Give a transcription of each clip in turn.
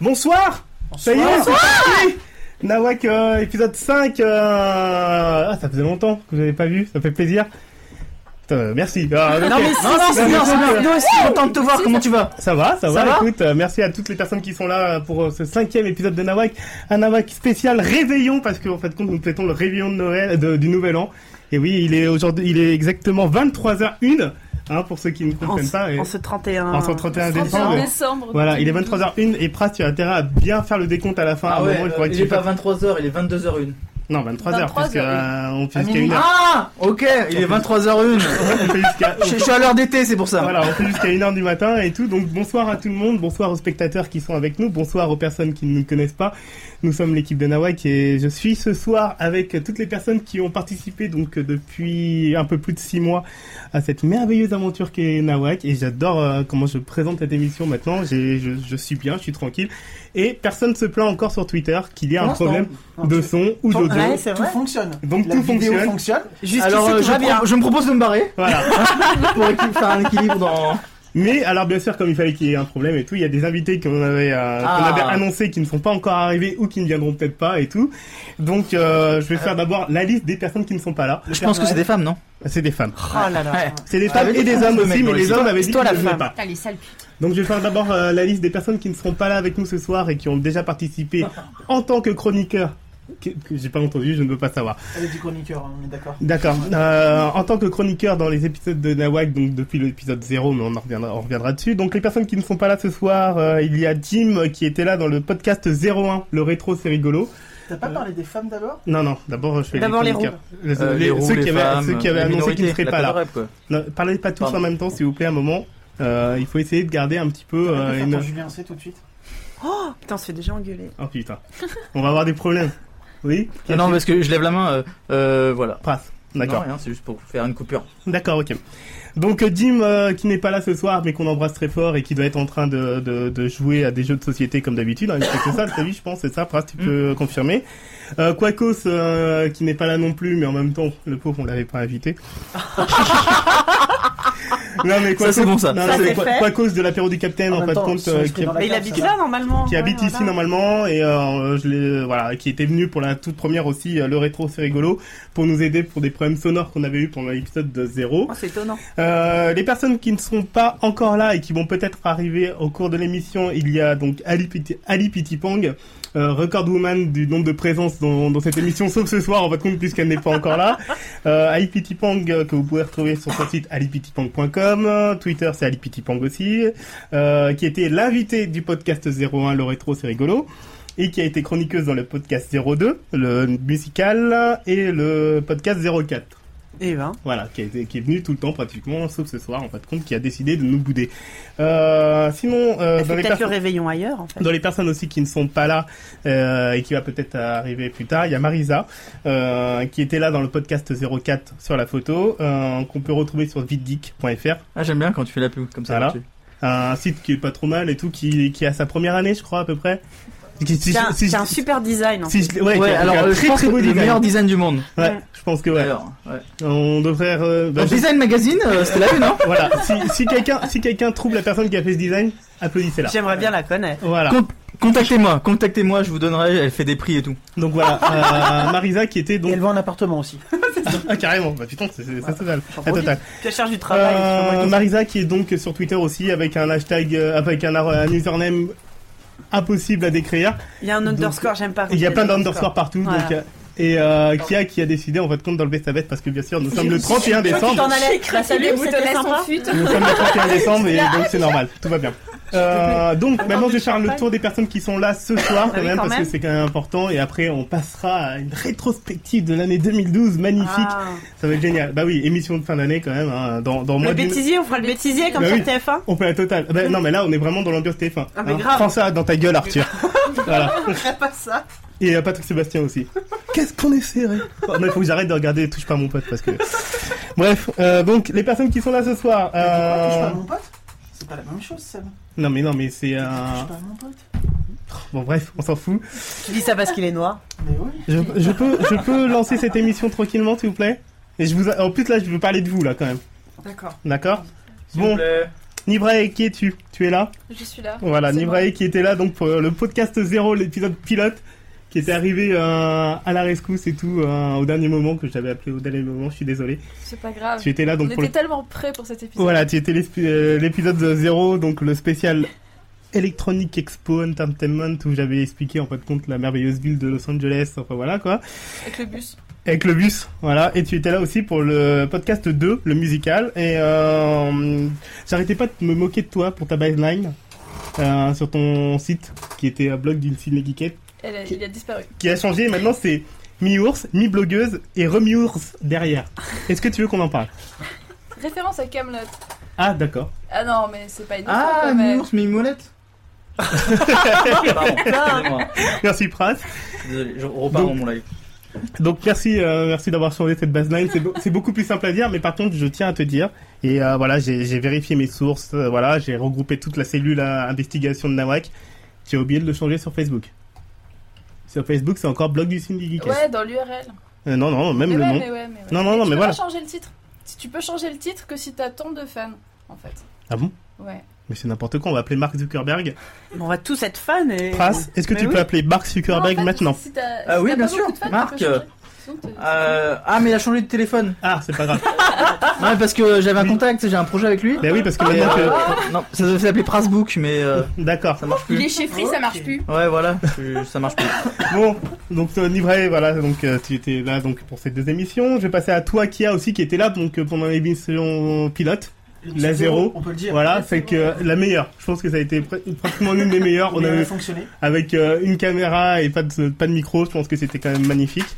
Bonsoir Ça y est, c'est parti Nawak, euh, épisode 5. euh, Ah, ça faisait longtemps que vous n'avez pas vu, ça fait plaisir. Putain, merci. Ah, ok. Non mais si, si, c'est mais bien, c'est c'est bien. bien. Nous aussi, content de te voir, comment tu vas Ça va, ça, Ça va va, écoute, euh, merci à toutes les personnes qui sont là euh, pour euh, ce cinquième épisode de Nawak, un Nawak spécial réveillon, parce qu'en fait, compte, nous fêtons le réveillon de Noël, de- du Nouvel An, et oui, il est aujourd'hui, il est exactement 23h01, hein, pour ceux qui ne En comprennent ce pas, et, en ce 31... en ce 31 31 décembre, décembre. voilà, il est 23h01, et Pras, tu as intérêt à bien faire le décompte à la fin, à Ah un ouais, moment, il euh, faudrait que il tu est pas fasses- 23h, il est 22h01. Non, 23h, 23h, puisque euh, on fait Ah, jusqu'à une heure. Ah Ok, il est 23h01. On fait jusqu'à- je, je suis à l'heure d'été, c'est pour ça. Voilà, on fait jusqu'à 1h du matin et tout. Donc bonsoir à tout le monde, bonsoir aux spectateurs qui sont avec nous, bonsoir aux personnes qui ne nous connaissent pas. Nous sommes l'équipe de Nawak et je suis ce soir avec toutes les personnes qui ont participé donc euh, depuis un peu plus de 6 mois à cette merveilleuse aventure qu'est Nawak et j'adore euh, comment je présente cette émission maintenant. J'ai- Je, je suis bien, je suis tranquille et personne se plaint encore sur Twitter qu'il y a un problème de son ou d'audio. Ouais, c'est Tout vrai. fonctionne. Donc La tout vidéo fonctionne. Jusqu'ici, Alors, euh, tout je, va bien. pro- je me propose de me barrer Voilà. pour équi- faire un équilibre dans. Mais alors bien sûr comme il fallait qu'il y ait un problème et tout, il y a des invités qu'on avait, euh, qu'on Ah. avait annoncés qui ne sont pas encore arrivés ou qui ne viendront peut-être pas et tout. Donc euh, je vais faire d'abord la liste des personnes qui ne sont pas là. Je pense que c'est des femmes, non C'est des femmes. Oh là là. Ouais. C'est des Ah, femmes mais et des comment hommes se aussi, mettre mais dans les les hommes histoires avaient dit Toi, qu'ils la ne venaient femme. pas. Putain, les sales putes. Donc je vais faire d'abord euh, la liste des personnes qui ne seront pas là avec nous ce soir et qui ont déjà participé en tant que chroniqueur. Que, que j'ai pas entendu, je ne veux pas savoir. Elle est du chroniqueur, hein, on est d'accord. D'accord. Euh, en tant que chroniqueur dans les épisodes de Nawak, donc depuis l'épisode 0, mais on en reviendra, on reviendra dessus. Donc les personnes qui ne sont pas là ce soir, euh, il y a Jim qui était là dans le podcast 01, le rétro c'est rigolo. T'as Euh, pas parlé des femmes d'abord Non, non, d'abord je fais D'abord les chroniqueurs. Les- Euh, les- les roues, ceux, qui les avaient, femmes, ceux qui avaient les annoncé qu'ils ne minorités, seraient la pas là. colorette, quoi. Non, parlez pas tous Pardon. en même temps s'il vous plaît un moment. Euh, il faut essayer de garder un petit peu On peut Ah, euh, faire une... Ah pour Julien, c'est tout de suite. Putain, on se fait déjà engueuler. Oh putain, on va avoir des problèmes. Oui Non, non, parce que je lève la main. euh, euh, voilà. Pras. Non, D'accord. rien, c'est juste pour faire une coupure. D'accord, ok. Donc euh, Jim, euh, qui n'est pas là ce soir, mais qu'on embrasse très fort et qui doit être en train de, de, de jouer à des jeux de société comme d'habitude, hein, il fait que ça, ta vie, je pense, c'est ça, Pras, tu peux confirmer. Euh, Quacos, euh, qui n'est pas là non plus, mais en même temps, le pauvre, on l'avait pas invité. non mais Quacos, c'est bon, ça. non, Ça, c'est c'est Qua- fait. Quacos de la période du Capitaine, En en, même fin de temps, compte, son euh, esprit qui, dans la Mais Bah, il cave, habite ça là, normalement. qui Ouais, habite voilà. ici normalement et euh, je l'ai voilà qui était venu pour la toute première aussi euh, le rétro c'est rigolo pour nous aider pour des problèmes sonores qu'on avait eu pendant l'épisode de zéro Oh, c'est étonnant. euh, les personnes qui ne sont pas encore là et qui vont peut-être arriver au cours de l'émission, il y a donc Ali, Piti- Ali Pitipang, euh, record woman du nombre de présences dans, dans cette émission, sauf ce soir en votre compte puisqu'elle n'est pas encore là. Euh, Ali Pitipang euh, que vous pouvez retrouver sur son site alipitipang.com, euh, Twitter c'est Ali Pitipang aussi, euh, qui était l'invité du podcast 01 Le Rétro c'est rigolo. Et qui a été chroniqueuse dans le podcast 02, le musical, et le podcast 04. Eh ben. Voilà, qui, a été- qui est venu tout le temps pratiquement, sauf ce soir en fait, compte, qui a décidé de nous bouder. Euh, sinon, euh, dans, Elle fait les peut-être le perso- réveillon ailleurs, en fait. dans les personnes aussi qui ne sont pas là euh, et qui va peut-être arriver plus tard, il y a Marisa euh, qui était là dans le podcast 04 sur la photo, euh, qu'on peut retrouver sur vidgeek.fr, Ah, j'aime bien quand tu fais la pub comme ça. Voilà. tu- un site qui est pas trop mal et tout, qui, qui a sa première année je crois à peu près. Qui- si- C'est un, si- c'est un super design. en si je- ouais, qui Ouais, a- alors, qui a un euh, je très pense très que beau le design. meilleur design du monde. Ouais, je pense que ouais. D'ailleurs, ouais. Bah, On devrait... euh, bah, Dans je- Design Magazine, euh, c'était la une, non voilà, si, si quelqu'un si quelqu'un trouve la personne qui a fait ce design, applaudissez-la. fait. J'aimerais bien la connaître. Voilà. Con- Contactez-moi, contactez-moi, je vous donnerai, elle fait des prix et tout. Donc voilà, euh, Marisa qui était Et donc elle vend un appartement aussi. ah, carrément. Bah putain, c'est c'est- c'est total. La J'en profite. totale. Tu cherches du travail. sur moi, Euh, donc- Marisa qui est donc sur Twitter aussi avec un hashtag, euh, avec un, ar- un username impossible à décrire. Il y a un underscore, j'aime pas. quand Il y a plein underscore. d'underscores partout. Voilà. Donc, euh, et euh, Kia qui a décidé en fait compte dans le best à best parce que bien sûr nous sommes le 31 Toi qui décembre. t'en allais, ça Bah, salut, déboutonne c'était sympa. sans fuite. Nous sommes le 31 décembre et donc c'est normal, tout va bien. Euh, donc maintenant je vais faire le tour des personnes qui sont là ce soir Ah quand oui, même quand parce que même. c'est quand même important et après on passera à une rétrospective de l'année 2012 magnifique. Ah. Ça va être génial. Bah oui, émission de fin d'année quand même. hein, Dans, dans moins Le d'une- bêtisier, on fera le bêtisier comme Bah sur oui. TF1. On fait la totale. Bah, non, mais là, on est vraiment dans l'ambiance TF1. Ah, mais grave. Prends ça hein. dans ta gueule, Arthur. voilà. pas ça. Et euh, Patrick Sébastien aussi. Qu'est-ce qu'on est serré Oh, Non, il faut que j'arrête de regarder Touche pas à mon pote parce que. Bref, euh, donc les personnes qui sont là ce soir. Elle dit quoi, touche pas Euh... à mon pote C'est pas la même chose, Sam. Non, mais non, mais c'est. euh, Touche pas à mon pote. Bon, bref, on s'en fout. Tu dis ça parce qu'il est noir. Mais oui. Je, je peux, je peux lancer cette émission tranquillement, s'il vous plaît Et je vous. En plus, là, je veux parler de vous, là, quand même. D'accord. D'accord Bon. Nivrae, qui es-tu Tu es là Je suis là. Voilà, C'est Nivrae qui était là donc pour euh, le podcast zéro, l'épisode pilote, qui était arrivé euh, à la rescousse et tout euh, au dernier moment que j'avais appelé au dernier moment. Je suis désolé. moi. C'est pas grave. Tu étais là Ah, On donc pour était le tellement prêts pour cet épisode. voilà, tu étais l'esp- euh, l'épisode zéro donc le spécial Electronic Expo Entertainment où j'avais expliqué en fin de compte la merveilleuse ville de Los Angeles. Enfin voilà quoi. Avec le bus. Avec le bus, voilà. Et tu étais là aussi pour le podcast 2, le musical. Et euh, j'arrêtais pas de me moquer de toi pour ta baseline euh, sur ton site qui était un blog d'une cinégeekette Elle a- il a disparu. qui a changé. Et maintenant, c'est mi-ours, mi-blogueuse et remi-ours derrière. Est-ce que tu veux qu'on en parle Référence à Camelot. Ah, d'accord. Ah non, mais c'est pas une fois Ah, quand même. mi-ours, mi-moulette Pardon, excusez-moi. Merci, Pras. Désolé, je repars Donc- dans mon live. Donc merci, euh, merci d'avoir changé cette baseline. C'est, beau- c'est beaucoup plus simple à dire, mais par contre, je tiens à te dire. Et euh, voilà, j'ai, j'ai vérifié mes sources. euh, voilà, j'ai regroupé toute la cellule à investigation de Nawak. J'ai oublié de le changer sur Facebook. Sur Facebook, c'est encore blog du Cindy Geek. Ouais, dans l'URL. Euh, non, non, même Mais le Eh ouais, nom. mais ouais, mais ouais. Non, non, non, tu mais peux voilà. pas changer le titre. Si tu peux changer le titre que si t'as tant de fans, en fait. Ah bon Ouais. Mais c'est n'importe quoi. On va appeler Mark Zuckerberg. Mais On va tous être fans Eh et. Trace, est-ce que Mais tu oui. peux appeler Mark Non, en Zuckerberg fait, maintenant Si t'as, Ah si oui, t'as bien pas sûr, beaucoup de fans, Marc, tu peux changer. Sinon, t'es- Euh, ah, mais il a changé de téléphone. Ah, c'est pas grave. Ah. Non, mais parce que j'avais un Oui. contact, j'ai un projet avec lui. ben oui, parce que Ah, Mais, maintenant euh, non, ça devait s'appeler Prasbook, mais euh, que- D'accord. ça marche Il plus. est chez Free, ça marche plus. Ouais, voilà, je- ça marche plus. Bon, donc euh, Nivray, voilà, donc euh, tu étais là donc pour ces deux émissions. Je vais passer à toi, Kia aussi, qui était là donc euh, pendant l'émission pilote. La zéro. On peut le dire. Voilà, c'est que la meilleure. Je pense que ça a été pr- pratiquement l'une des meilleures. On Mais elle a avait fonctionné. avec euh, une caméra et pas de pas de micro. Je pense que c'était quand même magnifique.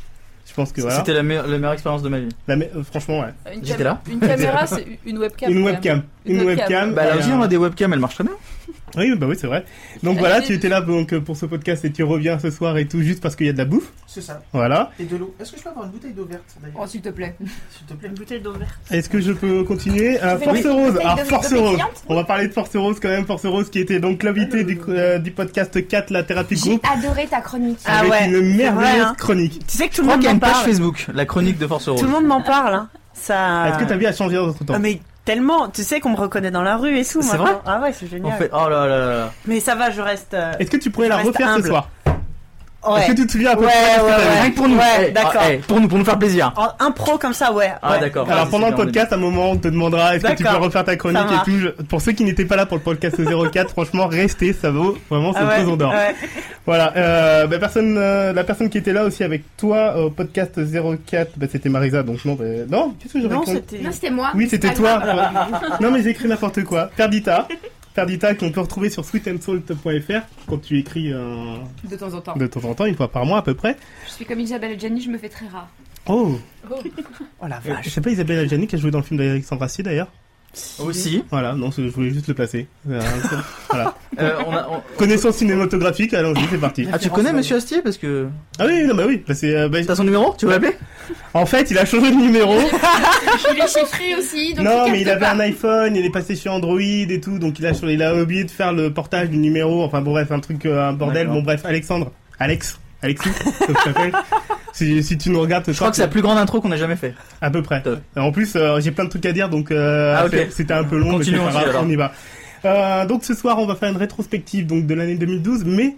Je pense que voilà. C'était la, meilleure- la meilleure expérience de ma vie. La me- euh, franchement, ouais. Une, J'étais là. une caméra, c'est une webcam. Une quand même. webcam, Une une webcam. webcam. Bah, là Et, aussi, euh, on a des webcams, elles marchent très bien. Oui, bah oui, c'est vrai. Donc Ah, voilà, j'ai tu vu. étais là donc euh, pour ce podcast et tu reviens ce soir et tout juste parce qu'il y a de la bouffe. C'est ça. Voilà. Et de l'eau. Est-ce que je peux avoir une bouteille d'eau verte d'ailleurs Oh, s'il te plaît. S'il te plaît. Une bouteille d'eau verte. Est-ce que je peux continuer Euh, Oui. Force Oui. Rose. Bouteille Alors de- de Force Rose. pétillante On va parler de Force Rose quand même. Force Rose qui était donc l'invité du, euh, du podcast 4, la thérapie de J'ai groupe, adoré ta chronique. Ah avec ouais, une c'est merveilleuse vrai, hein. chronique. Tu sais que tout Je le crois monde qu'il y a m'en une page parle. Facebook, la chronique de Force Rose. Tout le monde m'en parle. hein. Ça. Est-ce que ta vie a changé entre temps Ah, mais tellement, tu sais qu'on me reconnaît dans la rue et tout. C'est maintenant. vrai Ah ouais, c'est En génial. fait, oh là là là là. Mais ça va, je reste. euh, Est-ce que tu pourrais la Reste refaire ce humble. soir ouais. Est-ce que tu te souviens à peu Eh, Ouais, près de ce que ouais, t'avais ouais. dit Rien que pour nous. Ouais, Eh, d'accord. ah, eh, pour nous, pour nous faire plaisir. En impro comme ça, ouais. Ah, ouais. d'accord. Alors Vas-y, pendant c'est le bien, on est bien. podcast, à un moment, on te demandera est-ce que tu peux D'accord. refaire ta chronique Ça et tout. Je- Pour ceux qui n'étaient pas là pour le podcast 04, franchement, restez, ça vaut vraiment ce Ah ouais, présent d'or. ouais. Voilà, euh, bah, personne, euh, la personne qui était là aussi avec toi au podcast 04, bah, c'était Marisa, donc non, bah, non, qu'est-ce que je Non, raconte c'était. Non, c'était moi. Oui, Ah, C'est c'était pas toi. grave. non, mais j'écris n'importe quoi. Perdita. Perdita qu'on peut retrouver sur sweetandsoul.fr quand tu écris euh, De temps en temps. de temps en temps, une fois par mois à peu près. Je suis comme Isabelle Gianni, je me fais très rare. Oh, Oh. Oh la euh, je vache. sais pas Isabelle Adjani qui a joué dans le film d'Alexandre Astier d'ailleurs. Aussi, Voilà, non, c'est- je voulais juste le placer. Euh, euh, on a- on- Connaissance cinématographique, allons-y, c'est parti. Ah, tu connais Monsieur Astier parce que Ah oui, non, bah oui, bah, c'est, euh, bah, t'as son numéro Tu veux l'appeler en fait, il a changé de numéro. Il est chez Free aussi, donc non, tu mais il captes avait pas. un iPhone, il est passé sur Android et tout, donc il a, il a oublié de faire le portage du numéro. Enfin bon, bref, un truc, euh, un bordel. D'accord. Bon, bref, Alexandre, Alex, Alexis, comme tu t'appelles. Si, si tu nous regardes, Je crois que c'est la plus grande intro qu'on a jamais fait. à peu près. Top. En plus, euh, j'ai plein de trucs à dire, donc euh, Ah, ok. c'est- c'était un peu long, Continuons, mais c'est pas on y va, grave, alors. on y va. Euh, donc ce soir, on va faire une rétrospective donc de l'année 2012, mais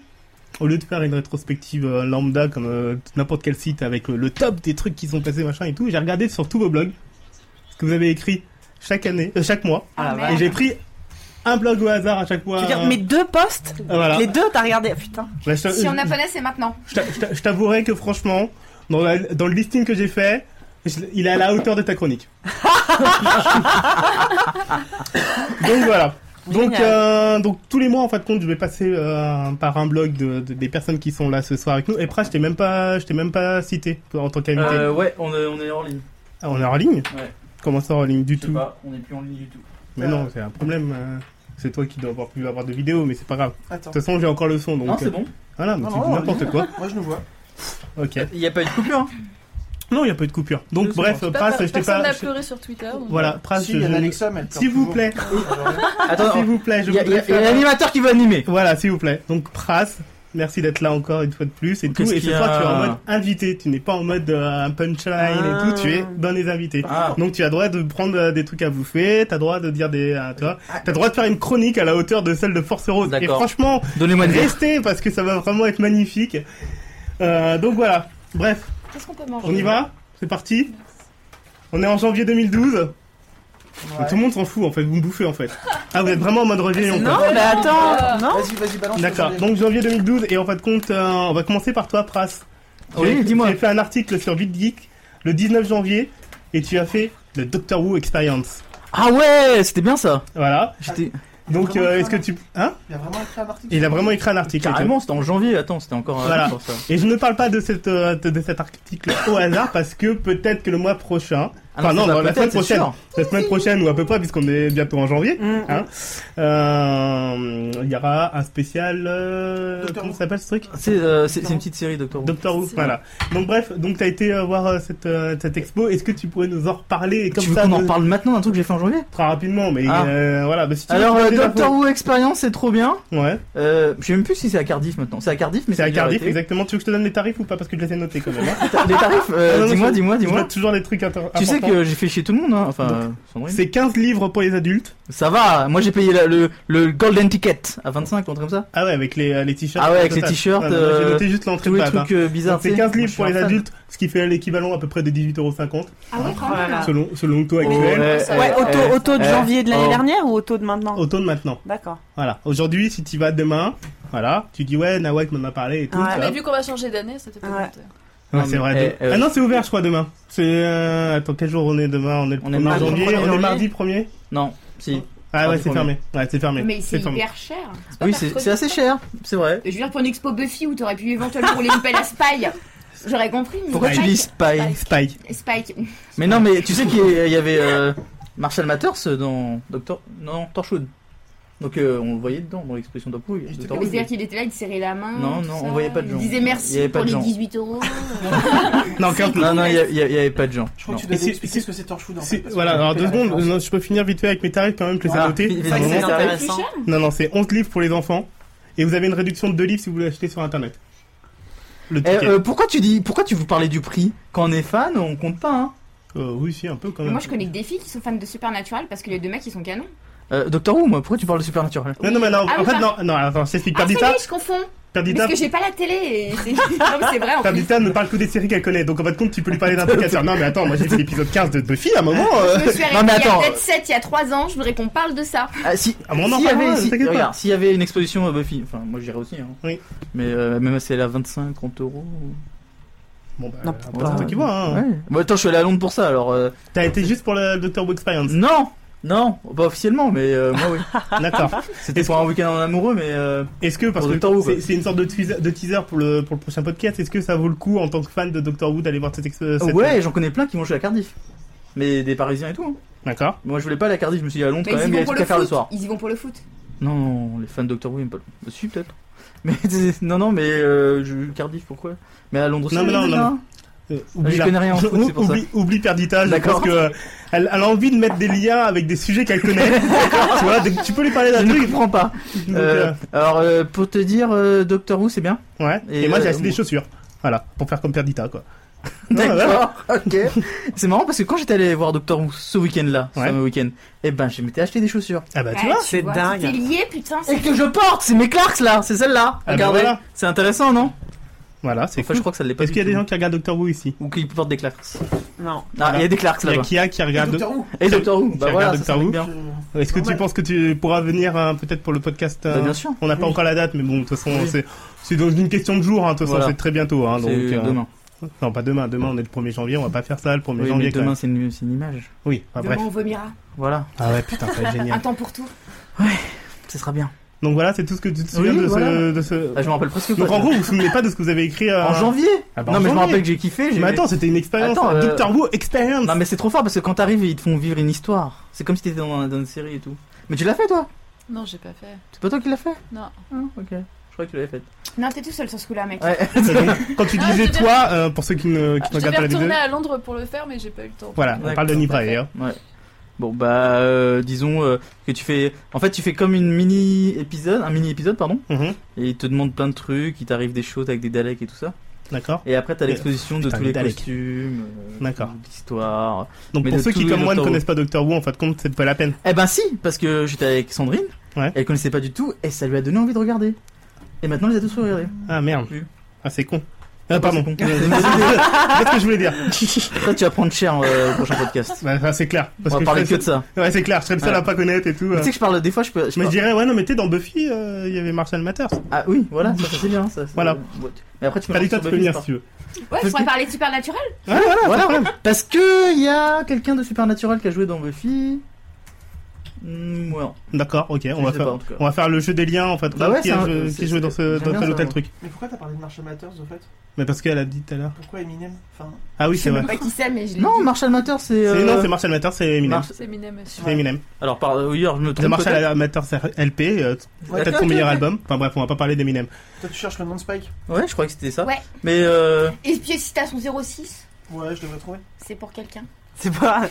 au lieu de faire une rétrospective euh, lambda comme euh, n'importe quel site avec euh, le top des trucs qui sont placés machin et tout, j'ai regardé sur tous vos blogs ce que vous avez écrit chaque année, euh, chaque mois, Ah, et bah, merde. j'ai pris un blog au hasard à chaque Je fois. veux Euh, dire, un- mes deux postes, Ah, voilà. les deux, t'as regardé. Putain. Bah, je t'a- Si on je- n'a pas là, c'est maintenant. je t'a- je t'a- je t'avouerai que franchement, dans, la- dans le listing que j'ai fait, je- il est à la hauteur de ta chronique. donc voilà. Donc, Génial. euh, donc tous les mois en fin de compte, je vais passer euh, par un blog de, de- des personnes qui sont là ce soir avec nous. Et Pra, je t'ai même pas, je t'ai même pas cité en tant qu'invité. Euh, ouais, on est, on est en ligne. Ah, on est en ligne Ouais. Comment ça en ligne du Je sais tout pas, on est plus en ligne du tout. Mais non, c'est un problème. euh, C'est toi qui dois avoir pu avoir de vidéo, mais c'est pas grave. Attends. De toute façon, j'ai encore le son, donc non, c'est euh, bon. voilà, mais Non, tu non, dis on est n'importe quoi. Moi je le vois. Ok. Il n'y a pas eu de coupure. hein. Non, il y a pas eu de coupure. Donc Je sais bref, pas. Pras, je t'ai Personne pas. n'a je- pleuré sur Twitter. donc- Voilà, Pras, Ah, si, je- il y en a je- Alexa, mais elle pleure S'il vous toujours. plaît, Alors, Ah, Attends, s'il vous plaît, je il y a, il y voudrais a- il y a faire. l'animateur qui veut animer. Voilà, s'il vous plaît. Donc Pras, Merci d'être là encore une fois de plus et tout. Qu'est-ce Et ce qu'il y a soir, tu es en mode invité. Tu n'es pas en mode euh, un punchline Ah. et tout. Tu es dans les invités. Ah. Donc, tu as droit de prendre euh, des trucs à bouffer. T'as droit de dire des, euh, tu vois, t'as droit de faire une chronique à la hauteur de celle de Force Rose. Et Ah. D'accord. franchement, Donnez-moi une verre. restez parce que ça va vraiment être magnifique. Euh, donc voilà. Bref, Qu'est-ce qu'on peut manger on y va. C'est parti. On est en janvier 2012. Ouais. Tout le monde s'en fout en fait. Vous me bouffez en fait. Ah, vous êtes vraiment en mode réveillon. quoi. Non, mais attends, non Vas-y, vas-y, balance. D'accord. vas-y. Donc janvier 2012 et en fin de compte, euh, on va commencer par toi, Pras. Oui, J'ai- dis-moi. J'ai fait un article sur VidGeek le 19 janvier et tu as fait le Doctor Who Experience. Ah ouais, c'était bien ça. Voilà. J'étais Donc vraiment euh, fait est-ce que un tu hein Il y a vraiment écrit un article. Il a vraiment écrit un article. carrément, c'était en janvier. Attends, c'était encore euh, Voilà. sur ça. Et je ne parle pas de cette euh, de de cet article au hasard parce que peut-être que le mois prochain, Ah enfin non, c'est pas dans la peut-être, semaine c'est prochaine, sûr. la semaine prochaine ou à peu près puisqu'on est bientôt en janvier, Mm. hein, euh, il y aura un spécial. euh, Doctor comment Who. ça s'appelle ce truc C'est euh, c'est- c'est une petite série, Doctor Who. Docteur Who, C'est voilà. Donc bref, donc t'as été euh, voir euh, cette, euh, cette expo. Est-ce que tu pourrais nous en reparler et comme tu veux ça euh, qu'on en nous- parle maintenant d'un truc que j'ai fait en janvier très rapidement, mais Ah. euh, voilà. Bah, si tu veux, Alors, tu euh, donnes des Doctor infos. Who Experience, c'est trop bien. Ouais, Euh, je sais même plus si c'est à Cardiff maintenant. C'est à Cardiff, mais c'est à déjà Cardiff, arrêté. exactement. Tu veux que je te donne les tarifs ou pas Parce que je les ai notés quand même. hein. Les tarifs, euh, Ah, non, non, dis-moi, c'est- dis-moi, Je dis-moi. note toujours les trucs inter- Tu sais importants. que j'ai fait chier tout le monde, hein. enfin, Donc, euh, Sandrine. c'est 15 livres pour les adultes. Ça va, moi j'ai payé la- le, le Golden Ticket à 25, un truc comme ça. Ah ouais, avec les, euh, les t-shirts. Ah ouais, au avec les total. t-shirts, Ouais, bah, J'ai euh, noté juste l'entrée Tous de les base. hein. trucs euh, bizarres. Donc, C'est tu sais. 15 Moi, je livres suis pour un les fan. adultes, ce qui fait l'équivalent à peu près de 18,50€ Ah ouais, quand même. Voilà. selon, selon le taux Oh, actuel. ouais, ça- Ouais, euh, au taux, euh, au taux de euh, janvier de l'année oh. dernière ou au taux de maintenant Au taux de maintenant. D'accord. Voilà. Aujourd'hui, si tu vas demain, voilà, tu dis ouais, Nawak m'en a parlé et tout. Ouais. tu vois. Ah, Mais vu qu'on va changer d'année, c'était pas Ouais. compté. Ouais, c'est vrai. Eh, euh, Ah non, c'est ouvert, je crois, demain. C'est. Euh... Attends, quel jour on est demain On est le On est 1er mardi, janvier. premier On est janvier. mardi 1er Non, si. Ah ouais, Mardi c'est fermé. premier. Ouais, c'est fermé. Mais c'est c'est fermé. hyper cher. pas Oui, c'est mercredi c'est assez cher, c'est vrai. Je veux dire, pour une expo Buffy où t'aurais pu éventuellement rouler une pelle à Spy, j'aurais compris. mais Pourquoi tu Spike- dis Spy Spy. Spike. Mais non, mais tu sais qu'il y a- il y avait euh, Marshall Mathers dans Doctor. Non, Torchwood. Donc euh, on le voyait dedans dans l'expression Doctor Who. Il était Doctor Mais Who. C'est-à-dire qu'il était là, il te serrait la main. Non, tout non, ça. on voyait pas de gens. Il disait Il y avait merci pas de pour les gens. 18 euros. Non, quand Non, non, il y a- il y a- il y avait pas de gens. Je crois Non. que tu devais si- expliquer si- ce que c'est Torchwood. en fait, si- parce que voilà, j'ai alors fait deux la secondes, euh, référence. non, je peux finir vite fait avec mes tarifs quand même, que les ai Ah, notés. fi- fi- C'est fi- vraiment- fi- intéressant. Non, non, c'est 11 livres pour les enfants. Et vous avez une réduction de 2 livres si vous l'achetez sur internet. Le Eh, ticket. euh, pourquoi tu dis, pourquoi tu vous parlez du prix Quand on est fan, on compte pas. Hein. Euh, oui, si, un peu quand Mais même. Moi, je connais que des filles qui sont fans de Supernatural parce que les deux mecs, ils sont canons. Euh, Doctor Who, moi, pourquoi tu parles de Supernatural Non, non, mais non, Ah, en oui, fait, non, pardon. non, attends, je t'explique. Ah, ça y Perdita, est, je confonds. Perdita, Parce que j'ai pas la télé. Et c'est... non, mais c'est vrai. En plus. Perdita ne parle que des séries qu'elle connaît, donc en fait, compte, tu peux lui parler d'un truc à faire. Non, mais attends, moi j'ai fait l'épisode 15 de Buffy à un moment. euh. Je me suis arrêtée Non, mais il y a attends. peut-être 7, il y a 3 ans. Je voudrais qu'on parle de ça. Ah, si, Ah, mais on en s'il y parlera, avait, ne si- t'inquiète pas. regarde, s'il y avait une exposition à Buffy, enfin, moi j'irais aussi. Hein. Oui. Mais euh, même si elle est à 25, 30 euros. Bon, bah, Non, après, c'est toi qui vois, hein. Ouais. Bon, attends, je suis allé à Londres pour ça, alors. euh, T'as été juste pour le Doctor Who Experience. Non, non, pas officiellement, mais euh, moi oui. D'accord. C'était pour un week-end en amoureux, mais euh, Est-ce que, parce Pour que Doctor Who, quoi. c'est- c'est une sorte de teaser, de teaser pour, le, pour le prochain podcast, est-ce que ça vaut le coup en tant que fan de Doctor Who d'aller voir cette ex- euh, cette- ouais, j'en connais plein qui vont jouer à Cardiff. Mais des Parisiens et tout. hein. D'accord. Moi, je voulais pas aller à Cardiff, je me suis dit à Londres Mais quand ils y même, il y vont a pour tout le à faire le foot. soir. Ils y vont pour le foot. Non, non, les fans de Doctor Who aiment pas le. Bah, Si, peut-être. Mais non, non, mais euh, je- Cardiff, pourquoi Mais à Londres aussi, hein. Non, mais il y a non, des non. gens. Euh, Je connais rien en foot, c'est pour ça. oublie, oublie Perdita, je pense D'accord. que euh, elle, elle a envie de mettre des liens avec des sujets qu'elle connaît. tu vois, donc tu peux lui parler d'un Je ne truc. comprends pas. donc, Euh, euh, alors, euh, pour te dire, euh, Doctor Who, c'est bien. ouais. Et, et, moi, j'ai euh, acheté des bon. chaussures. Voilà, pour faire comme Perdita, quoi. Ouais, ouais. D'accord, ok. C'est marrant parce que quand j'étais allé voir Doctor Who ce week-end-là, ce Ouais. fameux week-end, eh ben, je m'étais acheté des chaussures. Ah bah, tu vois. c'est dingue. C'était lié, putain. Et C'est... que je porte, c'est mes Clarks là, c'est celle-là. Ah bah Regardez, voilà. c'est intéressant, non Voilà, c'est Enfin, cool. je crois que ça l'est pas. Est-ce du qu'il y a des tout. gens qui regardent Doctor Who ici ou qui portent des Clarks Non. Ah, il y a des Clarks Il y a là-bas. Kia qui Et regarde. Doctor Who. euh, Et Doctor Who, bah regarde voilà, ça, Doctor ça Who. Ah, me bien. Je- Est-ce que tu Normal. penses que tu pourras venir euh, peut-être pour le podcast euh, Bah, bien sûr. On n'a pas Oui. encore la date, mais bon, de toute façon, Oui. c'est, c'est dans une question de jour, hein, de toute façon, Voilà. c'est très bientôt. Hein, donc, C'est euh, demain. Non, pas demain, demain on est le 1er janvier, on va pas faire ça le 1er Oui, janvier. mais quand même. demain, c'est une, c'est une image. Oui, enfin, Demain, bref. on vomira. Voilà, Ah ouais, putain, ça va être Un génial. temps pour tout. ce sera bien. Donc voilà, c'est tout ce que tu te souviens Oui, de, ce, voilà. de ce- Ah, je me rappelle presque Donc pas. en gros, vous vous souvenez pas de ce que vous avez écrit euh, En janvier Ah bah, en Non, mais je me janvier. rappelle que j'ai kiffé. j'ai- Mais attends, c'était une expérience. Attends, un euh, Doctor Who Experience Non mais c'est trop fort parce que quand t'arrives ils te font vivre une histoire. C'est comme si t'étais dans, dans une série et tout. Mais tu l'as fait toi Non, j'ai pas fait. C'est pas toi qui l'as fait Non. Ah, ok. Je crois que tu l'avais faite. Non, t'es tout seul sur ce coup-là, mec. Ouais. Donc, Quand tu Ah, disais je devais- toi, euh, pour ceux qui ne qui ne Je regardent devais pas la vidéo. retourner à Londres pour le faire, mais j'ai pas eu le temps. Voilà, on D'accord. hein. parle de Nivra d'ailleurs. Ouais. Bon bah euh, disons euh, que tu fais en fait tu fais comme une mini épisode, un mini épisode pardon, Mhm. et il te demande plein de trucs, il t'arrive des choses avec des Daleks et tout ça. D'accord. Et après t'as Mais- l'exposition de putain, tous les les Daleks. costumes, euh, D'accord. l'histoire. Donc Mais pour de ceux qui tous comme les moi ne Doctor Who. connaissent pas Doctor Who, en fin de compte, c'est pas la peine. Eh ben si, parce que j'étais avec Sandrine, Ouais. elle connaissait pas du tout, et ça lui a donné envie de regarder. Et maintenant elle les a tous regardés. Ah merde. Oui. Ah, Ah c'est con. Ah pardon. C'est con. Qu'est-ce que je voulais dire Toi tu vas prendre cher euh, au prochain podcast. Bah, enfin, c'est clair. Parce On va que parler je serais que de ça. le- Ouais, c'est clair. Je serais le seul Ouais. à pas connaître et tout. Mais euh. Tu sais que je parle des fois, je peux. je Mais je parle- dirais ouais non mais t'es dans Buffy, euh, il y avait Marshall Mathers. Ah oui, voilà, ça, ça, c'est bien. Ça, ça- Voilà. Ouais. Mais après tu peux. T'as dit partir toi de venir sur Buffy, c'est si tu veux. Ouais, je pourrais parler de Supernatural. Ouais, voilà, pas- voilà. Voilà. Parce que il y a quelqu'un de Supernatural qui a joué dans Buffy. Hmm, ouais. D'accord, ok. On Je va sais faire, pas, en tout cas. on va faire le jeu des liens en fait. Bah ouais, qui c'est a un- joué- c'est- qui joue dans c'est- ce j'aime dans bien tel ça, ou tel moi. truc. Mais pourquoi t'as parlé de Marshall Mathers au fait Mais parce qu'elle a dit tout à l'heure. Pourquoi Eminem Enfin, Ah oui, Je c'est sais vrai. même pas qui c'est, mais je l'ai Non, dit. Marshall Matter, c'est. C'est- euh, Non, c'est Marshall Mathers, c'est Eminem. Mar- C'est minet, monsieur. C'est Eminem. Alors par ailleurs, je me C'est trompe. peut-être. Marshall Mathers LP, euh, peut-être son ok, meilleur ok. album. Enfin bref, on va pas parler d'Eminem. toi tu cherches le nom de Spike Ouais, je crois que c'était ça. Ouais. Mais euh, Et puis si t'as son 06, Ouais, je devrais trouver. c'est pour quelqu'un. C'est pas.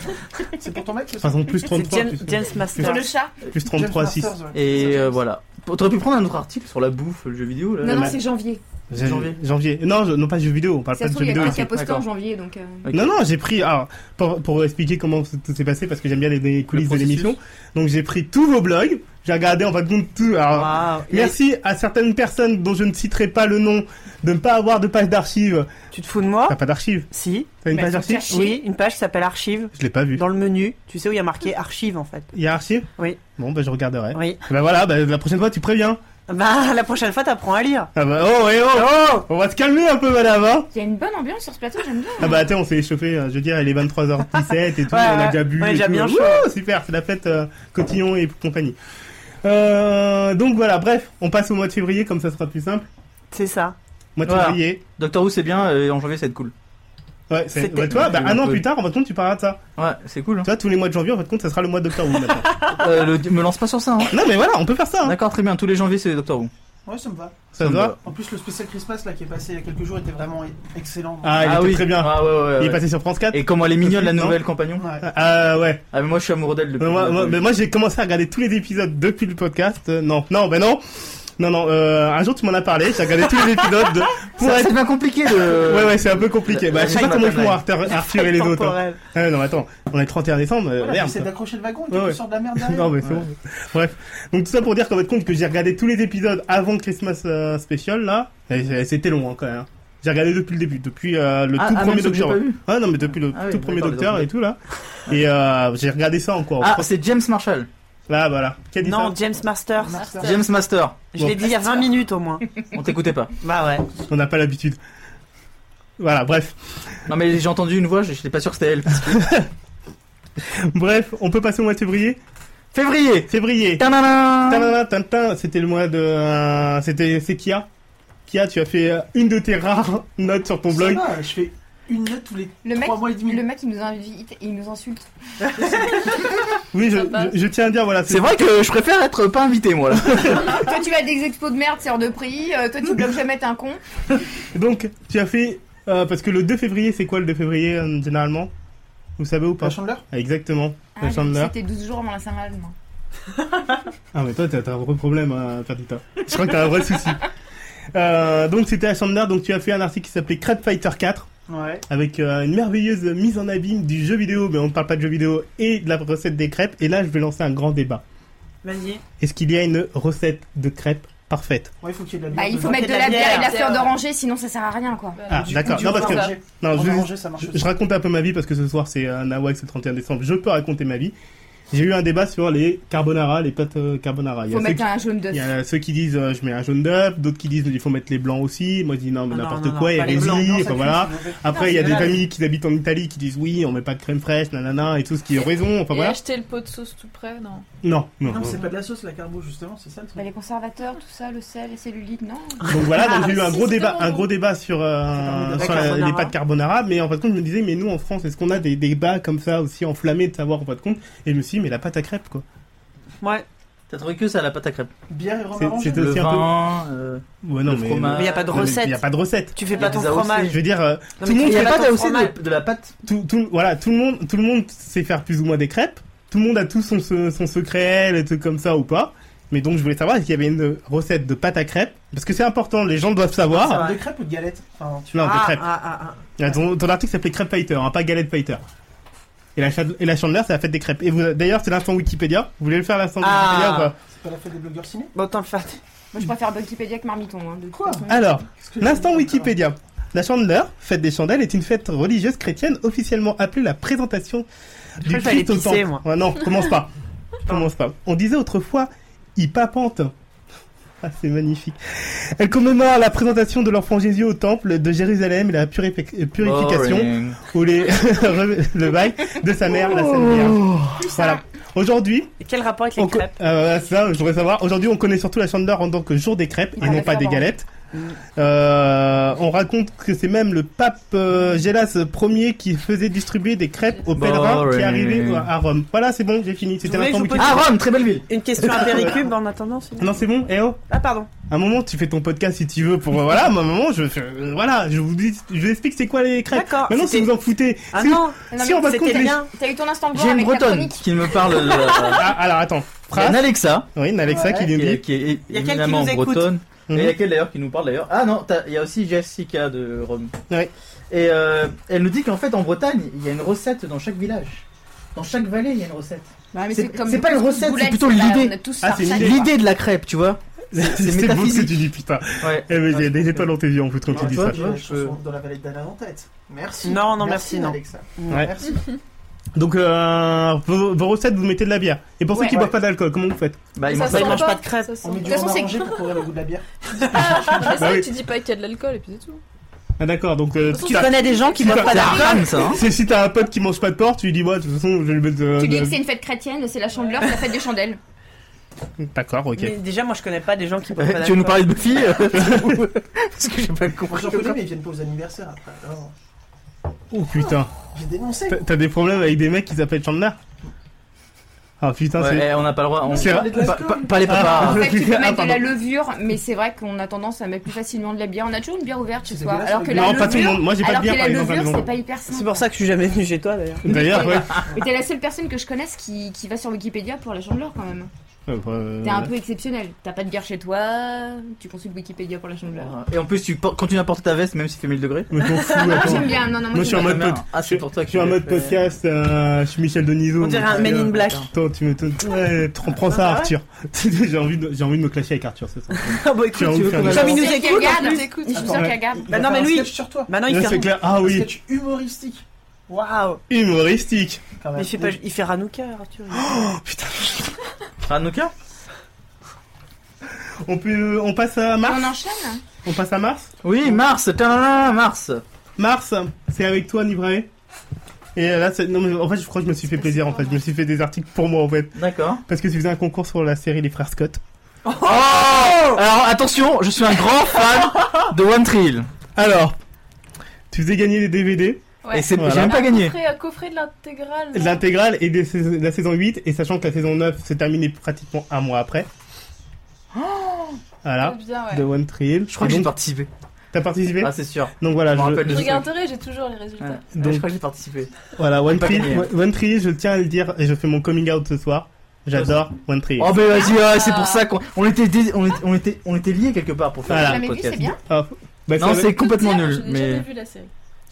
C'est pour ton mec c'est ça Enfin, son plus C'est 33, James, plus, James Pour Master. le chat. plus James 33, 6. Masters, ouais. et euh, voilà. T'aurais pu prendre un autre article sur la bouffe, le jeu vidéo. Là. Non, non, mais- c'est janvier. Janvier. Janvier. Janvier. Non, je- non pas de jeux vidéo, on parle Ça pas se de trouve, jeux il y vidéo. a quelqu'un ici. qui a posté en D'accord. janvier, donc. euh, Ok. Non, non, j'ai pris. Alors, pour, pour expliquer comment tout s'est passé, parce que j'aime bien les, les coulisses de processus. l'émission. Donc, j'ai pris tous vos blogs. J'ai regardé en fin de compte tout. Alors, Waouh. merci à certaines personnes dont je ne citerai pas le nom de ne pas avoir de page d'archives. Tu te fous de moi Ah. T'as pas d'archives Si. T'as une Bah, page faut d'archives chercher. Oui, une page qui s'appelle Archive. Je l'ai pas vu. Dans le menu, tu sais où il y a marqué Archive en fait. Il y a archives Oui. Bon, bah, je regarderai. Oui. Bah, voilà, bah, la prochaine fois, tu préviens. Bah, la prochaine fois, t'apprends à lire. Ah, bah, oh, eh, oh Oh On va se calmer un peu, madame, hein Il y a une bonne ambiance sur ce plateau, j'aime bien. Ah bah attends, on s'est échauffé, euh, je veux dire, il est 23h17 et tout, Ouais, on a ouais, déjà bu. on est et déjà tout. bien Wouh, chaud. Super, c'est la fête euh, Cotillon et compagnie. Euh, donc voilà, bref, on passe au mois de février, comme ça sera plus simple. C'est ça. Mois de Voilà. février. Doctor Who, c'est bien. euh, Et en janvier, ça va être cool. Ouais, c'est, C'était- bah, tu vois, bah, un an Ouais. plus tard, en fin de compte, tu parles de ça. Ouais, c'est cool. hein. Tu vois, tous les mois de janvier, en fin de compte, ça sera le mois de Doctor Who maintenant. Euh, le- me lance pas sur ça. Hein. non, mais voilà, on peut faire ça. Hein. D'accord, très bien. Tous les janvier, c'est Doctor Who. Ouais, ça me va. Ça te me va va. En plus, le spécial Christmas là qui est passé il y a quelques jours était vraiment e- excellent. Ah, il était très bien. Ah ouais, ouais, ouais, il est ouais. passé sur France 4. Et comment elle est mignonne, la Non. nouvelle compagnon. Ouais. Ah ouais. Ah mais moi, je suis amoureux d'elle depuis. Mais moi, moi- depuis- mais moi, j'ai commencé à regarder tous les épisodes depuis le podcast. Euh, non, non, bah non. Non, non, euh, un jour tu m'en as parlé, j'ai regardé tous les épisodes de- pour Ça, être ça devient compliqué de. Ouais, ouais, c'est un peu compliqué. Bah, je sais Ouais, pas comment ils ouais. font Arthur, Arthur et les autres. hein. Temporel. Ah, non, attends, on est le 31 décembre, euh, Voilà, merde. t'essaies d'accrocher le wagon et tu Ouais, te ouais. sors de la merde derrière. Non, mais c'est bon. Bref. Donc, tout ça pour dire qu'en fait, compte que j'ai regardé tous les épisodes avant Christmas euh, Special, là. Et c'est- C'était long, hein, quand même. J'ai regardé depuis le début, depuis euh, le Ah, tout ah, premier même ceux que j'ai Docteur. pas vus. Ah non, mais depuis le Ah oui, tout premier d'accord, Docteur les et tout, là. Et euh, j'ai regardé ça encore. Ah, c'est James Marshall. Là, voilà. Qui a dit ça Non, James Master. Master. James Master. Je l'ai dit il y a 20 minutes au moins. On t'écoutait pas. Bah ouais. On n'a pas l'habitude. Voilà, bref. Non mais j'ai entendu une voix, je n'étais pas sûr que c'était elle. Bref, on peut passer au mois de février Février. Février Tadadam. Tadadam, tadadam, C'était le mois de. euh, C'était. C'est Kia Kia, tu as fait euh, une de tes rares notes sur ton Ça blog. va, je fais une note tous les Le mec, 3 mois et demi. le mec, il nous invite, il nous insulte. Oui, je, Ça va. je- je tiens à dire, voilà. C'est vrai que je préfère être pas invité moi là. Toi, tu vas à des expos de merde, c'est hors de prix. euh, toi, tu bloques jamais, t'es un con. Donc, tu as fait. euh, parce que le 2 février, c'est quoi le 2 février euh, généralement Vous savez ou pas La Chandler Ah, Exactement. Ah, La j'ai Chandler. cru que C'était 12 jours avant la Saint-Malo. moi. Ah, mais toi, t'as t'as un vrai problème, euh, Perdita. Je crois que t'as un vrai souci. Euh, donc, c'était à Chandler. Donc, tu as fait un article qui s'appelait Crab Fighter 4. Ouais. avec euh, une merveilleuse mise en abîme du jeu vidéo, mais on ne parle pas de jeu vidéo, et de la recette des crêpes. Et là, je vais lancer un grand débat. Vas-y. Est-ce qu'il y a une recette de crêpes parfaite Ouais, il faut qu'il y ait de la bière. Bah, il faut dedans. mettre de la la bière et de la bière. fleur d'oranger, sinon ça sert à rien, quoi. Voilà. Ah, Du coup, d'accord. tu Non, vas parce que manger. non, En je, arrangé, ça marche je- aussi. je raconte un peu ma vie parce que ce soir c'est un Nawak, c'est le 31 décembre. Je peux raconter ma vie. J'ai eu un débat sur les carbonara, les pâtes euh, carbonara. Il y, Faut a ceux mettre qui, un jaune d'œuf. il y a ceux qui disent euh, je mets un jaune d'œuf, d'autres qui disent il faut mettre les blancs aussi. Moi je dis non mais Ah, non, n'importe non, quoi, non, il y a pas les Rosie, blancs, Non, ça enfin cuit, voilà. c'est mauvais. Après il y a c'est des malade. familles qui habitent en Italie qui disent oui on met pas de crème fraîche, nanana et tout ce qui est raison. Enfin Et voilà. acheter le pot de sauce tout près, non. Non, non. Non, mais c'est pas de la sauce, la carbo, justement, c'est ça le Bah, truc. les conservateurs, tout ça, le sel, les cellulites, non Donc voilà, donc Ah, j'ai eu un si, gros c'est débat, vraiment un bon. gros débat sur, euh, C'est sur vraiment la- bon. les pâtes carbonara, mais en fait, compte, je me disais, mais nous en France, est-ce qu'on a des débats comme ça aussi enflammés de savoir en fait, compte Et je me suis dit, mais la pâte à crêpes quoi. Ouais. T'as trouvé que ça la pâte à crêpes. Bière et rhum C'est- arrangé. c'est Le aussi un peu- vin. euh, Ouais, Le fromage. Mais y a pas de non, mais recette. Il n'y a pas de recette. Tu fais Il y pas a ton des AOC. Je fromage. veux dire, euh, Non, mais tout le tu monde Il fais y a pas pas ton aussi fromage. de, de la pâte. tout, tout, voilà, tout le monde, tout le monde sait faire plus ou moins des crêpes. tout le monde a tous son, se- son secret, les trucs comme ça ou pas. Mais donc je voulais savoir est-ce qu'il y avait une recette de pâte à crêpes parce que c'est important, les gens doivent Ça savoir. va. De crêpes ou de galettes Enfin, tu Non, de ah, crêpes. ah, ah, Ah, Ton, ton article s'appelait Crêpe Fighter, hein, pas Galette Fighter. Et la, Chad- et la Chandler, c'est la fête des crêpes. Et vous, d'ailleurs, c'est l'instant Wikipédia. Vous voulez le faire l'instant Ah. Wikipédia ou pas C'est pas la fête des blogueurs ciné Bon, autant le faire. Moi, je préfère Wikipédia que Marmiton. Hein, de toute Quoi façon. Alors, Qu'est-ce que L'instant j'ai- Wikipédia. La Chandeleur, fête des chandelles, est une fête religieuse chrétienne officiellement appelée la présentation du croyais que j'allais Christ au pisser, temple. moi. Ah non, commence pas. commence pas. On disait autrefois papante. Ah, c'est magnifique. Elle commémore la présentation de l'enfant Jésus au temple de Jérusalem et la purifi- euh, purification Boring. ou les le bail de sa mère, la Sainte Vierge. Voilà. Aujourd'hui, Et quel rapport avec les on co- crêpes Ah, voilà, c'est ça, je voudrais savoir. Aujourd'hui, on connaît surtout la Chandler en tant que jour des crêpes Ah, et non d'accord. pas des galettes. Mm. Euh, on raconte que c'est même le pape Mm. euh, Gélas Ier qui faisait distribuer des crêpes aux pèlerins Boring. qui arrivaient euh, à Rome. Voilà, c'est bon, j'ai fini. Vous C'était voulez l'instant que je vous Wikipédia. Ah, Rome, très belle ville. Une question à Péricube en attendant sinon. Non, c'est bon. Eh oh, Ah, pardon. un moment, tu fais ton podcast si tu veux. Pour euh, voilà, moi, un moment, je, je- voilà, je vous dis, je vous explique c'est quoi les crêpes. D'accord. Maintenant, si c'était- vous en foutez, Ah si- non, Non, si mais on va te c'était compter. bien. T'as eu ton instant de gloire J'ai une avec la bretonne chronique. qui me parle de la... Ah, alors attends. Il y a une Phrase. Alexa, Oui, une Alexa qui nous qui est, dit. qui est Il y a quelqu'un qui éminemment nous écoute. bretonne. Et il y a Mhm. quelle d'ailleurs qui nous parle d'ailleurs Ah non, t'as- il y a aussi Jessica de Rome. Ouais. Et euh, elle nous dit qu'en fait en Bretagne, il y a une recette dans chaque village. Dans chaque vallée, il y a une recette. Bah, mais C'est- comme c'est des pas une petites recette, c'est boulettes, plutôt là, l'idée. on a tous Ah, ça, c'est ça, l'idée. quoi. L'idée de la crêpe, tu vois Mhm. C'est beau ce que métaphysique. tu dis, putain. Ouais. Eh, mais j'ai des étoiles Ouais. dans tes yeux en plus quand Ah, tu dis toi, ça. J'ai tu vois, la je chanson de la vallée de Dana en tête. Merci. Non, non, merci, non. Alexa. Ouais. Merci. Donc euh, vos, vos recettes, vous mettez de la bière. Et pour ceux Ouais. qui boivent pas d'alcool, comment vous faites Bah, il Ça manque pas sent de mange crêpe. pas de crêpes. Ça On sent met du De toute rhum façon, arrangé pour courir le goût de la bière. Ah, pas. Bah Ça, oui. tu dis pas qu'il y a de l'alcool et puis c'est tout. Ah d'accord, donc euh, Tu t'as- connais des gens qui boivent pas C'est C'est d'alcool rare, ça. hein. c'est si t'as un pote qui mange pas de porc, tu lui dis moi de toute façon je vais lui mettre. euh, Tu dis de- que c'est une fête chrétienne, c'est la chandeleur, c'est la fête des chandelles. D'accord, ok. Mais déjà, moi, je connais pas des gens qui boivent pas Euh, d'alcool. Tu veux nous parler de Buffy euh, Parce que j'ai pas Moi, compris. J'en connais, mais ils viennent pas aux anniversaires après. Alors, Oh putain, J'ai dénoncé. Bah T'as- t'as des problèmes avec des mecs qui s'appellent Chandler Ah putain, Ouais, c'est. eh, on n'a pas le droit. On... C'est- Parlez de Pa- l'alcool. pa- Parlez Ah. pas. En fait, tu peux Ah, mettre de pardon. la levure, mais c'est vrai qu'on a tendance à mettre plus facilement de la bière. On a toujours une bière ouverte chez C'est soi. dégueulasse, Alors le que gars. la Non, levure, pas tout le monde. Moi j'ai pas de alors que bière la par exemple à la levure, c'est maison. pas hyper C'est simple. pour ça que je suis jamais venu chez toi d'ailleurs. D'ailleurs, ouais. Et t'es la seule personne que je connaisse qui, qui va sur Wikipédia pour la chandeleur quand même. Euh, euh, T'es un peu exceptionnel. T'as pas de bière chez toi, tu consultes Wikipédia pour la chandeleur. Et en plus, tu por- continues à porter ta veste même s'il fait 1000 degrés. me t'en fous, Ah, attends. J'aime bien, non, non, Moi, moi je suis j'aime en bien. mode Merde. pod- Ah, c'est pour toi Je que suis en tu mode l'as fait. podcast, euh, je suis Michel Denisot. On dirait un donc, Men in euh, Black. Toi, tu me ouais, te- prends ça, Ah, Arthur. j'ai envie de, j'ai envie de me clasher avec Arthur, c'est ça. Ah bah écoute, Tiens, tu veux tiens, qu'on tiens. Comme il nous Je suis sûre écoute. qu'elle en garde. plus. T'écoutes. Je suis sûre Ouais. qu'elle garde. Il Bah va non, faire mais un lui- sketch sur toi. Maintenant, Là, il fait. c'est clair. Ah Un oui, sketch humoristique. Waouh humoristique. Quand même. Mais il fait pas. Il fait Ranouka, Arthur. Ranouka On peut, on passe à mars. On enchaîne hein. On passe à mars. Oui, Mars, tadam, Mars. Mars, c'est avec toi, Nivrae. Et là, c'est- non, mais en fait, je crois que je me suis fait plaisir. En fait, je me suis fait des articles pour moi, en fait, D'accord. parce que tu faisais un concours sur la série Les Frères Scott. Oh Alors attention, je suis un grand fan de One Tree Hill. Alors, tu faisais gagner des DVD, Ouais. Et c'est Voilà. j'ai même pas gagné. Coffret, à coffret de l'intégrale. de l'intégrale et des sais- de la saison 8, et sachant que la saison 9 s'est terminée pratiquement un mois après. Ah, Voilà, bien, de ouais. One Tree Hill. Je crois Et que j'ai donc, participé. t'as participé. Ah, c'est sûr. Donc voilà, Je me je- rappelle de Je ce regarde intérêt, j'ai toujours les résultats. Ouais. Donc- Je crois que j'ai participé. voilà, One Pas Tree, gagné. One Tree Hill, je tiens à le dire, et je fais mon coming out ce soir. J'adore One Tree Hill. Oh ben vas-y, ouais, c'est pour ça qu'on on était, dés- on était on était on était liés quelque part pour faire Voilà. le Jamais vu, podcast. c'est bien. Ah, bah, Non, ça- c'est complètement Dire, nul, Je n'ai jamais mais vu la série.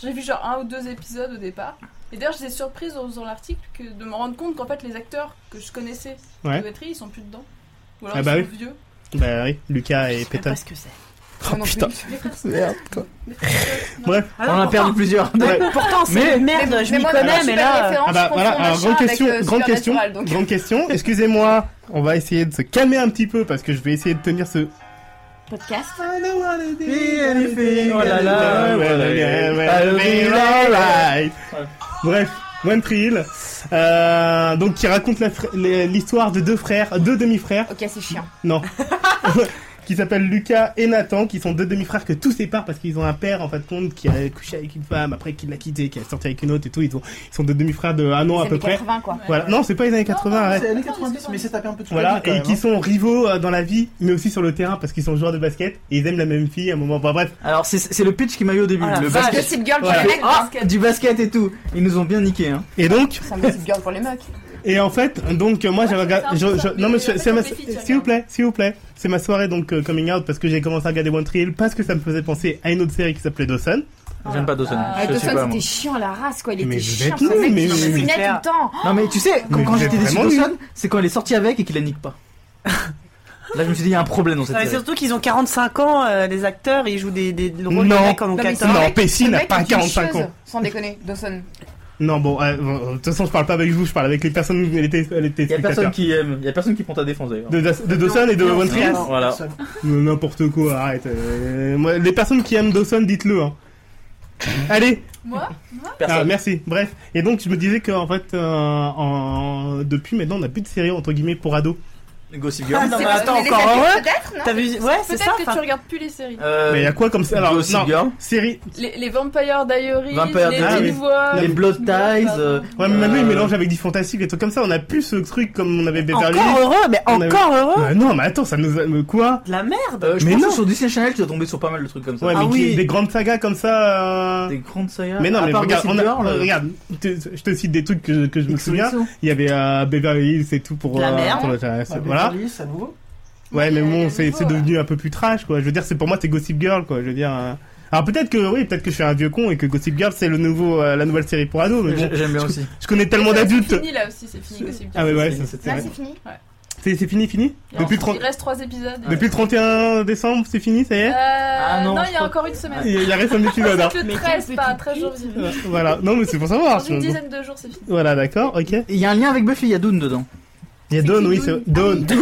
J'ai vu genre un ou deux épisodes au départ. Et d'ailleurs, j'étais surprise en faisant l'article que de me rendre compte qu'en fait, les acteurs que je connaissais Ouais. de Wetry, ils sont plus dedans. Ou alors Ah ils bah sont oui. vieux. Bah oui, Lucas et Je sais Pétain. pas ce que c'est. Oh, Moi non plus. putain. Les frères- Merde, les frères- non. Bref. Ah, on en a perdu plusieurs. Ouais. Pourtant, Mais- c'est une merde, je m'y moi, moi, connais, je mais suis pas de là. référence, Ah bah je voilà, confonds alors machin grande avec, question, euh, grande question, Supernatural, donc. grande question. Excusez-moi, on va essayer de se calmer un petit peu parce que je vais essayer de tenir ce. Podcast. Oh là là, I'll be alright. Bref, One Tree Hill, euh, donc qui raconte la fr- les- l'histoire de deux frères, deux demi-frères, Ok, c'est chiant. non, qui s'appellent Lucas et Nathan, qui sont deux demi-frères que tout sépare parce qu'ils ont un père en fin de compte qui a couché avec une femme, après qui l'a quitté, qui a sorti avec une autre et tout. Ils, ont- ils sont deux demi-frères de un an à C'est peu les près. 80 quoi. Voilà. Non, c'est pas les années 80, ouais. C'est années 90, mais c'est tapé un peu tout Voilà, et qui qui sont rivaux euh, dans la vie, mais aussi sur le terrain parce qu'ils sont joueurs de basket et ils aiment la même fille à un moment. Bon, bref, Alors c'est c'est le pitch qui m'a eu au début, Ah la le vache. Le basket. type girl pour Voilà. les mecs. Ah, du basket et tout. Ils nous ont bien niqué hein. et donc, C'est un type girl pour les mecs. Et en fait, donc euh, moi j'avais regardé. c'est un peu je- ça. je- Non mais Mais je- en fait, c'est ma- les filles, tu s'il vous regardes. plaît, s'il vous plaît, c'est ma soirée donc euh, coming out parce que j'ai commencé à regarder One Tree Hill parce que ça me faisait penser à une autre série qui s'appelait Dawson. J'aime pas Dawson. Ah, Ah, je suis Dawson, pas c'était moi. chiant la race, quoi. Il Mais était vous chiant. êtes C'est un nuls, mec mais- qui se mais- tout le temps. Non mais tu sais, quand, Mais quand vous j'étais êtes déçu de vraiment Dawson, c'est quand il est sorti avec et qu'il la nique pas. Là je me suis dit il y a un problème dans cette Non, Ah, mais série. surtout qu'ils ont 45 ans, euh, les acteurs, ils jouent des, des, des rôles Non. de mecs en ont Non, mais 14. c'est un Non, mec- Pessi ce n'a mec pas est une 45 ans. chieuse, Sans déconner, Dawson. Non bon, euh, bon, euh, de toute façon je parle pas avec vous, je parle avec les personnes, les, télé- les Il y a personne téléspectateurs. qui aime, il y a personne qui prend ta défense d'ailleurs. De, Das- de Dawson et de Non, One Tree Hill non, Voilà. personne. Non, N'importe quoi, arrête. euh, moi, les personnes qui aiment Dawson, dites-le. hein. Allez, Moi Ah, Personne. merci. Bref, et donc je me disais qu'en fait, euh, en- depuis maintenant, on n'a plus de série entre guillemets pour ados. Gossip Ah, Girl. non, C'est mais parce attends, qu'on est encore des adultes, heureux Peut-être, non T'as vu Ouais, c'est ça. Peut-être que tu enfin, regardes plus les séries. Euh, Mais il y a quoi comme ça Alors, Gossip non, Girl. série. Les, les Vampire Diaries, Vampire les Diaries. Teen Wolf, Les Blood Teen Ties, Wolf, euh, pardon. Ouais, mais maintenant Euh, ils mélangent avec du fantastique, des trucs comme ça. On a plus ce truc comme on avait Beverly Encore Hills. heureux, mais On a- encore heureux. Bah non, mais attends, ça nous a... mais quoi De la merde. Euh, je Mais pense non. que sur Disney Channel tu vas tomber sur pas mal de trucs comme ça. Ah, Ouais, Ah mais qui- oui. des grandes sagas comme ça. euh, Des grandes sagas. Mais non, à mais part regarde, Gossip on a- Girl, euh, regarde, te- je te cite des trucs que, que je me souviens. Il y avait euh, Beverly Hills et tout pour. La euh, merde. pour le- ça- Bah, voilà. Beverly Hills, à nouveau. Ouais, mais bon, Ouais, à c'est nouveau, c'est ouais. devenu un peu plus trash, quoi. Je veux dire, c'est pour moi, c'est Gossip Girl, quoi. Je veux dire. euh, Alors peut-être que oui, peut-être que je suis un vieux con et que Gossip Girl c'est le nouveau, euh, la nouvelle série pour ados. Mais bon, J'ai- J'aime bien aussi. je connais tellement C'est d'adultes. fini là aussi, c'est fini Gossip Girl. Ah ouais, ouais, C'est- ça, Là, c'est c'est fini. c'est- c'est fini, fini. Il Depuis reste- 30 Il reste 3 épisodes. Depuis le 31 décembre, c'est fini, ça y est. Euh, non, non, je il y a crois- encore une semaine. Il il reste un épisode. hein. C'est Mais Le quelle 13, pas petite 13 jours, Euh. c'est fini. Euh, Voilà, non mais c'est pour savoir. Dans une dizaine de jours, c'est fini. Voilà, d'accord, ok. Il y a un lien avec Buffy, il y a Dune dedans. Il y a Dawn, oui, c'est Dawn. Oui,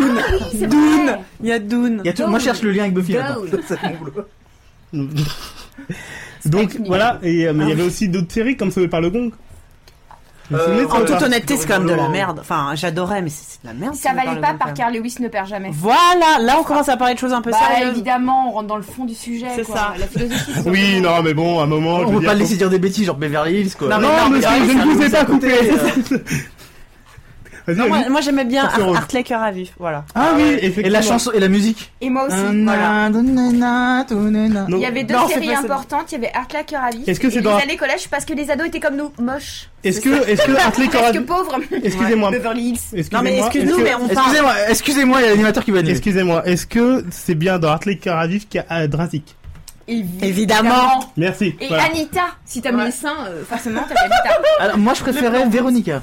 c'est Dune vrai. Il y a Dune. Il y a tout- Moi je cherche le lien avec Buffy Dune. là-dedans. Ça, c'est mon boulot. Donc fini. voilà, et euh, mais il y avait aussi d'autres séries comme Sauvé par le Gong. Vous vous Euh, souvenez de En ça, Voilà. toute là honnêteté, c'est quand même de la Rigolo. merde. Enfin, j'adorais, mais c'est c'est de la merde. Ça si on valait parle pas de par ça. Carl Lewis ne perd jamais. Voilà, là on commence à parler de choses un peu Bah, sérieuses. évidemment, on rentre dans le fond du sujet. C'est quoi. ça. La philosophie. c'est Oui, vraiment- non mais bon, à un moment. Oh, je On veux peut pas dire, le laisser dire des bêtises genre Beverly Hills quoi. Non, mais- Non, ah, monsieur, je mais- ne vous ai pas coupé. Vas-y, Non, vas-y. moi, moi, j'aimais bien Sur ce Art- rôle. Hartley Cœur à vif, voilà. Ah oui, effectivement. Et la chanson et la musique. Et moi aussi. Voilà. Voilà. Donc, Il y avait deux Non, c'est séries pas ça. importantes. Il y avait Artla Cœur à vif. Est-ce que c'est et dans- les allées collège parce que les ados étaient comme nous, moches. Est-ce que, est-ce que Hartley Cora- Presque pauvres. Excusez-moi. Beverly Hills. Non, excusez-moi, mais excuse-nous, est-ce que- mais on parle. Excusez-moi, excusez-moi, il y a l'animateur qui va annuler. Excusez-moi, est-ce que c'est bien dans Hartley Cœur à vif qu'il y a euh, Drasic Évidemment. Merci. Et voilà. Anita, si t'aimes Ouais. les seins, euh, forcément t'aimes Anita. Alors, moi je préférais Véronica.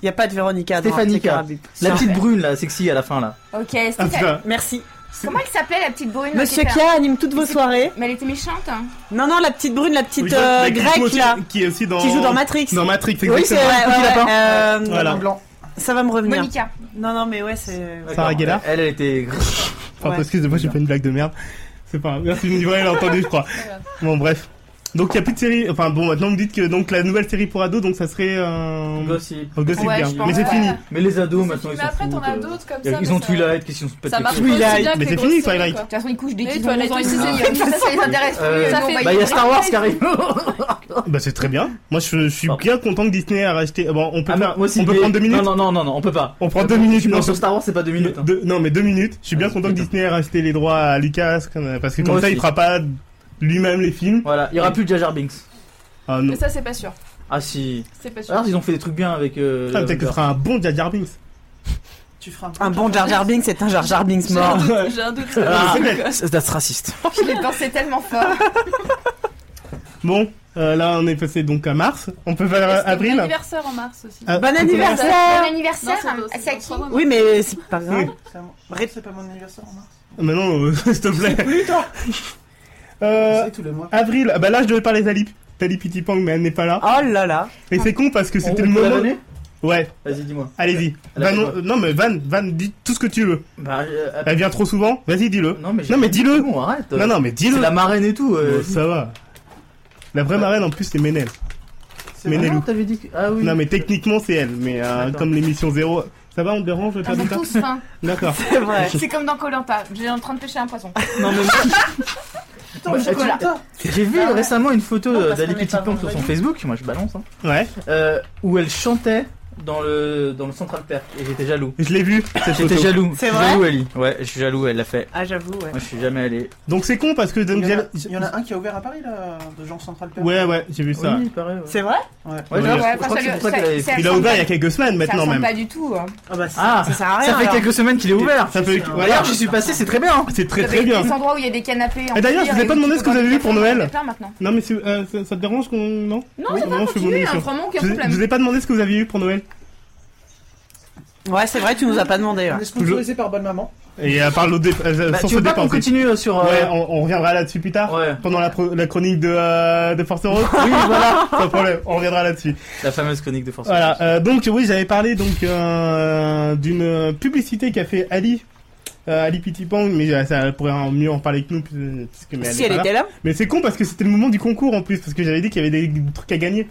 Il n'y a pas de Véronica dans Stéphanie Hartley Cœur Cœur. à vif. La petite brune là, sexy à la fin là. Ok, Ah, Stéphane. putain. Merci. Comment elle s'appelait la petite brune Monsieur qui était- Kia anime toutes vos soirées. Mais elle était méchante. hein. Non, non, la petite brune, la petite Oui, euh, la Gizmo grecque aussi- là, Qui est aussi dans. qui joue dans Matrix. Dans Matrix, Oui, c'est exactement. ouais, Petit ouais, lapin. ouais, euh, Voilà. Blanc. Ça va me revenir. Monica. Non, non, mais ouais, c'est. Sarah Gellar. Elle, elle était. Enfin, Ouais. excusez-moi, j'ai fait une blague de merde. C'est pas grave. Merci, Nivra, elle a entendu, je crois. Bon, bref. Donc, il n'y a plus de série. Enfin, bon, maintenant, vous me dites que donc, la nouvelle série pour ados, donc ça serait. Euh... Gossip. Oh, Gossip Ouais, Girl. je pense, Mais c'est ouais. fini. Mais les ados C'est maintenant fini. ils Mais s'en après, t'en foutent, as euh, d'autres comme y a- ça. Ils mais ont ça- Twilight, qu'est-ce qu'ils sont Ça marche peut-être. pas aussi Twilight. bien que Mais les c'est grosses fini, séries, Twilight. quoi. De toute façon, ils couchent dès Oui, qu'ils ont toi, 11 ans, les ils deux sont saisons, liés, hein. Ça les intéresse plus. Euh, ils Ça ont fait- envahi Bah, il y a les Star Wars Britney. qui arrive. Ah, Bah, c'est très bien. Moi, je, je suis Pardon. bien content que Disney a racheté. Bon, on peut, Ah, faire- moi aussi, on peut mais- prendre deux minutes. Non, non, non, non, non, on peut pas. On prend deux minutes. Non, Non, sur Star Wars, c'est pas deux minutes. hein. deux- non, mais deux minutes. Je suis bien Vas-y, content que putain. Disney a racheté les droits à Lucas. euh, Parce que comme Moi ça, il aussi. fera pas lui-même les films. Voilà, il y aura plus de Jajar Binks. Ah non. Mais ça, c'est pas sûr. Ah si. C'est pas sûr. Alors, ils ont fait des trucs bien avec. euh, Putain, le- Ah, Peut-être que ce sera un bon Jar Jar Binks. Tu feras Un bon Jar Jar Binks, c'est un Jar Jar Binks J'ai un mort. doute, J'ai un doute. Ah, C'est vrai. c'est that's raciste. Je l'ai pensé tellement fort. Bon, euh, là, on est passé donc à mars. On peut faire euh, Parce que Mon avril. anniversaire en mars aussi. Ah, Bon Bon anniversaire anniversaire, Non, c'est- c'est à qui c'est dans Oui, mais c'est pas grave. Oui. Bref, c'est pas mon anniversaire en mars. Mais non, euh, s'il te plaît. Vous Euh, savez, tous les mois. avril, ah bah là je devais parler d'Alip. Talip Pitipang, mais elle n'est pas là. Oh là là. Et c'est con parce que c'était le Ah. On peut la moment. donner Ouais, Vas-y, dis-moi. allez-y. Elle a Van, fait on- quoi non mais Van, Van, dis tout ce que tu veux. Bah, euh, Elle vient trop souvent, vas-y dis-le. Non, mais, j'ai- euh, Non, mais dis-le. Bon, arrête. Non, non, mais dis-le. C'est la marraine et tout. euh, Bon, ça va. La vraie marraine en plus c'est Ménel. C'est mais vrai. Nelly. non, t'avais dit que. Ah oui. Non mais techniquement c'est elle, mais euh, D'accord. comme l'émission zéro. Ça va, on te dérange, Ah, t'as Ils ont dit ça tous faim. D'accord. C'est vrai. C'est comme dans Colanta. J'ai en train de pêcher un poisson. Non, mais- Putain, Bah, le tu- chocolat. J'ai vu Ah ouais. récemment une photo Non, parce d'Ali qu'on est pas Petitpomp sur son vendredi. Facebook, moi je balance, hein, Ouais, euh, où elle chantait dans le, dans le Central Perk et j'étais jaloux. je l'ai vu cette J'étais photo. jaloux. C'est Je suis vrai jaloux, Ali. Ouais, je suis jaloux, elle l'a fait. Ah, j'avoue, ouais. Moi je suis jamais allé. Donc c'est con parce que. Il donc, y en a- j'ai- il y en a un qui a ouvert à Paris là, de Jean Central Perk. Ouais, ouais, j'ai vu ça. Oui, pareil. ouais. C'est vrai Ouais. Ouais, Ouais, je, ouais, je crois ça que c'est le- pour ça ça- qu'elle avait ça- fait- Il a ressemble ouvert pas- il y a quelques semaines Ça maintenant ressemble même. pas du tout. hein. Ah bah, c'est- Ah, Ça sert à rien. ça fait alors. quelques semaines qu'il est ouvert. Ça peut... C'est- voilà. D'ailleurs, j'y suis passé, c'est très bien. hein. C'est très Vous très avez bien. Des endroits où il y a des canapés. en Ah, d'ailleurs, je cuir vous ai et pas où demandé tu ce peux que vous boire avez du vu pour café, Noël. on en fait plein maintenant. Non mais c'est- euh, ça, ça te dérange qu'on... Non Non, Oui, c'est non, pas je fais mon continué, émission. hein, vraiment Je aucun vous- je vous problème. ai pas demandé ce que vous aviez eu pour Noël. Ouais, c'est vrai, tu nous as pas demandé. On ouais. est sponsorisé par Bonne Maman. Et à part l'autre dé- euh, Bah, sans tu se veux pas qu'on dépenser. continue euh, sur. euh, Ouais, on, on reviendra là-dessus plus tard. ouais. Pendant la, pro- la chronique de, euh, de Force Rose. oui, voilà. Pas de problème, on reviendra là-dessus. La fameuse chronique de Force. Voilà, euh, donc oui, j'avais parlé donc euh, d'une publicité qu'a fait Ali. euh, Ali Pitipang, mais euh, ça elle pourrait en- mieux en parler que nous. puis- puisque- mais elle Si est elle pas là. était là. Mais c'est con parce que c'était le moment du concours en plus, parce que j'avais dit qu'il y avait des trucs à gagner.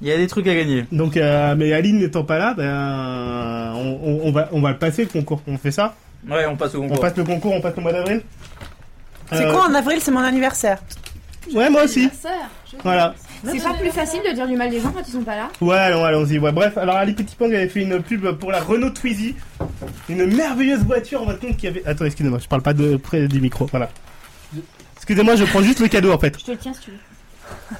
Il y a des trucs à gagner. Donc, euh, mais Ali n'étant pas là, ben, on, on- on va, on va le passer le concours. On fait ça Ouais, on passe au On concours. passe le concours, on passe le mois d'avril C'est Euh, quoi en avril C'est mon anniversaire. Ouais, moi aussi. Anniversaire, je- Voilà. C'est pas plus facile de dire du mal des gens quand ils sont pas là. Ouais, allons, allons-y. Ouais, bref, alors Ali Petit Pang avait fait une pub pour la Renault Twizy. Une merveilleuse voiture, en fin de compte, qui avait. Attends, excusez-moi, je parle pas de près du micro, voilà. Excusez-moi, je prends juste le cadeau en fait. Je te le tiens si tu veux.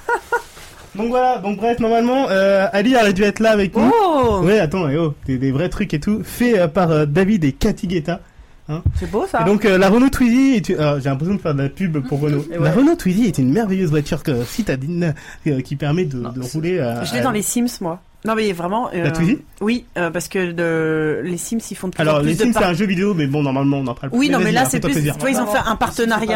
Donc voilà, donc bref, normalement, euh, Ali aurait dû être là avec nous. Oh Ouais, attends, eh oh, des, des vrais trucs et tout, fait euh, par euh, David et Cathy Guetta. C'est beau ça. Et donc euh, la Renault Twizy, est une- alors, j'ai l'impression de faire de la pub Mm-hmm. pour Renault. Et La ouais. Renault Twizy est une merveilleuse voiture que- citadine euh, qui permet de, Non, de c'est- rouler. à- Je l'ai dans les Sims, moi. Non, mais vraiment. euh, Ah, La Twizy Oui, euh, parce que de- les Sims, ils font de plus en Alors, plus les de Sims, par- c'est un jeu vidéo, mais bon, normalement, on en parle Oui, plus. non, mais vas-y, là, alors, c'est fais-toi plus. plaisir. Tu vois, ils ont fait un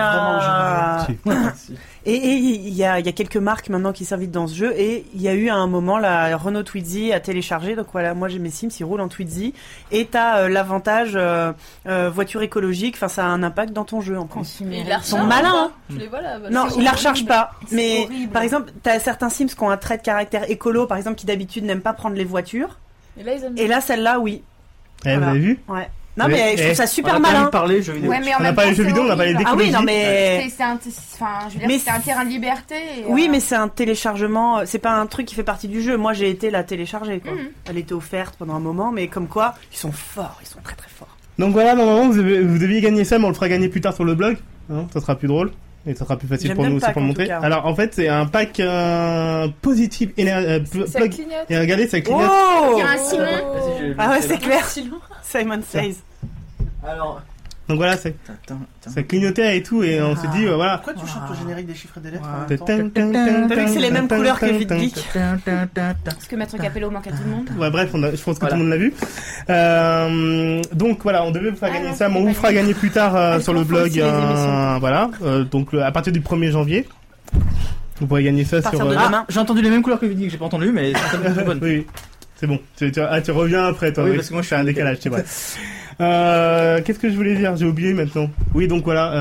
partenariat. Si. Et et il y a, il y a quelques marques maintenant qui s'invitent dans ce jeu. Et il y a eu à un moment la Renault Twizy à télécharger. Donc voilà, moi j'ai mes Sims, ils roulent en Twizy. Et t'as euh, l'avantage euh, euh, voiture écologique. Enfin, ça a un impact dans ton jeu en plus. Mais Consumé. il la sont recharge malins, ou pas hein. Tu les vois là bah, Non, c'est ils la horrible. rechargent pas. C'est Mais horrible. par exemple, t'as certains Sims qui ont un trait de caractère écolo, par exemple, qui d'habitude n'aiment pas prendre les voitures. Et là, ils aiment Et là, celle-là, oui. Eh, vous Voilà. avez vu Ouais. Non, Mais- mais, je eh, trouve ça on super a pas envie malin. de parler jeux vidéo. Ouais, mais en On n'a même pas temps, les jeux c'est vidéo, on n'a pas les horrible. Ah oui, technologies. non, mais. C'est c'est un, c'est- enfin, je veux dire, Mais c'est un c'est- terrain de liberté. et, Oui, euh, mais c'est un téléchargement, euh, c'est pas un truc qui fait partie du jeu. Moi, j'ai été la télécharger, quoi. Mhm. Elle était offerte pendant un moment, mais comme quoi, ils sont forts, ils sont très très forts. Donc voilà, normalement, vous, avez- vous deviez gagner ça, mais on le fera gagner plus tard sur le blog. hein, ça sera plus drôle. Et ça sera plus facile J'aime pour bien nous le aussi pack, pour le en montrer. tout cas. Alors, en fait, c'est un pack euh, positif. éner- euh, pl- Ça plug- clignote. Et regardez, ça clignote. Oh Il y a un Simon. Ah ouais, c'est clair. Si loin. Simon Says. Alors. Donc voilà, c'est- Attends, attends. ça clignotait et tout, et on Oh Ah. s'est dit, euh, voilà. Pourquoi tu chantes le générique des chiffres et des lettres en même temps T'as vu que que c'est les mêmes couleurs que Vite Geek Parce que Maître Capello manque à tout le monde. Ouais, bref, on a- je pense que tout Voilà. le monde l'a vu. Euh, donc voilà, on devait vous faire Ah gagner non, ça, mais on c'est vous pas fera gagner plus tard euh, Elles sur le sont blog. fausses, les euh, émissions. voilà, euh, donc le- à partir du 1er janvier, vous pourrez gagner ça À partir sur. de euh, demain. Ah, J'ai entendu les mêmes couleurs que Vidic, j'ai pas entendu, mais c'est quand même très bonne. oui, oui. c'est bon. Tu, tu- ah, tu reviens après, toi. Oui, parce que moi, je fais un suis- décalage, c'est vrai. Euh, Qu'est-ce que je voulais dire J'ai oublié maintenant. Oui, donc voilà,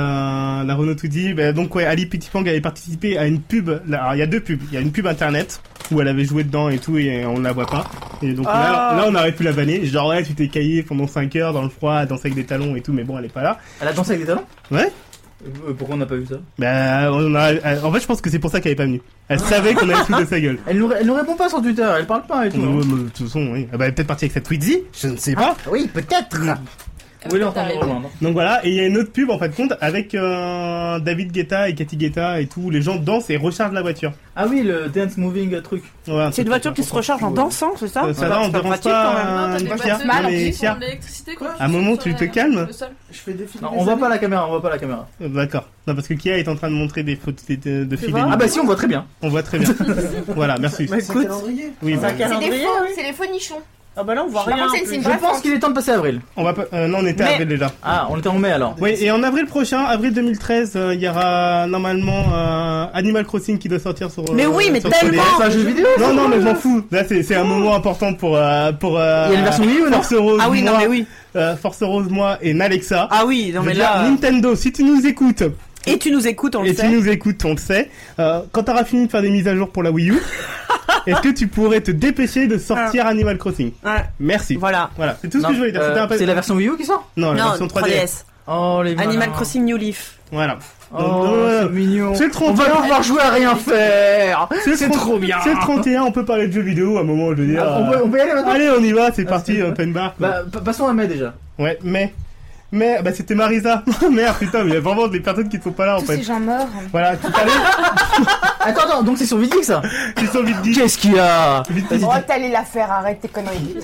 euh, la Renault tout dit. Bah, donc ouais, Ali Pitipang avait participé à une pub. Là, Alors il y a deux pubs. Il y a une pub internet où elle avait joué dedans et tout, et on la voit pas. Et donc Ah. là, là, on aurait pu la vanner. Genre ouais, tu t'es caillé pendant 5 heures dans le froid, à danser avec des talons et tout, mais bon, elle est pas là. Elle a dansé avec des talons Ouais. Euh, Pourquoi on n'a pas vu ça Bah, on a- euh, en fait, je pense que c'est pour ça qu'elle est pas venue. Elle savait qu'on allait se foutre de sa gueule. elle nous, elle nous répond pas sur Twitter, elle parle pas et tout. Ouais, hein. mais de toute façon, oui. Ah bah, elle est peut-être partie avec sa Tweezy, je ne sais pas. Oui, peut-être Où elle est en train de nous rejoindre hein. Donc voilà, et il y a une autre pub en fin de compte avec euh, David Guetta et Cathy Guetta et tout, les gens dansent et rechargent la voiture. Ah oui, le dance moving truc. Voilà, C'est une voiture qui se recharge en dansant, c'est ça Euh, ça va, on C'est pas dérange pratique, pas, quand même. euh, Non, t'as des Pierre, voitures mal, en qui plus. font Pierre. de l'électricité, quoi. À un moment, tu te calmes Le sol. Je fais défiler. Non, les on voit années. pas la caméra, on voit pas la caméra. Euh, D'accord. Non, parce que Kia est en train de montrer des photos de, de fidélité. Ah bah si, on voit très bien. On voit très bien. voilà, merci. Bah, C'est un écoute. calendrier. Oui, ça bah, calme. C'est des Calendrier, faux, oui. c'est les faux nichons. Ah bah là, on voit rien. Par contre, en c'est Je plus. une bref, pense hein. qu'il est temps de passer à avril. on va pas... euh, non, on était à Mais- avril déjà. Ah, on était en mai alors. Oui, et en avril prochain, avril 2013, euh, il y aura normalement euh, Animal Crossing qui doit sortir sur. euh, Mais oui, mais sur tellement PS. C'est un jeu vidéo Oh. Non, non, mais je m'en fous. Là, c'est c'est un moment important pour euh, pour. euh, Il y a une version Wii U, non Force Rose, Ah oui, non, moi, mais oui. euh, Force Rose, moi et Nalexa. Ah oui, non, Je mais veux dire, euh, là. Nintendo, si tu nous écoutes Et tu nous écoutes, on le et tu sait. nous écoutes, on le sait. euh, quand t'auras fini de faire des mises à jour pour la Wii U, est-ce que tu pourrais te dépêcher de sortir Animal Crossing Ouais, Merci. Voilà. Voilà, c'est tout ce Ah. Non, que je voulais dire. euh, C'était un peu- C'est la version Wii U qui sort Non, la Non, version 3D. 3DS. Oh les Animal malins. Crossing New Leaf. Voilà. Oh, Donc, c'est mignon. c'est le 31. On va pouvoir jouer à rien faire. C'est trop bien. C'est le 31, on peut parler de jeux vidéo à un moment, je veux dire. Ah, on, euh, peut, on peut y aller maintenant Allez, on y va, c'est Ah, parti, c'est- open bar. quoi. Bah, pa- passons à mai déjà. Ouais, mais. Mais bah, c'était Marisa. Merde, putain, mais il y a vraiment des personnes qui ne sont pas là en Tous ces fait. gens morts. Voilà, tout à l'heure, Attends, attends, donc c'est sur Vidix ça ils sont vite dit. Qu'est-ce qu'il y a vite dit. Oh, t'allais la faire, arrête tes conneries.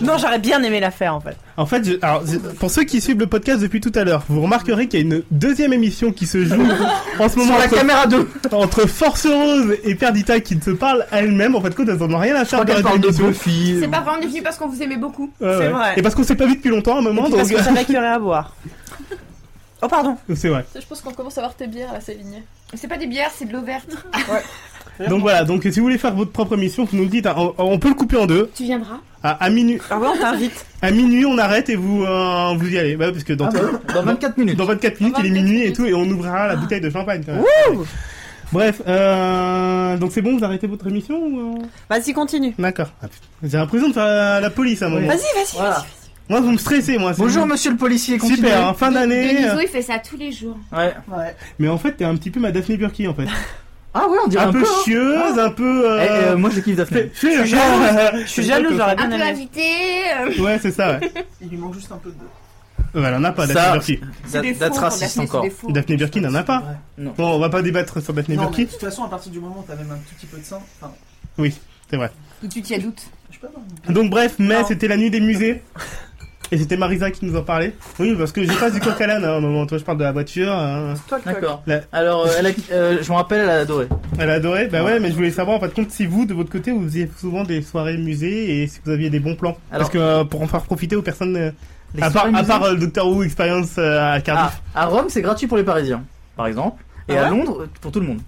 Non, j'aurais bien aimé la faire en fait. En fait, je- alors, je- pour ceux qui suivent le podcast depuis tout à l'heure, vous remarquerez qu'il y a une deuxième émission qui se joue en ce moment Sur la entre, caméra 2 entre Force Rose et Perdita qui ne se parlent à elles-mêmes. En fait, quoi, elles n'en ont rien à faire Quand de elle la parle de émission. Buffy. C'est pas vrai, on est venu parce qu'on vous aimait beaucoup. Ouais, C'est ouais. vrai. Et parce qu'on s'est pas vu depuis longtemps à un Et moment, puis donc parce que savais qu'il y aurait à boire. Oh pardon. c'est vrai. Je pense qu'on commence à voir tes bières là, Céline. C'est pas des bières, c'est de l'eau verte. Donc voilà, donc si vous voulez faire votre propre émission, vous nous le dites, hein, on, on peut le couper en deux. Tu viendras À, à minuit, Ah ouais, on t'invite. à minuit, on arrête et vous euh, vous y allez. Bah, parce que dans, Ah bah, Dans 24 minutes. dans 24 minutes, il est 24 minuit et minutes. tout, et on ouvrira la bouteille de champagne. quand même. Bref, euh, donc c'est bon, vous arrêtez votre émission ou, euh Vas-y, continue. D'accord. Ah, putain. J'ai l'impression de faire la, la police à un moment. Vas-y, vas-y. Voilà. Moi, vous me stressez, moi. c'est- Bonjour monsieur le policier, continuez. Super, hein, fin d'année. Deniso, euh, il fait ça tous les jours. Ouais. Ouais. Mais en fait, t'es un petit peu ma Daphné Burki, en fait. Ah ouais, on dirait Un, un, peu, hein. chieuse, un peu. Eh, Euh... euh, moi je kiffe Daphné. fais- fais le Je suis genre, jalouse. euh, Je suis jalouse, j'aurais Un bien peu aimé. invité. euh, Ouais, c'est ça, ouais. Il lui manque juste un peu de. Euh, Elle en a pas, Ça- Daphné Burki. That- des faux That's pour raciste Daphné, c'est encore. des faux. Daphné Burki n'en a pas. Non. Bon, on va pas débattre sur Daphné Non, mais Burki. de toute façon, à partir du moment où t'as même un tout petit peu de sein, enfin, Tout de suite, il y a doute. je peux avoir une- Donc, bref, mais Non. c'était la nuit des musées. Et c'était Marisa qui nous en parlait. Oui, parce que j'ai pas du coq à l'âne hein, au moment. Toi, je parle de la voiture. hein. Toi, le coq. D'accord. La- Alors, euh, elle a- euh, je me rappelle, elle a adoré. Elle a adoré. Bah ouais, mais je voulais savoir en fait compte si vous, de votre côté, vous faisiez souvent des soirées musées et si vous aviez des bons plans. Alors- Parce que euh, pour en faire profiter aux personnes. euh, Les à part, soirées à musées. part euh, le Doctor Who Experience euh, à Ah, Cardiff. à Rome, c'est gratuit pour les Parisiens, par exemple, et Ah à ouais Londres euh, pour tout le monde.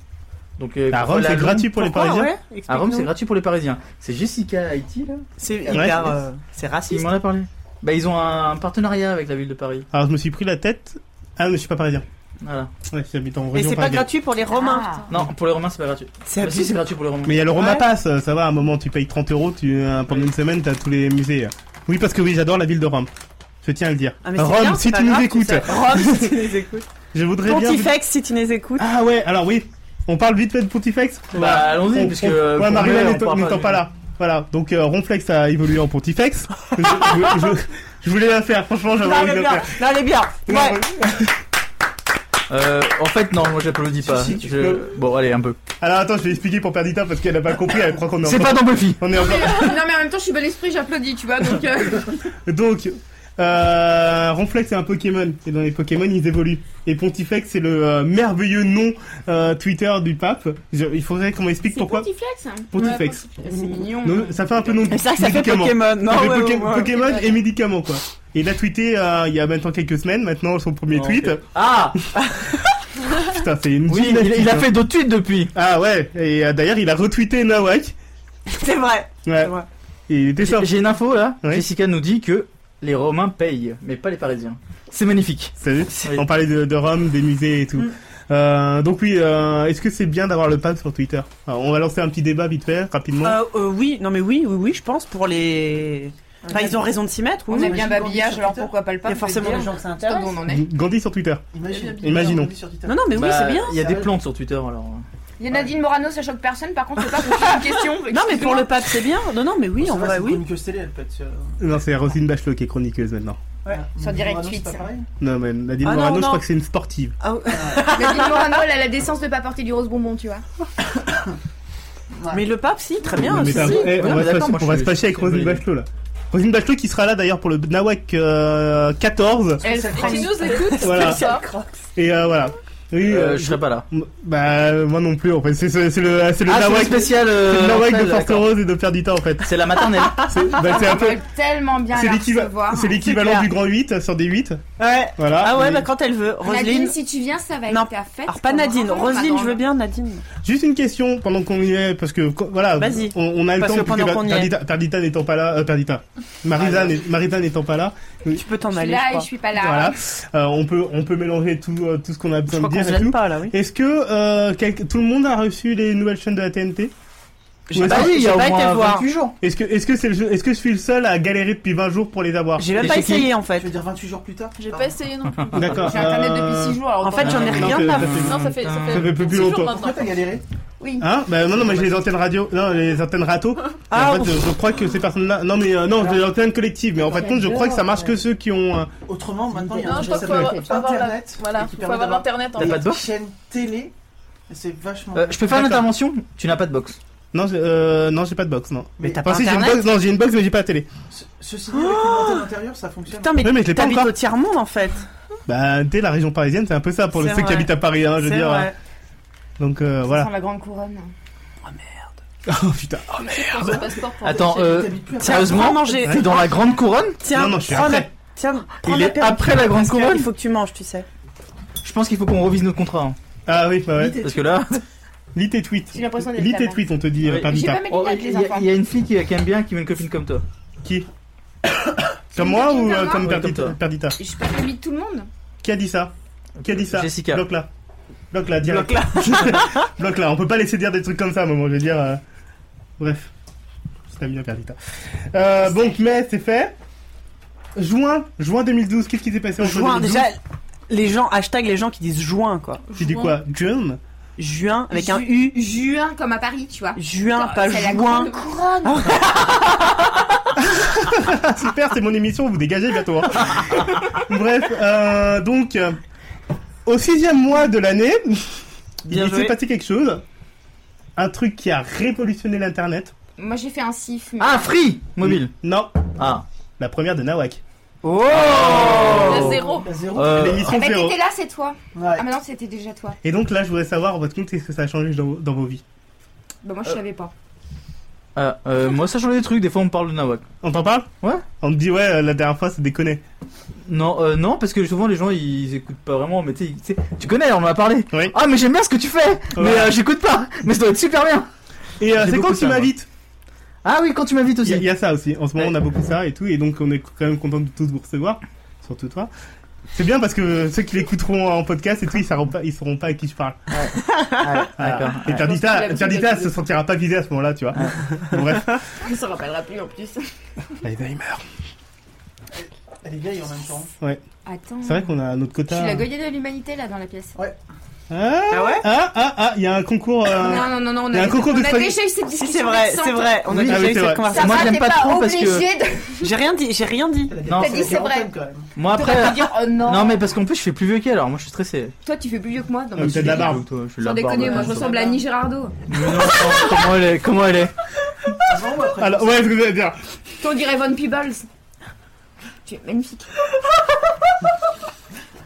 Donc euh, à quand Rome, elle c'est est à Londres- gratuit pour les Pourquoi, Parisiens. ouais À Rome, Explique-nous. c'est gratuit pour les Parisiens. C'est Jessica Haïti là C'est Ouais. hyper. euh, c'est qui raciste. m'en a parlé. Bah ils ont un partenariat avec la ville de Paris. Alors je me suis pris la tête. Ah, mais je suis pas parisien. Voilà. Ouais, j'habite en Et région c'est pas parisienne. gratuit pour les Romains. Ah. Non, pour les Romains c'est pas gratuit. C'est Bah, si c'est gratuit pour les Romains. Mais il y a le Roma Ouais. Pass, euh, ça va, à un moment tu payes 30 euros, tu, euh, pendant une semaine t'as tous les musées. Oui, parce que oui, j'adore la ville de Rome. Je tiens à le dire. Ah, mais c'est Rome, bien, c'est si pas tu nous grave, écoutes, sais. Rome, si tu nous écoutes. je voudrais bien. vous- Pontifex, si tu nous écoutes. Ah ouais, alors oui, on parle vite fait de Pontifex Bah allons-y, On- puisque. on- euh, ouais, pour Marina Noël, on n'étant- parle n'étant du- pas là. Voilà, donc euh, Ronflex a évolué en Pontifex. je, je- je- je voulais la faire, franchement, j'avais Non, envie elle de est la bien. faire. Non, elle est bien. Ouais. Euh, en fait non, moi j'applaudis pas. Si, si, tu Je- peux. Bon allez un peu. Alors attends, je vais expliquer pour Perdita parce qu'elle a pas compris, elle croit qu'on est C'est encore- pas dans Buffy. On est encore... Non, mais en même temps, je suis bon esprit, j'applaudis, tu vois. Donc, euh, Donc, euh, Ronflex c'est un Pokémon, et dans les Pokémon ils évoluent. Et Pontifex c'est le euh, merveilleux nom euh, Twitter du pape. Je- il faudrait qu'on m'explique c'est pourquoi Pontiflex. hein. Pontifex. C'est mignon. Non, ça fait un peu nom. C'est vrai que ça fait médicament. Pokémon. Non, Ça fait ouais, Poké- ouais, ouais. Pokémon et médicaments quoi. Et il a tweeté euh, il y a maintenant quelques semaines, maintenant son premier Non, tweet. ok. Ah Putain, c'est une oui, il, gymnastique, il a hein. fait d'autres tweets depuis. Ah ouais, et euh, d'ailleurs il a retweeté Nawak. C'est vrai. Ouais, C'est vrai. et il était J'ai sorti. j'ai une info là. Oui. Jessica nous dit que les Romains payent, mais pas les Parisiens. C'est magnifique. T'as vu Oui. On parlait de, de Rome, des musées et tout. Euh, donc oui, euh, est-ce que c'est bien d'avoir le pape sur Twitter Alors, On va lancer un petit débat vite fait, rapidement. Euh, euh, oui, non mais oui, oui, oui, je pense pour les. Enfin, ils ont raison de s'y mettre. On Oui. aime bien Imagine babillage, Gandhi alors sur pourquoi pas le pape Il y a forcément je veux des dire, gens que ça surtout intéresse. où on en est. Gandhi sur Twitter. Imagine. Imaginons. Sur Twitter. Non, non, mais oui, Bah, c'est bien. Il y a ça, des ouais. plantes sur Twitter alors. Il y a Nadine Morano, ça choque personne. Par contre, le pape, on pose une question. Non, mais pour le pape, c'est bien. Non, non, mais oui, Ça en va, vrai, c'est oui. une queue scellée, elle peut être sur- Non, c'est Rosine Bachelot qui est chroniqueuse maintenant. Ouais. Sur Direct Morano, c'est Tweet, pas ça. pareil Non, mais Nadine Ah non, Morano, je non. crois que c'est une sportive. Ah, ouais. Nadine Morano, elle a la décence de pas porter du rose bonbon, tu vois. mais le pape, si, très bien. Mais si, t'as- si. eh, Ouais, on va mais se d'accord, fâcher- on moi, je va suis- se fâcher avec je suis Rosine désolé. Bachelot là. Rosine Bachelot qui sera là d'ailleurs pour le Nawak euh, 14. Elle Ça fait Et qui freine. nous écoute, Voilà. c'est ça. Et euh, voilà. Oui, Euh, euh, je serais pas là. m- Bah, moi non plus en fait. C'est c'est- c'est le, c'est le Ah, c'est le Nawak. spécial. c'est euh, le Nawak de Raphaël, Force d'accord. Rose et de Perdita en fait. C'est la maternelle. C'est bah, c'est un On peu. pourrait tellement bien C'est la l'équiva- recevoir. c'est l'équivalent clair. du grand 8 sur des 8. Ouais. Voilà. Ah Et- ouais, bah quand elle veut. Nadine, Roselyne. si tu viens, ça va Non. être ta fête. Alors pas Comme Nadine. Rome, Roselyne, madame. je veux bien Nadine. Juste une question pendant qu'on y est, parce que co- voilà, Vas-y. on, on a le Parce temps que pendant puisque qu'on y est. Ah, Perdita, Perdita n'étant pas là, euh, Perdita, Marisa n'est- Marisa n'étant pas là, Tu peux Je t'en suis aller. là je et crois. je suis pas là. voilà, euh, on peut on peut mélanger tout euh, tout ce qu'on a Ah. Je besoin de crois qu'on dire se et gêne tout. pas là, oui. Est-ce que euh, quelqu'un- tout le monde a reçu les nouvelles chaînes de la TNT Ou Bah est-ce pas- que- oui, il y a j'ai au pas été moins voir. 28 jours. Est-ce que est-ce que c'est le jeu- est-ce que je suis le seul à galérer depuis 20 jours pour les avoir J'ai même Et pas c'est qui essayé en fait. Tu veux dire 28 jours plus tard J'ai pas Pardon. essayé non plus. D'accord. euh, J'ai internet depuis 6 jours. alors En autant fait, j'en ai dire. non, rien c'est- à ça foutre. fait- Non, ça fait ça fait, Ça fait plus six jours longtemps. Pourquoi maintenant. t'as galéré Ben, Hein Bah non non, mais j'ai les antennes radio, non les antennes râteaux. Ah, Et en fait, je, je crois que ces personnes-là. Non, mais euh, non, j'ai l'antenne collective. Mais en fait, non, je crois que ça marche que ceux qui ont. euh, Autrement, maintenant, il y a un Non, je truc crois qui qu'il s'appelle faut avoir, faut avoir la- Internet. Voilà, et qui faut permet avoir d'avoir internet en T'as fait. pas de une box chaîne télé. et C'est vachement. Euh, Je peux faire une D'accord. intervention Tu n'as pas de box. Non, j'ai- euh, non, j'ai pas de box, non. mais t'as Enfin, pas si, j'ai une internet. box, non, j'ai une box, mais j'ai pas la télé. Ce- Ceci dit, avec une antenne intérieure, ça fonctionne. Putain, mais Oui, mais je l'ai pas t'habites encore. au tiers monde en fait. Bah, dès la région parisienne, c'est un peu ça pour les C'est ceux qui vrai. habitent à Paris, hein, je veux C'est dire. vrai. Donc euh, voilà. Sans la grande couronne. Oh putain. Pour son passeport, Ah, pour Attends, vérifier. euh, T'habites plus à sérieusement, prends à manger. t'es dans la grande couronne Tiens, Non, non, je suis prends la- après. Tiens, prends Il la est perruque, après la grande parce que couronne Il faut que tu manges, tu sais. Je pense qu'il faut qu'on revise notre contrat. hein. Ah oui, bah ouais. Parce que là, Lis tes tweets. J'ai l'impression d'être hein. Lis là, tes là. tweets, on te dit, Ouais. euh, J'ai Perdita. pas mes oh, lunettes, il y, les a- enfants. il y a une fille qui, qui aime bien, qui veut une copine comme toi. Qui Comme moi ou euh, Perdita, comme non Oui, comme Perdita, toi. Perdita Je suis pas l'ami de tout le monde. Qui a dit ça Qui a dit ça Jessica. Bloque-la. Bloque-la, direct. Bloque-la. Bloque-la. On peut pas laisser dire des trucs comme ça, à un moment, je veux dire. euh, Bref. C'était bien, Perdita. Euh, donc, mais c'est fait. Juin, juin 2012, qu'est-ce qui s'est passé en Juin, 2012 déjà, les gens, hashtag les gens qui disent juin quoi. Tu dis quoi June Juin avec un U. Juin, comme à Paris, tu vois. Juin, pas C'est la juin. grande couronne. Ah, Super, c'est mon émission, vous dégagez bientôt. hein. Bref, euh, donc, euh, au sixième mois de l'année, Bien il s'est joué. passé quelque chose. Un truc qui a révolutionné l'Internet. Moi, j'ai fait un sif. mais- Ah, Free Mobile Non, Ah. la première de Nawak. Oh La zéro. La zéro. Euh, L'émission Ah bah, zéro. t'étais là, c'est toi. Ouais. Ah, mais non, c'était déjà toi. Et donc là, je voudrais savoir, à votre compte, qu'est-ce que ça a changé dans, dans vos vies Bah, moi, je savais pas. ah, euh, Moi, ça change des trucs. Des fois, on me parle de Nawak. On t'en parle Ouais. On me dit, ouais, euh, la dernière fois, ça déconné. Non, euh, non, parce que souvent les gens ils écoutent pas vraiment, mais tu sais, tu sais, tu connais, on en a parlé. Oui. Ah, mais j'aime bien ce que tu fais, mais euh, j'écoute pas, mais ça doit être super bien. Et euh, J'ai c'est beaucoup quand tu ça, moi. m'invites Ah oui, quand tu m'invites Il y, aussi. a- il y a ça aussi. En ce moment, Ouais. on a beaucoup ça et tout. Et donc, on est quand même content de tous vous recevoir. Surtout toi. C'est bien parce que ceux qui l'écouteront en podcast et tout, ils sauront pas, ils sauront pas à qui je parle. Ah, D'accord. Ah. Voilà. Et Perdita, Perdita se sentira pas visée à ce moment-là, tu vois. Bon, Bref. Il s'en rappellera plus en plus. Alzheimer. Elle est vieille en même temps. Attends. C'est vrai qu'on a notre Je quota. suis la Goya de l'humanité, là, dans la pièce. Ah, Ah ouais ah, ah, ah, il y a un concours. euh, Non, non, non, non, on Il y a a, un concours on de a famille. déjà eu cette discussion. Si c'est vrai, récente. c'est vrai. On Oui, a ah déjà oui, eu c'est cette vrai. Ça Ça conversation. Moi, va, je l'aime t'es pas trop parce que- obligé de. J'ai rien dit, j'ai rien dit. Elle a des Non, petites t'as dit, c'est vrai. quarantaines, quand même. Moi T'aurais après. euh, pu dire, oh non. Non, mais parce qu'en plus je fais plus vieux qu'elle, alors moi je suis stressé. Toi, tu fais plus vieux que moi. Non, Euh, mais t'as de la barbe. Toi, je suis de sans la barbe, déconner, moi, ouais, je ça. ressemble à Annie Girardot. Mais non, non, comment elle est Comment elle est Avant ou après Alors, ouais, ce que j'allais dire. Toi, on dirait Von Peebles. Tu es magnifique.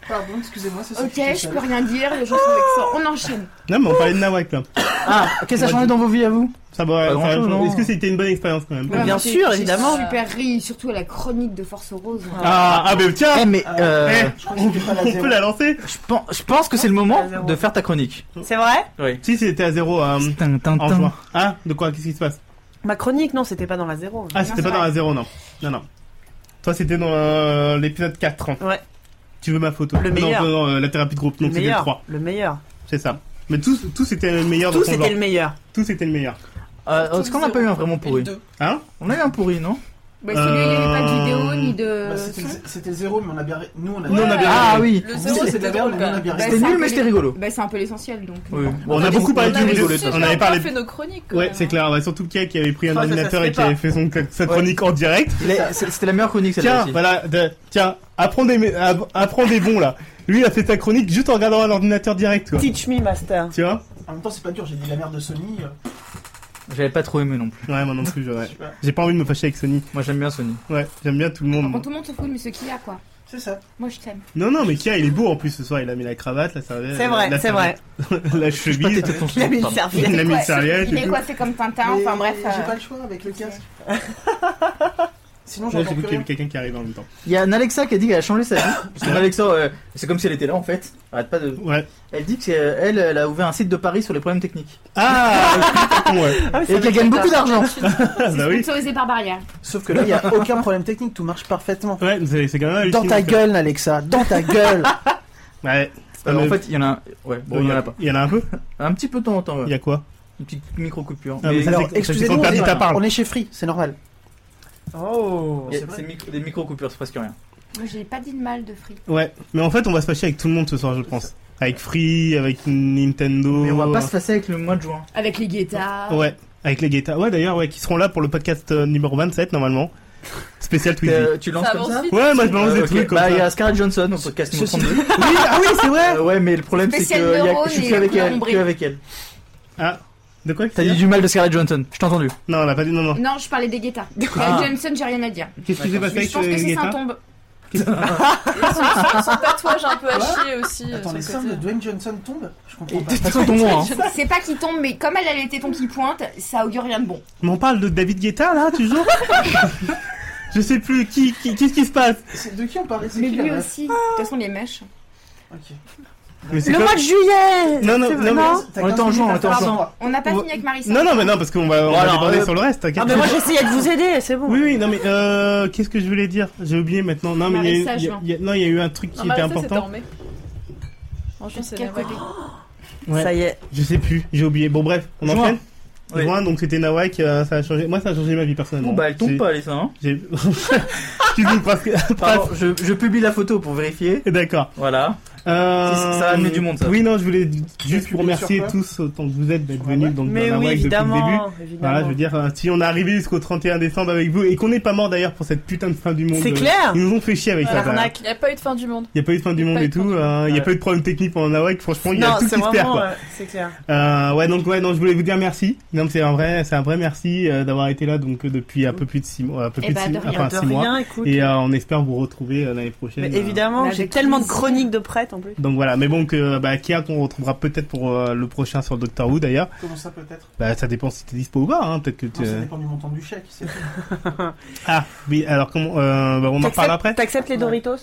Pardon, excusez-moi, c'est Ok, je peux rien dire, les gens sont vexants. On enchaîne. Non, mais on parlait de Nawak là. Ah, qu'est-ce que ça a changé dans vos vies à vous Ça va, Pas grand-chose, non. Est-ce que c'était une bonne expérience quand même Ouais. bien j'ai- sûr, j'ai évidemment. super ri, surtout à la chronique de Force Rose. Ah, ah, mais tiens, Eh, mais euh, Je crois que c'était pas Ah, la on zéro. peut la lancer. je pense, je pense que c'est le moment de faire ta chronique. C'est vrai Oui. Si, c'était à zéro euh, Tin, tin, en tin. juin. Ah, de quoi Qu'est-ce qui se passe Ma chronique, non, c'était pas dans la zéro. Ah, c'était c'est pas dans vrai. la zéro, non. Non, non. Toi, c'était dans euh, l'épisode 4. hein. Ouais. Tu veux ma photo Le Non, meilleur. Non, non, euh, la thérapie de groupe, Le donc c'était le Ah, meilleur. 3. Le meilleur. C'est ça. Mais tous, tous étaient le meilleur Tout dans son genre. c'était le meilleur. Tous étaient le meilleur. Euh, Est-ce qu'on n'a pas eu un vraiment Et le pourri deux. Hein On a eu un pourri, non Bah, celui-là, il n'y avait pas de vidéo ni de. Bah, c'était son. le- C'était le zéro, mais on a bien. ré- Nous, on a Nous, on a bien- Ah oui. Le Vous, zéro, c'était c'était la merde, drôle mais quand on a même. bien Bah, raison. C'était c'est un nul, peu mais les- c'était rigolo. Bah, c'est un peu l'essentiel donc. Oui. On a beaucoup parlé On du avait vidéo. super On avait parlé. bien fait nos chroniques. quand Ouais, même. c'est clair. Ouais, surtout Kia qui avait pris un Oh, Ça, ça, ça ordinateur se fait et qui avait pas. fait son, sa chronique en direct. Il est- c'est- C'était la meilleure chronique celle-là Tiens, aussi. voilà, de- tiens, apprends des, mé- ab- apprends des bons là. Lui, il a fait sa chronique juste en regardant à l'ordinateur direct, quoi. Euh, Teach me, master. Tu vois En même temps, c'est pas dur, j'ai dit la merde de Sony. euh, J'avais pas trop aimé non plus. Ouais, moi non plus, je- ouais. je sais pas. J'ai pas envie de me fâcher avec Sony. Moi j'aime bien Sony. Ouais, j'aime bien tout le monde. Bon, tout le monde s'en fout, mais ce qu'il a quoi. C'est ça. Moi, je t'aime. Non, non, mais Kia, il est beau en plus ce soir. Il a mis la cravate, la serviette. C'est la- vrai, la c'est vrai. serviette, La cheville. T'étais ton- Il a mis une Pardon. serviette. Il a mis une serviette. Il et est tout. coiffé comme Tintin, Mais enfin bref. J'ai euh, pas le choix avec le casque. Sinon, Là, j'entends j'ai vu plus qu'il y rien. avait quelqu'un qui arrive en même temps. Il y a un Alexa qui a dit qu'elle a changé sa vie. Parce que Alexa, euh, c'est comme si elle était là en fait. Arrête pas de. Ouais. Elle dit qu'elle, elle a ouvert un site de Paris sur les problèmes techniques. Ah ouais. Ah oui, ça Et qu'elle gagne m'étonne beaucoup pas. d'argent. Ah, Bah oui. Autorisé par barrière. Sauf que là, il y a aucun problème technique, tout marche parfaitement. Ouais, c'est c'est quand même Dans hallucinant, ta quoi. gueule, Alexa, dans ta gueule. Ouais. Euh, en Ah, mais- fait, il y en a. un- Ouais, bon, il y en a pas. Il y en a un peu Un petit peu de temps en temps. ouais. Il y a quoi Une petite micro-coupure. Ah, mais ça, Alors, c'est- excusez-nous, quand t'as dit on est- ta part. on est chez Free, c'est normal. Oh. Il y a- c'est micro- des micro-coupures, c'est presque rien. Moi, j'ai pas dit de mal de Free. Ouais. Mais en fait, on va se fâcher avec tout le monde ce soir, je pense. Avec Free, avec Nintendo. Oh. Mais on va pas se passer avec le mois de juin. Ah Avec les guettas. Ah, Ouais. avec les Guetta. Ouais, d'ailleurs, ouais, qui seront là pour le podcast euh, numéro 27 normalement. Spécial Twizy. Euh, tu lances Ça comme avance ça vite. hein. Ouais, moi je balance Euh, des ok. trucs comme Bah, il y ça. a Scarlett Johnson au podcast numéro Ceci- 32. Oui, ah oui, c'est vrai. Euh, ouais, mais le problème, c'est que Spécial euh, y a- neurone je suis et que avec, couleur elle, ombrée. que avec elle. Ah, de quoi T'as dit du mal de Scarlett Johnson, je t'ai entendu. Non, on a pas dit non, non. Non, je parlais des guettas. Ah. Johnson, j'ai rien à dire. Qu'est-ce qui s'est passé Mais avec je pense que euh, c'est Guetta un tombe. Son, son tatouage un peu à chier aussi. euh, Attends, les son sommes côté. de Dwayne Johnson tombent Je comprends Et- pas. De toute façon, ton nom, hein. C'est pas qu'il tombe, mais comme elle a les tétons qui pointent, ça augure rien de bon. Mais on parle de David Guetta là, toujours Je sais plus qui, qui- qu'est-ce qui se passe C'est- De qui on parlait C'est Mais qui, la lui meuf aussi. De Ah. toute façon, les mèches. Ok. Mais c'est Le quoi- mois de juillet Non, non, c'est- non, T'as On était 15 en juin, minutes à on était en faire juin. avant moi. On n'a pas Ouais. fini avec Marissa. non, non, mais non, parce qu'on va, on va Voilà, déborder euh, sur le reste. t'inquiète. Ah, mais moi j'essayais de vous aider, c'est bon. Oui, oui, non, mais euh, qu'est-ce que je voulais dire J'ai oublié maintenant. Non, mais il y, a- Marissa, il y a- juin. il y a- non, il y a eu un truc qui bah, Non, était Marissa, c'était important. en mai. En juin, c'est Quel Nawak. Ouais. Ça y est. Je sais plus, j'ai oublié. Bon, bref, on Juin. enchaîne. Oui. Juin, donc c'était Nawak, euh, ça a changé. Moi, ça a changé ma vie personnellement. Bon, bah, elle tombe J'ai- pas, les seins. hein. j'ai- Tu dis parce que. Pardon, je, je publie la photo pour vérifier. D'accord. Voilà. Euh, Si, ça va amener du monde, ça. Oui, non, je voulais veux juste vous publier remercier sur quoi tous autant que vous êtes d'être venus donc, Mais dans la oui, WAC depuis le début. évidemment. Voilà, je évidemment. veux dire, euh, si on est arrivé jusqu'au 31 décembre avec vous et qu'on n'est pas mort d'ailleurs pour cette putain de fin du monde. C'est euh, clair Ils nous ont fait chier avec ça. L'arnaque. Il n'y a pas eu de fin du monde. Il n'y a pas eu de fin du Il y a monde pas eu et de fin tout, du monde. euh, il n'y a Ouais. pas eu de problème technique pendant Nawak, franchement, il y a Non, tout qui c'est se perd. vraiment. Quoi. euh, C'est clair. Euh, ouais, donc ouais, non, je voulais vous dire merci. Non, c'est un vrai, c'est un vrai merci euh, d'avoir été là donc euh, depuis un peu plus de 6 mois, un peu Eh plus bah, de six- de rien, enfin, ben, de six mois. rien, écoute. Et euh, on espère vous retrouver euh, l'année prochaine. Mais euh, évidemment, Mais j'ai avec tellement de plaisir. chroniques de prêtes en plus. Donc voilà, mais bon que bah Kia qu'on retrouvera peut-être pour euh, le prochain sur Doctor Who d'ailleurs. Comment ça peut-être Bah ça dépend si t'es dispo ou pas, hein, peut-être que tu. Non, Ça dépend du montant du chèque, c'est tout. Ah oui, alors comment euh, bah, on en parle T'acceptes- après. T'acceptes les Doritos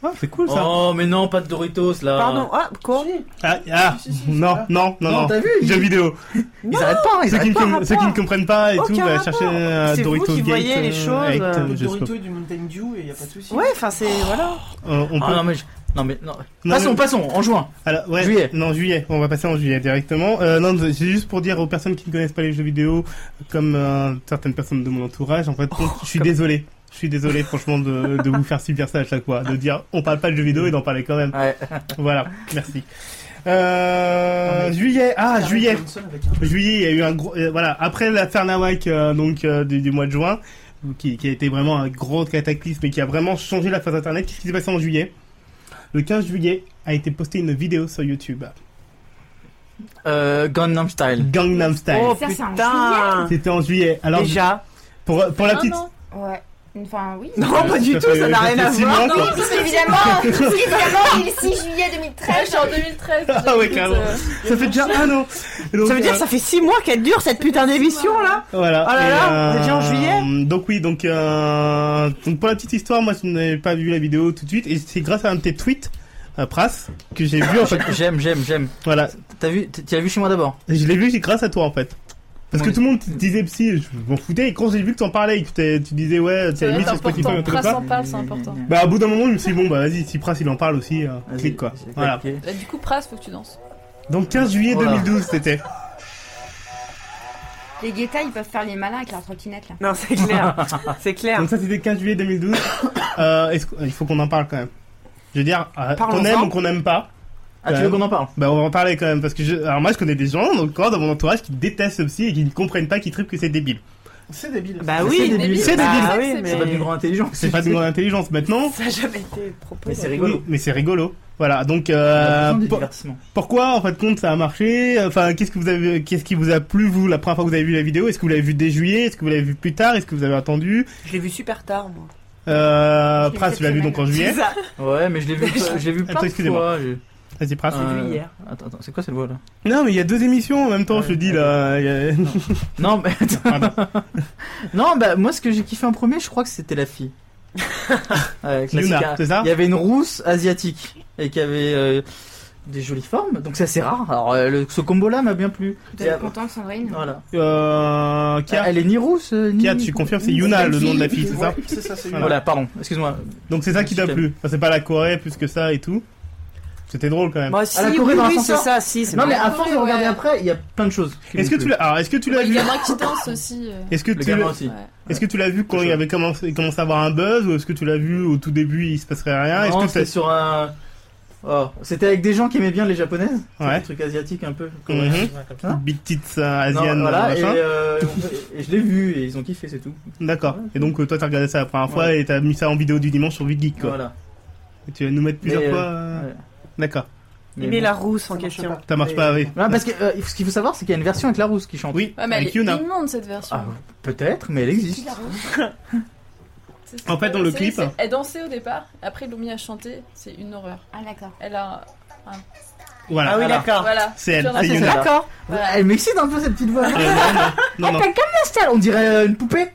Ah, c'est cool ça. Oh, mais non, pas de Doritos là. Pardon. Ah, quoi Si, Ah, ah, Si, si, si, non, c'est non, non, non, Non, t'as vu ils- Jeux vidéo. Ils arrêtent pas, ils Ceux qui, ne arrêtent pas. com- ceux qui ne comprennent pas et Aucun tout, bah, rapport. cherchez euh, C'est vous Doritos qui Gate, voyez les euh, choses, Act, euh, je le sais pas. Dorito et du Mountain Dew et y a pas de souci. Ouais, enfin c'est voilà. Euh, on peut. Ah, non, mais je- non, mais non. non, passons, mais- passons, en juin. Alors, ouais, Juillet. Non, juillet. On va passer en juillet directement. Euh, non, c'est juste pour dire aux personnes qui ne connaissent pas les jeux vidéo, comme euh, certaines personnes de mon entourage, en fait, je suis désolé. Je suis désolé, franchement, de, de vous faire subir ça à chaque fois. De dire, on parle pas de jeux vidéo et d'en parler quand même. Ouais. Voilà, merci. Euh, juillet, ah, Scarlett juillet. Johansson avec un- Juillet, il y a eu un gros. euh, voilà, après l'affaire Nawak, euh, donc euh, du, du mois de juin, qui, qui a été vraiment un gros cataclysme et qui a vraiment changé la face internet, qu'est-ce qui s'est passé en juillet Le 15 juillet a été postée une vidéo sur YouTube, Euh, Gangnam Style. Gangnam Style. Oh Ça, c'est en putain. C'était en juillet. Alors, Déjà. pour, pour la Non, petite. non. Ouais. Enfin, oui. Non, pas du tout. Ça n'a rien à voir. Non, Parce qu'évidemment, parce qu'évidemment, il est le 6 juillet 2013. Ouais, c'est en 2013. Ah ouais, j'écoute, carrément. euh, Ça fait déjà un an. Ça euh, veut dire ça fait 6 mois qu'elle dure cette putain d'émission là Voilà. Oh là Et, euh, là, on est déjà en juillet Donc oui, donc, euh, donc pour la petite histoire, moi je n'avais pas vu la vidéo tout de suite et c'est grâce à un de tes tweets, euh, Pras, que j'ai vu en fait. J'aime, j'aime, j'aime. Voilà, T'as vu, t- tu l'as vu chez moi d'abord. je l'ai vu c'est grâce à toi en fait. Parce que Oui. tout le monde disait psy, je m'en foutais et quand j'ai vu que t'en parlais et que t'es- tu disais ouais, tu C'est l'as vrai, mis c'est sur Spotify important. un truc comme Trace ça. en parle, c'est important. Bah, au bout d'un moment, je me suis dit, bon, bah, vas-y, si Pras il en parle aussi, euh, Vas-y, clique quoi. j'ai Voilà. cliqué. Bah, Du coup, Pras, faut que tu danses. Donc, 15 juillet Voilà. 2012, c'était. Les guettas, ils peuvent faire les malins avec leur trottinette là. Non, c'est clair. C'est clair. Donc ça c'était le 15 juillet 2012. euh, est-ce qu'on- il faut qu'on en parle quand même. Je veux dire, euh, qu'on Parlons-en. aime ou qu'on n'aime pas, Ah, tu veux qu'on en parle bah on va en parler quand même parce que je, alors moi je connais des gens donc encore dans mon entourage qui détestent ce psy et qui ne comprennent pas, qui trippent que c'est débile. C'est débile. Bah C'est oui, débile. C'est Bah débile. oui, C'est mais- C'est pas d'une grande intelligence. C'est pas de mon intelligence maintenant. Ça n'a jamais été Mais proposé. c'est rigolo. Oui, mais c'est rigolo. Voilà donc On a euh, besoin de pour- divertissement. pourquoi en fin de compte ça a marché Enfin qu'est-ce que vous avez, qu'est-ce qui vous a plu vous la première fois que vous avez vu la vidéo Est-ce que vous l'avez vu dès juillet Est-ce que vous l'avez vu plus tard Est-ce que vous avez attendu Je l'ai vu super tard moi. euh, Je l'ai Pras vu tu l'as vu cette donc en juillet. C'est ça. Ouais, mais je l'ai vu, je l'ai vu Attends, plein de excusez-moi. fois. j'ai- Vas-y Pras. Euh, vu hier. Attends, attends, c'est quoi cette voix là Non mais il y a deux émissions en même temps Ouais, je te dis ouais. là. il y a- Non, mais Pardon. non, bah moi ce que j'ai kiffé en premier, je crois que c'était la fille. Ouais, classique, Yuna, hein. c'est ça Il y avait une rousse asiatique et qui avait euh, des jolies formes, donc c'est assez rare. Alors euh, le- ce combo là m'a bien plu. Vous Et, euh, êtes contente, Sandrine Voilà. Euh, Kia, Elle est ni rousse euh, ni. Kia, tu confirmes, c'est Yuna le nom de la fille, c'est ça Ouais, C'est ça, c'est Voilà. Voilà, pardon, excuse-moi. Donc c'est ça qui t'a Je plu. Enfin, c'est pas la Corée plus que ça et tout. C'était drôle quand même. Moi si, la oui, Corée dans oui, c'est l'ascenseur. ça, ah, si. c'est Non, vrai. mais à force de Ouais. regarder après, il y a plein de choses. qui Est-ce que m'ont tu plu. l'as, alors, est-ce que tu l'as Il vu y a un qui danse aussi. euh. Est-ce que Le tu gamin l'as- aussi. Ouais. est-ce que tu l'as vu quand Le il jeu. avait commencé, il commençait à avoir un buzz ou Ah, est-ce que tu l'as vu au tout début il se passerait rien Est-ce Non, que c'était ça- sur un. Oh, c'était avec des gens qui aimaient bien les japonaises Ouais. Un truc asiatique un peu. Mhm. comme ça. Hein Big tits euh, Non, asian, voilà, et, machin. euh, et je l'ai vu et ils ont kiffé, c'est tout. D'accord. Et donc, euh, toi, t'as regardé ça la première fois et t'as mis ça en vidéo du dimanche sur VidGeek, quoi. Voilà. Et tu vas nous mettre plusieurs Mais, euh, fois. euh, ouais. D'accord. Il bon. met la rousse en Ça marche question. pas. Ça marche Mais- pas, oui. Ouais, parce que euh, ce qu'il faut savoir, c'est qu'il y a une version avec la rousse qui chante. Oui, Ouais, mais elle avec est Yuna. immonde cette version. Ah, peut-être, mais elle existe. Ah, C'est- En fait, dans le c'est- clip- hein. c'est- Elle dansait au départ, après ils l'ont mis à chanter, c'est une horreur. Ah, d'accord. Elle a. Voilà. Ah oui, Voilà. d'accord. Voilà. C'est elle, Genre- c'est Ah, c'est Yuna. ça. D'accord. Elle m'excite un peu cette petite voix. Euh, non, non, non, non. Style, On dirait euh, une poupée.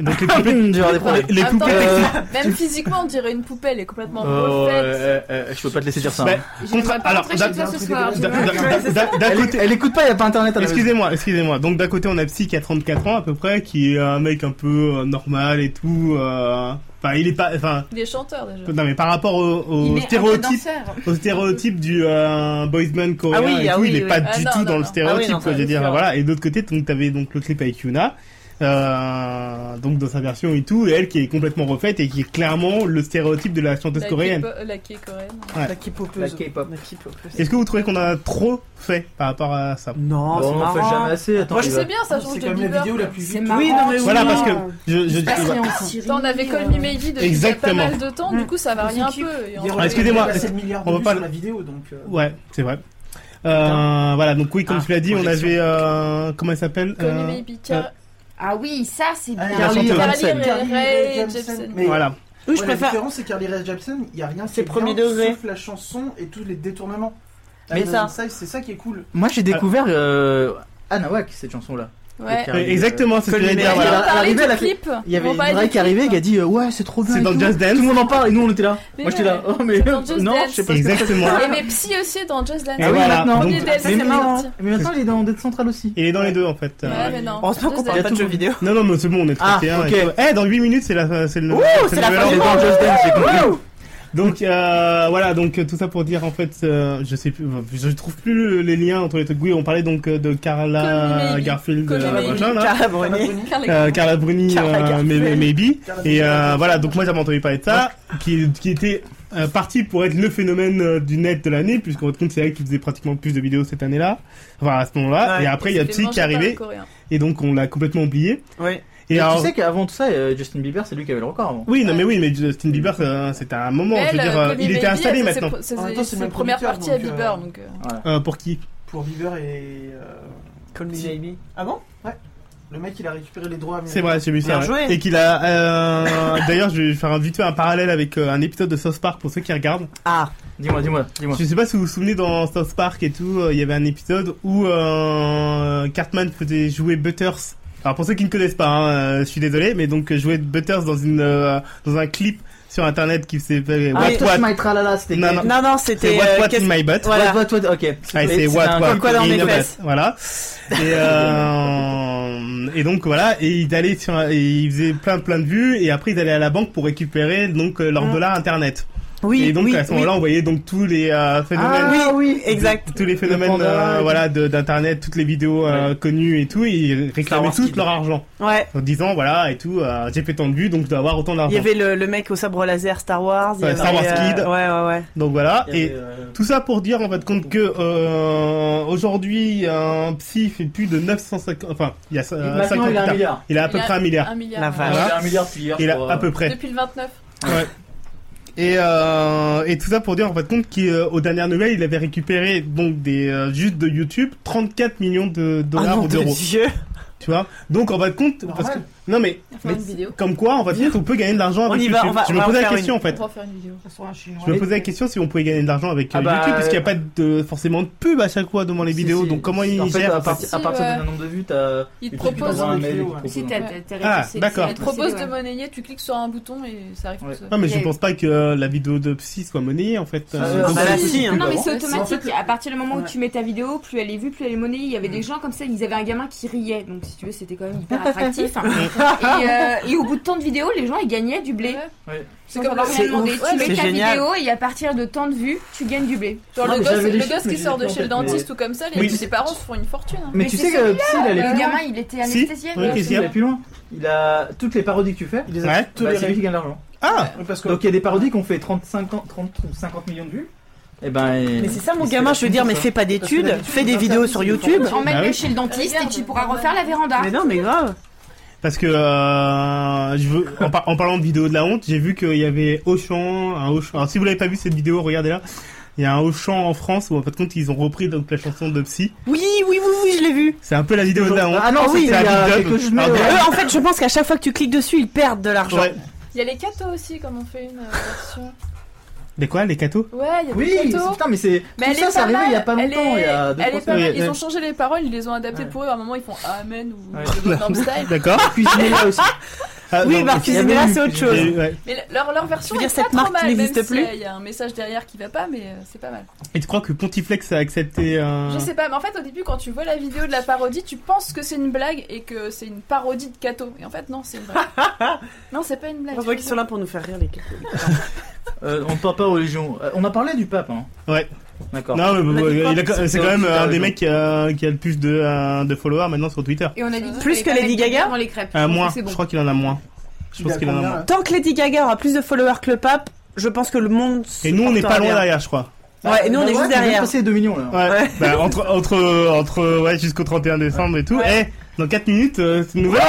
Donc, les Hum, poupées. je vais avoir des les- problèmes. les Attends, poupées. Oh, Euh, Même physiquement, on dirait une poupée, elle est complètement euh, refaite. euh, euh, je peux pas te laisser dire ça. Bah, hein. Je ne Contra- vais pas alors, rentrer d'un- chez toi ce d'un- soir. d'un- d'un- d'un- d'un- d'un Elle, côté. elle écoute pas, il y a pas internet à la maison. Excusez-moi, excusez-moi. Donc d'un côté on a Psy qui a 34 ans à peu près, qui est un mec un peu euh, normal et tout. euh, Enfin, il est pas. Enfin, Il est chanteur déjà. non mais par rapport au, au Il est un peu stéréotype, danseur. au stéréotype du euh, boys man coréen Ah oui, et ah tout, oui, il est oui. pas Ah du non, tout non, dans le Ah non. oui, stéréotype. non, quoi, ça, je veux c'est dire, sûr. voilà. Et d'autre côté, donc t'avais donc le clip avec Yuna. euh, donc dans sa version et tout, et elle qui est complètement refaite et qui est clairement le stéréotype de la chanteuse La coréenne. K-pop- La K coréenne. Ouais. La K-popeuse. La K-pop. La K-popeuse. Est-ce que vous trouvez qu'on a trop fait par rapport à ça Bon, Non, Oh, c'est on fait marrant. jamais assez. Attends, Moi, il Je va- sais bien, ça change C'est de quand même la Bieber. vidéo la plus C'est vite. marrant. Oui, non, mais oui. Voilà, parce que je, je, Il se passe rien en Syrie. euh, Attends, on avait Call Me Maybe depuis Exactement. il y a pas mal de temps, du coup ça varie un Qui- peu. Et on- Hier, on Ah, excusez-moi, a passé le milliard de on va vues pas- sur la vidéo, donc. euh, Ouais, c'est vrai. Euh, voilà, donc oui, comme Ah, tu l'as dit, on projection. avait. euh, comment elle s'appelle Call Me Euh, Maybe, Car- Ah oui, ça c'est Ah, bien. la Carly chanteuse. Rae Jepsen. Carly Rae Rae Jepsen. Mais Voilà. Oui, je ouais, La préfère. différence, c'est Carly Rae Jepsen, il y a rien qui C'est est premier bien, degré. sauf la chanson et tous les détournements. Mais Ah, ça- non, C'est ça qui est cool. Moi, j'ai découvert Ah. euh, Anawak, cette chanson-là. Ouais. Euh, Exactement, c'est ce que Colin j'allais dire. Mary. Voilà. voilà. on parlait L'arrivée, elle a du fait- clip. Il y avait On une parlait vraie bah, du qui clip. arrivait et qui a dit euh, Ouais, c'est trop bien. C'est et dans tout. Just Dance. Tout le monde en parle et nous on était là. Mais Moi j'étais là. ouais. Oh, mais dans Just non, Dance. je sais pas ce que c'est. Exactement. Et mais Psy aussi est dans Just Dance. Et Ah oui, voilà. maintenant. Donc, Il était- ça, mais, c'est marrant. mais maintenant il est dans Dead Central aussi. il est dans les deux en fait. Euh, Ouais, mais non. Heureusement qu'on Just Il parle y a pas de tout. jeux vidéo. Non, non, mais c'est bon, on est 31. Ah, et ok. tout. Eh, dans 8 minutes, c'est la, c'est le. Ouh, c'est le la nouvel fin an. Il est dans Just Dance, j'ai compris. Donc euh, voilà, donc euh, tout ça pour dire en fait, euh, je sais plus, je trouve plus les liens entre les trucs. Oui, on parlait donc euh, de Colin Carla Mary. Garfield, Colin euh, Mary. machin, là. Cara Carla Bruni. Bruni, Car- Euh, Carla Bruni, Carla euh, Garfield. may- maybe. Carla Bruni, Et euh, Carla voilà, donc moi j'avais entendu parler de ça, qui, qui était euh, parti pour être le phénomène euh, du net de l'année, puisqu'en votre compte c'est elle qui faisait pratiquement le plus de vidéos cette année-là, enfin à ce moment-là. Ouais, et après il y a Psy qui est arrivé. arrivé, et donc on l'a complètement oublié. Oui. Et Et alors- tu sais qu'avant tout ça, euh, Justin Bieber c'est lui qui avait le record avant. oui, non mais oui, mais Justin Bieber euh, c'était un moment, je veux dire, euh, il était installé maintenant. C'est En même temps, c'est c'est le ses même premières producteur, parties à donc, euh, Bieber. donc, euh, Euh, pour qui Pour Bieber et. euh, Call me Si. maybe. Ah bon Le mec, il a récupéré les droits. américains. C'est vrai, c'est Bien bizarre. joué. Et qu'il a. euh, D'ailleurs, je vais faire un, vite fait un parallèle avec euh, un épisode de South Park pour ceux qui regardent. Ah. Dis-moi, dis-moi, dis-moi. Je sais pas si vous vous souvenez dans South Park et tout, euh, il y avait un épisode où euh, Cartman faisait jouer Butters. Alors pour ceux qui ne connaissent pas, hein, euh, je suis désolé, mais donc euh, jouer Butters dans une euh, dans un clip sur internet qui s'est fait Ah, What mais- Touch What. my tralala, c'était Non, non. Non, non, C'est c'était. What euh, What qu'est-ce- in my butt. Voilà. What, what, what, ok. Ah, c'est un- What What quoi dans in mes your fesses. butt. Voilà. Et, euh, et donc voilà, et ils allaient sur, un- et ils faisaient plein plein de vues, et après ils allaient à la banque pour récupérer donc euh, leur Mm. dollar internet. Oui. et donc oui, à ce moment-là, on voyait donc tous les euh, phénomènes. Ah, oui, oui, exact. tous les phénomènes Le panda, euh, et voilà de- d'internet toutes les vidéos euh, connues et tout ils Star réclamaient Wars tous Kid. leur argent Ouais. en disant voilà et tout euh, j'ai fait tant de vues donc je dois avoir autant Il y d'argent avait le, le mec au sabre laser Star Wars. il y Ah. Ouais, Star avait, euh, Wars Kid. Ah, Ouais, ouais, ouais. donc voilà Il y et avait, euh, tout ça pour dire en fait compte que euh, aujourd'hui un psy fait plus de 950 enfin il y a euh, Maintenant 50 il a un hectares. milliard. il a à Il peu a- près un milliard un milliard. La ouais. vache. Il Voilà. a un milliard depuis hier. euh, il je a crois. à peu près Depuis le 29. Et, euh, et tout ça pour dire en fait compte qu'aux dernières nouvelles, il avait récupéré donc des euh, juste de YouTube 34 millions de Ah, dollars nom ou de d'euros, Dieu. tu vois. Donc en fait compte, Normal. parce que euh, non mais Enfin, une vidéo. comme quoi en fait compte, on peut gagner de l'argent On avec y va, YouTube. on va- je on me va en posais la faire question en On fait. va faire une vidéo. Ça sera un chinois. Je me posais la question si on pouvait gagner de l'argent avec euh, Ah bah, YouTube parce qu'il n'y a euh, pas de, forcément de pub à chaque fois devant les Si, vidéos, si. donc comment En ils fait, gèrent ça à, parti- Si, à partir ouais. d'un nombre de vues, t'as. Il te YouTube qui propose t'envoie un des mail, vidéos, il te ouais. propose Si un- t'as- t'as- t'as Ah, réussi, d'accord. c'est Il te propose possible, de ouais. monnayer, tu cliques sur un bouton et ça arrive Ouais. tout seul. Non mais je Il y a pense pas que euh, la vidéo de psy soit monnayée en fait. Ah, Euh, ouais, donc, bah, euh, là, si, hein. Non, mais c'est Ouais, c'est- en fait, automatique. le- À partir du moment où Ouais. tu mets ta vidéo, plus elle est vue, plus elle est monnayée. Il y Mm. avait des gens comme ça, ils avaient un gamin qui riait. Donc, si tu veux, c'était quand même hyper attractif. hein. et, euh, et au bout de tant de vidéos, les gens, ils gagnaient du blé. Ouais. Ouais. C'est C'est comme comme le- rien demandé. ouf. Tu mets C'est ta génial. vidéo et à partir de tant de vues, tu gagnes du blé. Genre Non, le mais gosse, j'avais les le chiffres, gosse mais qui j'ai sort plus de en chez le tête, mais- dentiste ou comme ça, les- Oui. ses parents se font une fortune. hein. Mais Mais tu c'est sais que Psy, il est allé Le plus loin. gamin, il était Si. anesthésié. Oui, Psy, qu'est-ce il est allé plus loin. Il a toutes les parodies que tu fais. Il les a Ouais. tous Bah, les c'est lui ré- qui gagne l'argent. Ah Oui, Parce que Donc il y a des parodies qui ont fait 30, 50, 30 ou 50 millions de vues. Et ben. Mais c'est ça, mon gamin, je veux dire, mais fais pas Parce d'études, que fais des vidéos sur YouTube. Bah Emmène-le oui. chez le dentiste et Regarde, tu pourras regarde. refaire la véranda. Mais non, mais grave. Parce que euh, je veux, en, par- en parlant de vidéo de la honte, j'ai vu qu'il y avait Auchan, un Auchan. Alors si vous l'avez pas vu cette vidéo, regardez-la. Il y a un Auchan en France où en fait compte ils ont repris donc la chanson de Psy. Oui, oui, oui, oui, je l'ai vu. C'est un peu la vidéo de la honte. Ah non, C'est oui, il y a Big Dub. quelques semaines, Alors, ouais. derrière- Eux, en fait, je pense qu'à chaque fois que tu cliques dessus, ils perdent de l'argent. Ouais. Il y a les cathos aussi, comme on fait une euh, version. Mais quoi, les cathos Ouais, il y a Oui, des c'est- cathos. putain, mais c'est. Mais tout elle ça, est c'est pas arrivé il y a mal, pas elle longtemps. est- Il y a deux, Elle trois est pas Oui, mal. Ils oui. ont changé les paroles, ils les ont adaptées Ouais. pour eux. À un moment, ils font Amen ou Ouais. le Gangnam Style. D'accord. Cuisinez-la aussi. Ah, Oui, non, bah, il y avait cuisiner là, eu- c'est autre il y a chose. eu- ouais. Mais leur, leur version Je veux dire, est cette pas trop marque mal, même n'existe s'il y a- plus. Il y a un message derrière qui va pas, mais euh, c'est pas mal. Et tu crois que Pontiflex a accepté euh, Hum. un Je sais pas, mais en fait, au début, quand tu vois la vidéo de la parodie, tu penses que c'est une blague et que c'est une parodie de Kato. Et en fait, non, c'est une blague. non, c'est pas une blague. On voit qu'ils sont là pour nous faire rire, les gars. Euh, on ne parle pas religion. Euh, on a parlé du pape, hein. Ouais. D'accord. Non, mais bon, On a dit il a- quoi c'est C'est quand même euh, un un des raison. mecs qui a, qui a le plus de, euh, de followers maintenant sur Twitter. Et on a dit Plus fallait que pas Lady mettre de Gaga dans les crêpes. Euh, Je pense moins. que c'est bon. Je crois qu'il en a moins. Je pense qu'il en a moins. Tant que Lady Gaga aura plus de followers que le pape, je pense que le monde. Et nous, on n'est pas supportera loin bien. derrière, je crois. Bah Ouais, et nous, on est Ah, bah, ouais, juste même derrière. passé les 2 millions, là. Ouais. Ouais. Bah, entre, entre, entre, ouais, jusqu'au 31 décembre et tout. Eh, dans 4 minutes, euh, c'est une nouvelle.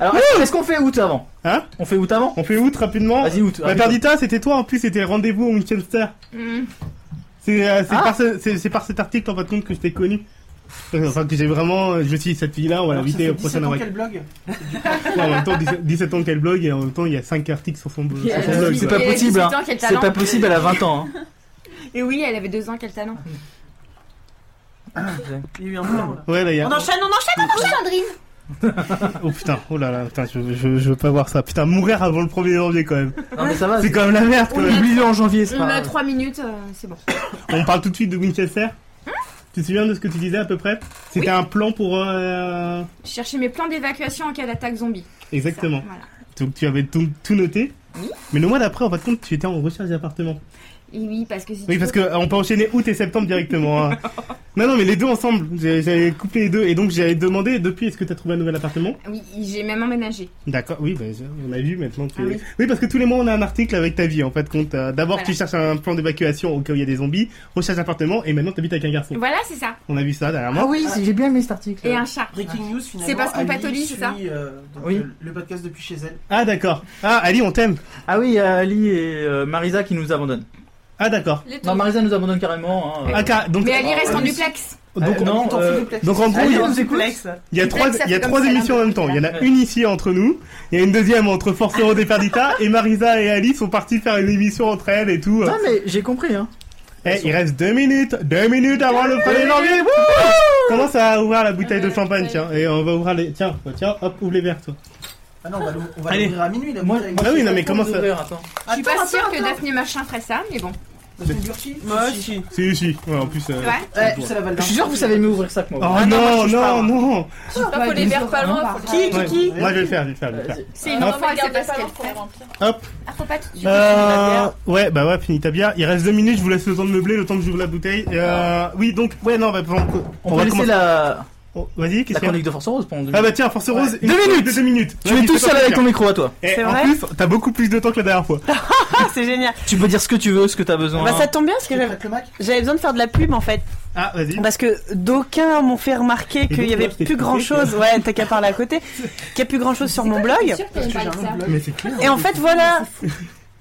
Alors, est-ce est-ce qu'on fait août avant Hein On fait août avant On fait août rapidement. Vas-y, août. Bah, rapide. Perdita, c'était toi en plus, c'était rendez-vous au Winchester. Mm. C'est euh, c'est Ah. par, ce- c'est- c'est par cet article en fin de compte que je t'ai connu. Enfin, que j'ai vraiment. euh, Je me suis dit, cette fille-là, on va Alors, ça l'inviter fait au prochain 17 ans Hawaii. qu'elle blogue. En même temps, 17 17 ans qu'elle blogue et en même temps, il y a 5 articles sur son, Et sur elle son a blog. dit- c'est quoi. pas et elle a possible, hein. 18 ans, quel C'est talent. pas possible, elle a 20 ans. hein. Et oui, elle avait deux ans, quel talent. Il y a eu un plan, là. Ouais, là, il y a. On enchaîne, on enchaîne Sandrine Oh putain, oh là là, putain, je, je, je veux pas voir ça. Putain, mourir avant le 1er janvier quand même. Non, mais ça va. C'est quand même la merde quand On même. oublie en janvier, c'est On a pas. trois minutes, euh, c'est bon. On parle tout de suite de Winchester. Hein Tu te souviens de ce que tu disais à peu près C'était un plan pour. euh, Je cherchais mes plans d'évacuation en cas d'attaque zombie. Exactement. Ça, voilà. Donc tu avais tout, tout noté. Oui. Mais le mois d'après, en fin de compte, tu étais en recherche d'appartement. Et oui, parce que si Oui, tu parce veux- que euh, on peut enchaîner août et septembre directement. hein. non, non, mais les deux ensemble. J'ai- J'avais coupé les deux et donc j'avais demandé depuis est-ce que t'as trouvé un nouvel appartement Oui, j'ai même emménagé. D'accord, oui, bah, j'ai- on a vu maintenant. Tu... Ah oui. parce que tous les mois on a un article avec ta vie en fait. compte. Euh, D'abord Voilà. tu cherches un plan d'évacuation au cas où il y a des zombies, recherche d'appartement et maintenant t'habites avec un garçon. Voilà, c'est ça. On a vu ça dernièrement. Ah oui, c'est- j'ai bien aimé cet article. Et un chat. Breaking news finalement. C'est parce Ali qu'on pataulie, suit, c'est ça euh, donc, Oui. le- Le podcast depuis chez elle. Ah d'accord. Ah Ali, on t'aime. Ah oui, il y a Ali et euh, Marisa qui nous abandonnent. Ah d'accord. Les deux. Non, Marisa nous abandonne carrément. hein. Ah, car- donc, Mais Ali Ah, reste en oui. duplex. donc, Ah, non, On t'en fout euh, du plexi. donc, en gros, Ali il y a- nous écoute. complexe. il y a Duplex, trois, ça il y a fait comme trois ça, hein. émissions en même temps. Il y en a une ici entre nous, il y a une deuxième entre Force Hero des Perditas et Marisa et Ali sont partis faire une émission entre elles et tout. Non, mais j'ai compris, hein. Eh, il reste deux minutes, deux minutes avant le 1er janvier. Wouh Commence à ouvrir la bouteille de Euh, champagne, tiens. Et on va ouvrir les. Tiens, bah, tiens, hop, ouvre les verres, toi. Ah non, on va l'ou- on va Allez. l'ouvrir à minuit la Moi- bouteille. Ah oui, non, mais comment ça Ouvert, attends. Je suis pas sûre que Daphné Machin ferait ça, mais bon. Daphné Burki Moi, Si, si. Si, si. Ouais, en plus. euh, Ouais. Eh, c'est la Val Je suis sûr que vous savez mieux ouvrir ça que Oh moi. non, non, non Là, faut les verres pas loin. faut Qui, les- qui, qui Ouais, Moi, je vais le faire, je vais le faire, je vais le faire. C'est Euh, une non, enfant mais et c'est garde les parce pas loin, qu'elle faut les fait. remplir. Ah, faut pas tout de suite. Euh, ouais, bah ouais, finis ta bière. Il reste deux minutes, je vous laisse le temps de meubler, le temps que j'ouvre la bouteille. Euh, oui, donc, ouais, non, bah, on, On va laisser la, Oh, Vas-y, la qu'est-ce qu'il y a chronique de Force Rose pendant deux Ah minutes. bah tiens, Force Rose, une- Deux minutes deux minutes Tu es tout seul avec ton micro à toi. Et C'est en vrai plus, t'as beaucoup plus de temps que la dernière fois. Ah, C'est génial. Tu peux dire ce que tu veux, ce que t'as besoin. Bah, ça tombe bien parce que Tu j'avais- prêtes le Mac j'avais besoin de faire de la pub en fait. Ah, vas-y. Parce que d'aucuns m'ont fait remarquer qu'il donc, y avait toi, je t'ai plus grand chose. Ouais, t'as qu'à parler à côté. Qu'il y a plus grand chose sur mon blog. Parce que j'ai un autre blog. Mais c'est clair. Et en fait, voilà.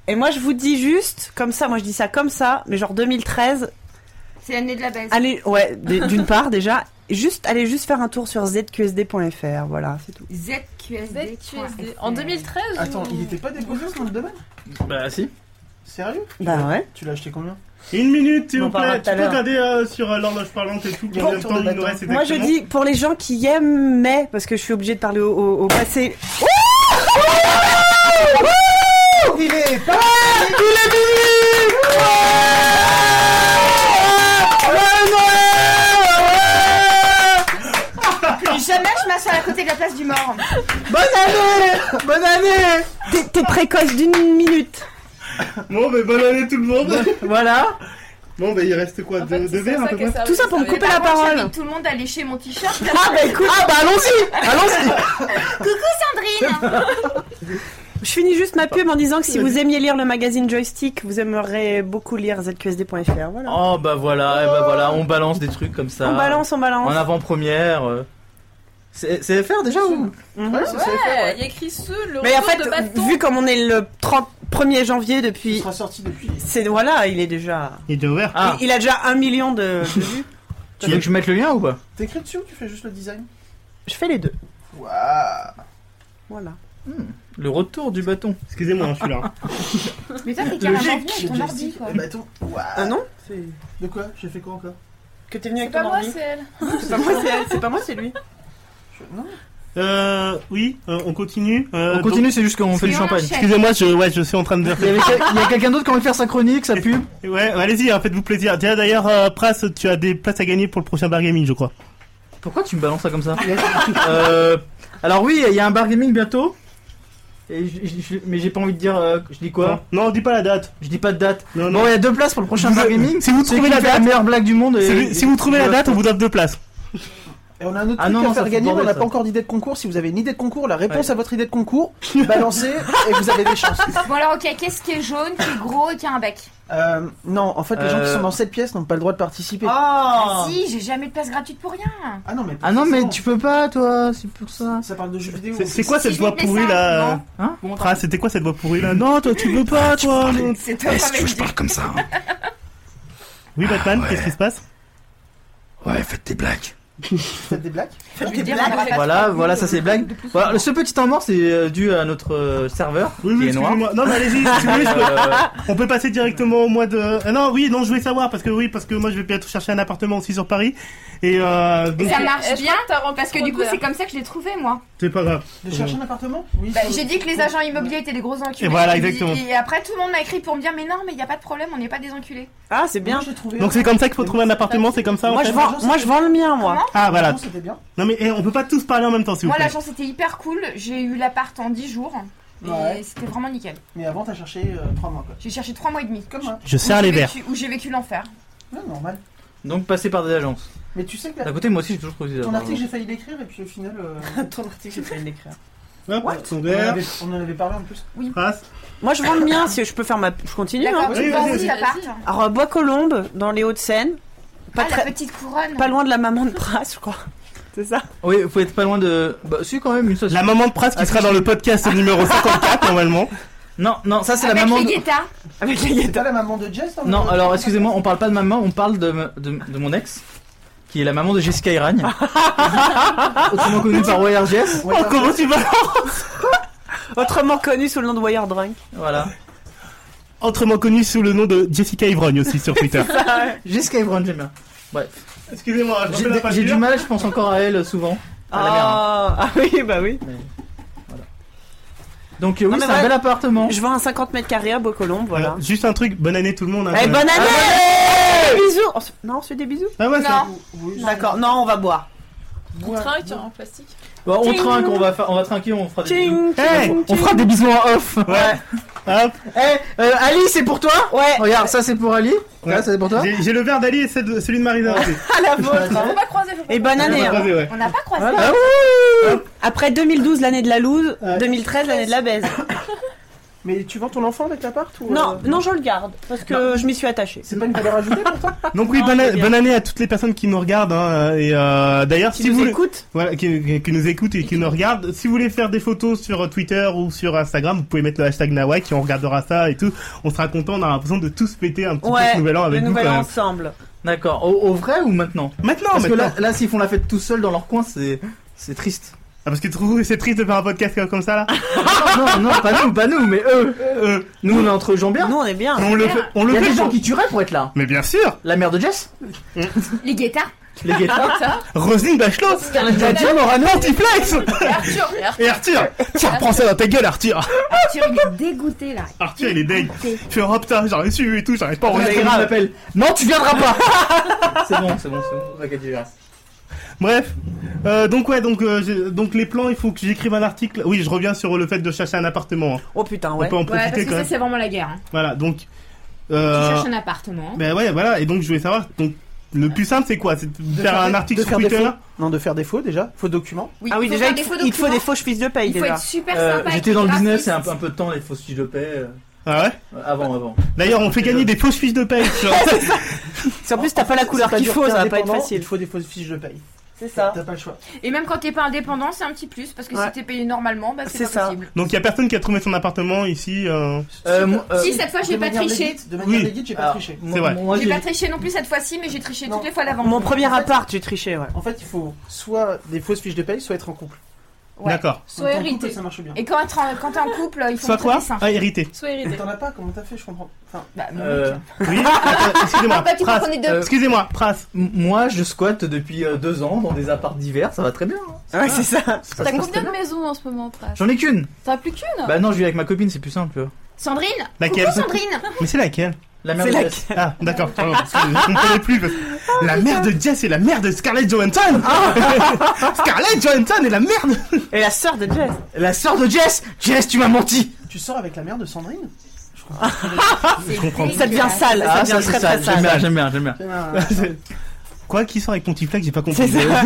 Et moi, je vous dis juste, comme ça, moi je dis ça comme ça, mais genre 2013, C'est l'année de la baisse. allez, ouais, d- d'une part déjà, juste, allez juste faire un tour sur zqsd.fr, voilà, c'est tout. ZQSD. ZQSD. En 2013 Attends, ou- il était pas déposé sur le domaine Bah, si. Sérieux Bah ouais. Tu l'as acheté combien Une minute, s'il On vous en parlera plaît. tout Tu à peux l'heure. regarder euh, sur euh, l'horloge parlante et tout y a combien un de tour temps de il nous bâton. reste Moi je exactement. dis pour les gens qui aiment mais parce que je suis obligée de parler au, au- au passé. Il est pas Ah Jamais je m'assois à côté de la place du mort. Bonne année Bonne année T'es- T'es précoce d'une minute. Bon, ben bonne année tout le monde. Voilà. Bon, ben il reste quoi En Deux fait, deux c'est verres ça à peu qu'elle près servait, Tout ça pour me servait couper pas. la parole. J'invite tout le monde à lécher mon t-shirt. Ah bah écoute. Ah bah allons-y. Coucou Sandrine Je finis juste ma pub en disant que si vous aimiez lire le magazine Joystick, vous aimerez beaucoup lire zqsd.fr. Voilà. Oh bah voilà, eh bah voilà, on balance des trucs comme ça. On balance, on En balance. avant-première. euh. C'est c'est faire déjà ou Mhm. Ouais, c'est ça, faire, ouais. Il y a écrit ce, le Mais en retour fait, de bâton. vu comme on est le 30 1er janvier Il depuis. sera sorti depuis. C'est voilà, il est déjà. Il était ouvert. Ah, Il, il a déjà un million de, de vues. tu veux que je mette le lien ou pas T'écris dessus ou tu fais juste le design Je fais les deux. Waouh Voilà. Le retour du bâton. Excusez-moi, hein, je suis là. Mais toi, t'es Le carrément G venu avec ton ordi, quoi. Le bâton. Ah Eh ben, Waouh non De quoi J'ai fait quoi encore Que t'es venu C'est avec pas ton moi, ordi c'est elle. C'est pas moi, c'est elle. C'est pas moi, c'est lui. Je- Non Euh, oui, euh, on continue. euh, On donc- continue, c'est juste qu'on fait Et du on champagne. enchaîne. Excusez-moi, je, ouais, je suis en train de dire. Il y, avait quel- il y a quelqu'un d'autre qui a envie de faire sa chronique, sa pub Ouais, allez-y, hein, faites-vous plaisir. Tiens, d'ailleurs, euh, Pras, tu as des places à gagner pour le prochain Bar Gaming, je crois. Pourquoi tu me balances ça comme ça Euh, Alors oui, il y a un bar gaming bientôt. Et je- je- je- mais j'ai pas envie de dire. euh, je dis quoi Non, dis pas la date. Je dis pas de date. Non, non. Bon, il y a deux places pour le prochain Vous- bar gaming. si vous Celui trouvez qui la fait la date- meilleure blague du monde. Si, et- si vous trouvez la Voilà. date, on vous donne deux places. Et on a un autre Ah truc non, à ça faire fout le gagner, mais on bordel, n'a ça. pas encore d'idée de concours. Si vous avez une idée de concours, la réponse Ouais. à votre idée de concours, balancez et vous avez des chances. Bon, alors, ok, qu'est-ce qui est jaune, qui est gros et qui a un bec Euh, non, en fait, les gens qui Euh. sont dans cette pièce n'ont pas le droit de participer. Oh Si, j'ai jamais de place gratuite pour rien. Ah non, mais. Ah non, forcément. mais tu peux pas, toi, c'est pour ça. Ça parle de jeux vidéo. C'est- C'est quoi Si cette je voix mettais ça, pourrie là euh, non. Hein Bon, Pras, c'était quoi cette voix pourrie là Non, toi, tu veux pas, toi. non. C'est toi, pas mal. parle comme ça. hein Oui, Batman, qu'est-ce qui se passe Ouais, faites des blagues. Faites des blagues Je vais dire, on aura pas Voilà, trop de voilà, goût, ça, c'est euh, blague. de plus. Voilà, ce petit temps mort, c'est euh, dû à notre euh, serveur Oui, qui oui, est noir. excusez-moi. Non, mais allez-y, si vous voulez, je peux- Euh, On peut passer directement au mois de. Ah non, oui, non, je voulais savoir parce que oui, parce que moi je vais peut-être chercher un appartement aussi sur Paris et euh, donc Ça marche Eh, je crois bien que t'as rempli parce que trop du de coup, verres. c'est comme ça que je l'ai trouvé, moi. c'est pas grave. De chercher un appartement Oui. Bah, c'est- j'ai dit que les agents immobiliers étaient des gros enculés. Et voilà, Et- exactement. Et après, tout le monde m'a écrit pour me dire, mais non, mais il n'y a pas de problème, on n'est pas des enculés. Ah, c'est Bien, bien. j'ai trouvé. euh, Donc c'est comme ça qu'il faut trouver un appartement, c'est comme ça. en Moi, fait je vends, moi, je vends le mien, moi. Ah Voilà. voilà. C'était bien. Non mais eh, on peut pas tous parler en même temps, s'il vous Moi, plaît. l'agence était hyper cool. J'ai eu l'appart en 10 jours. Et Ouais. c'était vraiment nickel. Mais avant, t'as cherché 3 mois quoi. J'ai cherché 3 mois et demi. Comme moi. Je Où serre j'ai les verres. vécu- Où j'ai vécu l'enfer. Non, normal. donc passer par des agences. Mais tu sais que D'un la- côté, moi aussi, j'ai toujours trouvé des ton agences. article, j'ai failli l'écrire et puis au final. euh, Ton article, j'ai failli l'écrire. Hop, What son on, en verre. avait, on en avait parlé en plus. passe. Moi, je vends le mien, si je peux faire ma. Je continue, hein. D'accord, Oui, tu vends vas-y, cet vas-y. appart. Alors, Bois-Colombe, dans les Hauts-de-Seine. Pas, Ah, très- la petite couronne. pas loin de la maman de Pras, je crois. C'est ça Oui, faut être pas loin de. Bah, si, quand même, une sauce. La maman de Pras qui sera dans le podcast numéro 54 normalement. Non, non, ça, c'est la Avec maman. les de- guettas. Avec les C'est guettes. pas la maman de Jess hein, Non, mais- alors, excusez-moi, on parle pas de maman, on parle de, me- de, de mon ex, qui est la maman de Jessica Iragne. Autrement connue par YRGS. Ouais, Oh, t'as- comment tu vas Autrement connu sous le nom de Wire Drunk. Voilà. Autrement connue sous le nom de Jessica Ivrogne aussi sur Twitter. Jessica Iragne, j'aime bien. Excusez-moi, J'ai- J'ai Euh, du mal, je pense encore à elle souvent. À la mère, hein. Ah, ah oui, bah oui. Donc, euh, oui, mais c'est un voilà. bel appartement. Je vends un 50 mètres carrés à Bois-Colombe, voilà. Juste un truc, bonne année tout le monde. hein, Eh, quand même. bonne année Bisous On se- Non, on se fait des bisous Ah ouais, ça. Non. Oui, D'accord, non, on va boire. Ton train qui est en plastique. Bon, Bah, on Tching. trinque, on va, fa- on va trinquer, on fera des bisous. Tching, Eh, tching, On tching. fera des bisous en off. Ouais. Hop. Eh, euh, Ali, c'est pour toi Ouais, Regarde, ça c'est pour Ali. Regarde, ça c'est pour toi. J'ai- J'ai le verre d'Ali et celle de- celui de Marina aussi. à la vôtre hein. Faut pas croiser, faut pas Et bonne On année va hein. croiser, ouais. On n'a pas croisé. Voilà. Après 2012, l'année de la loose, Ouais. 2013, l'année de la baise. Mais tu vends ton enfant avec l'appart ou. Non, euh, non, je le garde, parce que je m'y suis attachée. C'est pas une valeur ajoutée pour toi Donc oui, Non, bonne, c'est bien. bonne année à toutes les personnes qui nous regardent. hein, et euh, d'ailleurs, Qui si vous nous voulez- écoutes voilà, qui, qui- qui nous écoutent et qui nous regardent, si vous voulez faire des photos sur euh, Twitter ou sur Instagram, vous pouvez mettre le hashtag Nawak et on regardera ça et tout. On sera content, on a l'impression de tous péter un petit peu Ouais, ce nouvel an le Ah, avec nous. nouvel quand même. ensemble. D'accord. Au, au vrai ou maintenant Maintenant, Parce que maintenant. là, là s'ils font la fête tout seuls dans leur coin, c'est c'est triste. Ah, parce que tu trouves que c'est triste de faire un podcast comme- comme ça là. Ah, non, non, non, pas nous, pas nous, mais eux. Euh, Nous, on est entre gens bien. Nous, on est bien. on le fait, on Il le y a fait. des gens pour- qui tueraient pour être là. Mais bien sûr, La mère de Jess, Les guettas. les guetteurs, Roselyne Bachelot, Nadia Morano. Antiflex Et Arthur, et Arthur. et Arthur. Tiens, prends ça dans ta gueule, Arthur. Arthur, il est dégoûté là. Arthur, il est deg. Dégoûté. Tu fais oh putain, j'arrive su et tout, j'arrive pas à Ah, C'est enregistrer. grave. m'appelle. Non, tu viendras pas. c'est bon, c'est bon, c'est bon. T'inquiète, tu verras. Bref, euh, donc ouais, donc euh, j'ai- donc les plans, il faut que j'écrive un article. Oui, je reviens sur le fait de chercher un appartement. hein. Oh putain, On ouais. peut en Ouais, parce profiter que quand ça, même. c'est vraiment la guerre. hein. Voilà, donc. Tu Euh, cherches un appartement. ben ouais, voilà. Et donc je voulais savoir, donc le plus simple, c'est quoi C'est de De faire un des- article de sur faire des Twitter faux- Non, de faire des faux déjà, faux documents. Oui, Ah oui, faut déjà, faire il des te faux faut- il te faut documents. des fausses fiches de paye Il faut déjà. être super Euh, sympa. J'étais dans le business, c'est un, un peu- un peu de temps, les fausses fiches de paix. euh, Ah ouais Avant, avant. D'ailleurs, on fait gagner des fausses fiches de paye. genre. Si en plus t'as pas la couleur qu'il C'est-à-dire faut, ça va pas être qu'indépendant, facile. Il faut des fausses fiches de paye. C'est ça. T'as pas le choix. Et même quand t'es pas indépendant, c'est un petit plus parce que Ouais. si t'es payé normalement, bah C'est c'est ça. pas possible. Donc, il y a personne qui a trouvé son appartement ici. euh. Euh, moi, euh, Si cette fois j'ai De pas manière triché. légite- De manière Oui. légitime, j'ai pas alors, triché. moi- C'est vrai. moi, J'ai j'ai- pas triché non plus cette fois-ci, mais j'ai triché Non. toutes les fois d'avant. Mon premier En fait- appart, j'ai triché, ouais. En fait, il faut soit des fausses fiches de paye, soit être en couple. Ouais. D'accord. Quand Soit t'es en couple, hérité. Ça marche bien. Et quand t'es en- quand t'es en couple, il faut Soit montrer quoi tes seins. Ah, hérité. Soit hérité. Mais T'en as pas Comment t'as fait Je comprends. Enfin, Bah, mon euh, mec. Oui, attends, excusez-moi. Ah bah tu Pras. crois qu'on est deux. euh, Excusez-moi, Pras. m- moi, je squatte depuis euh, deux ans dans des apparts divers, ça va très bien. hein. Ouais, c'est ça. Ça T'as se passe combien très bien. de maisons en ce moment, Pras J'en ai qu'une. T'en as plus qu'une Bah non, je vis avec ma copine, c'est plus simple. tu vois. Sandrine Laquelle Coucou Sandrine Mais c'est laquelle La mère C'est de la. Jess. Ah, d'accord. pardon, parce que Je comprenais plus. parce que La mère de Jess et la mère de Scarlett Johansson. Ah, Scarlett Johansson et la mère de. Et la sœur de Jess. La sœur de Jess Jess, tu m'as menti tu sors avec la mère de Sandrine Je comprends. Je comprends. Ça devient sale, Ah, ça ça, devient c'est très très sale. J'aime bien, sale. j'aime bien, j'aime bien. C'est un- Quoi qui sort avec ton petit flag J'ai pas compris. C'est ça.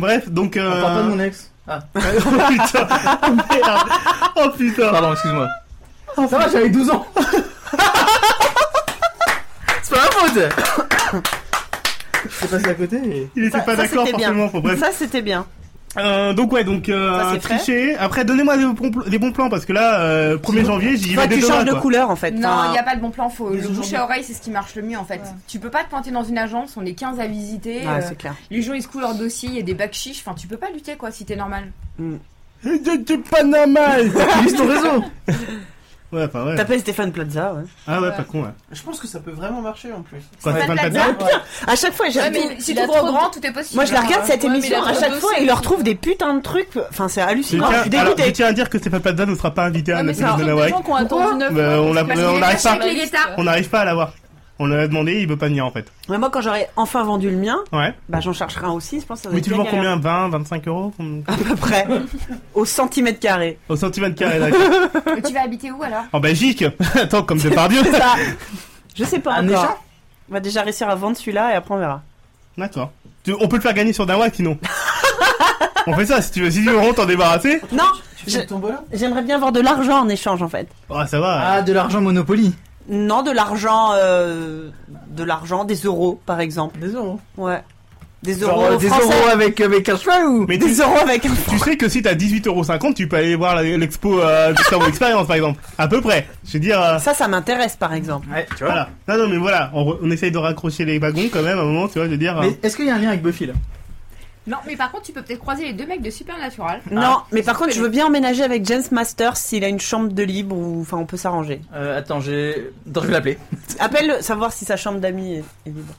Bref, donc. On Euh... parle pas de mon ex. Ah, oh putain. Oh, merde. Oh putain. Ah, pardon, excuse-moi. ça va, j'avais 12 ans C'est pas ma faute C'est passé à côté et... Il était Ça- pas ça, d'accord c'était bien. forcément. Bon, bref. Ça, c'était bien. Euh, donc ouais, donc Ça, euh, c'est fait. tricher. Après, donnez-moi des, bons pl- des bons plans parce que là, euh, 1er janvier, j'y Toi, vais dès tu changes demain. de quoi. couleur en fait. Non, il Enfin, n'y a pas le bon plan, faut Les le bouche aujourd'hui. à oreille, c'est ce qui marche le mieux en fait. Ouais. Tu peux pas te pointer dans une agence, on est 15 à visiter, Ouais, euh, c'est clair. les gens ils secouent leur dossier, il y a des bacs chiches, enfin tu peux pas lutter quoi si t'es normal. Du Panama. Utilise ton réseau Ouais, enfin ouais. T'appelles Stéphane Plaza, ouais. Ah ouais, pas con. Ouais. Je pense que ça peut vraiment marcher en plus. Quand pas t'es de pas la bien. À chaque fois, Ouais, j'aime mais tout. il- Si il a t'ouvres trop au de- grand, tout est possible. Moi, je la regarde cette Ouais, mais il a émission. trop À de chaque dossiers, fois, il leur aussi. trouve des putains de trucs. Enfin, c'est Je hallucinant. tiens, Je suis alors, je dégoûtée. tiens à dire que Stéphane Plaza ne sera pas invité à Ah, la mais c'est un de truc la de gens qui ont attendu 9 Bah, on l'a- Parce qu'il on est n'arrive caché pas. avec les guettas. On n'arrive pas à l'avoir. On l'a demandé, il veut pas venir en fait. Mais moi, quand j'aurai enfin vendu le mien, Ouais. bah, j'en chercherai un aussi. Je pense que ça doit Mais être tu le bien vends galère. combien 20, 25 euros com- À peu près. Au centimètre carré. Au centimètre carré, d'accord. Mais tu vas habiter où alors En Belgique Attends, comme Depardieu C'est ça. Je sais pas Un échange encore. On va déjà réussir à vendre celui-là et après on verra. D'accord. Tu- On peut le faire gagner sur Dawa sinon. on fait ça, si tu veux, si tu veux vraiment t'en débarrasser. Non, Tu Je- fais le tombola j'aimerais bien avoir de l'argent en échange en fait. Ah, ça va. Ah, de l'argent Monopoly Non, de l'argent, euh, de l'argent, des euros par exemple. Des euros Ouais. Des euros Genre euh, des français. euros avec, avec un cheval ou Mais Des euros avec un Tu sais que si t'as 18,50€, tu peux aller voir la- l'expo euh, de Star Wars Experience par exemple. À peu près. Je veux dire. euh, Ça, ça m'intéresse par exemple. Ouais, tu vois. Voilà. Non, non, mais voilà, on, re- on essaye de raccrocher les wagons quand même à un moment, tu vois, je veux dire. euh, Mais est-ce qu'il y a un lien avec Buffy là Non, mais par contre, tu peux peut-être croiser les deux mecs de Supernatural. Non, Ah. mais par contre, je veux bien emménager avec James Masters s'il a une chambre de libre ou enfin on peut s'arranger. euh, Attends, j'ai... Attends, je vais l'appeler. Appelle savoir si sa chambre d'amis est, est libre.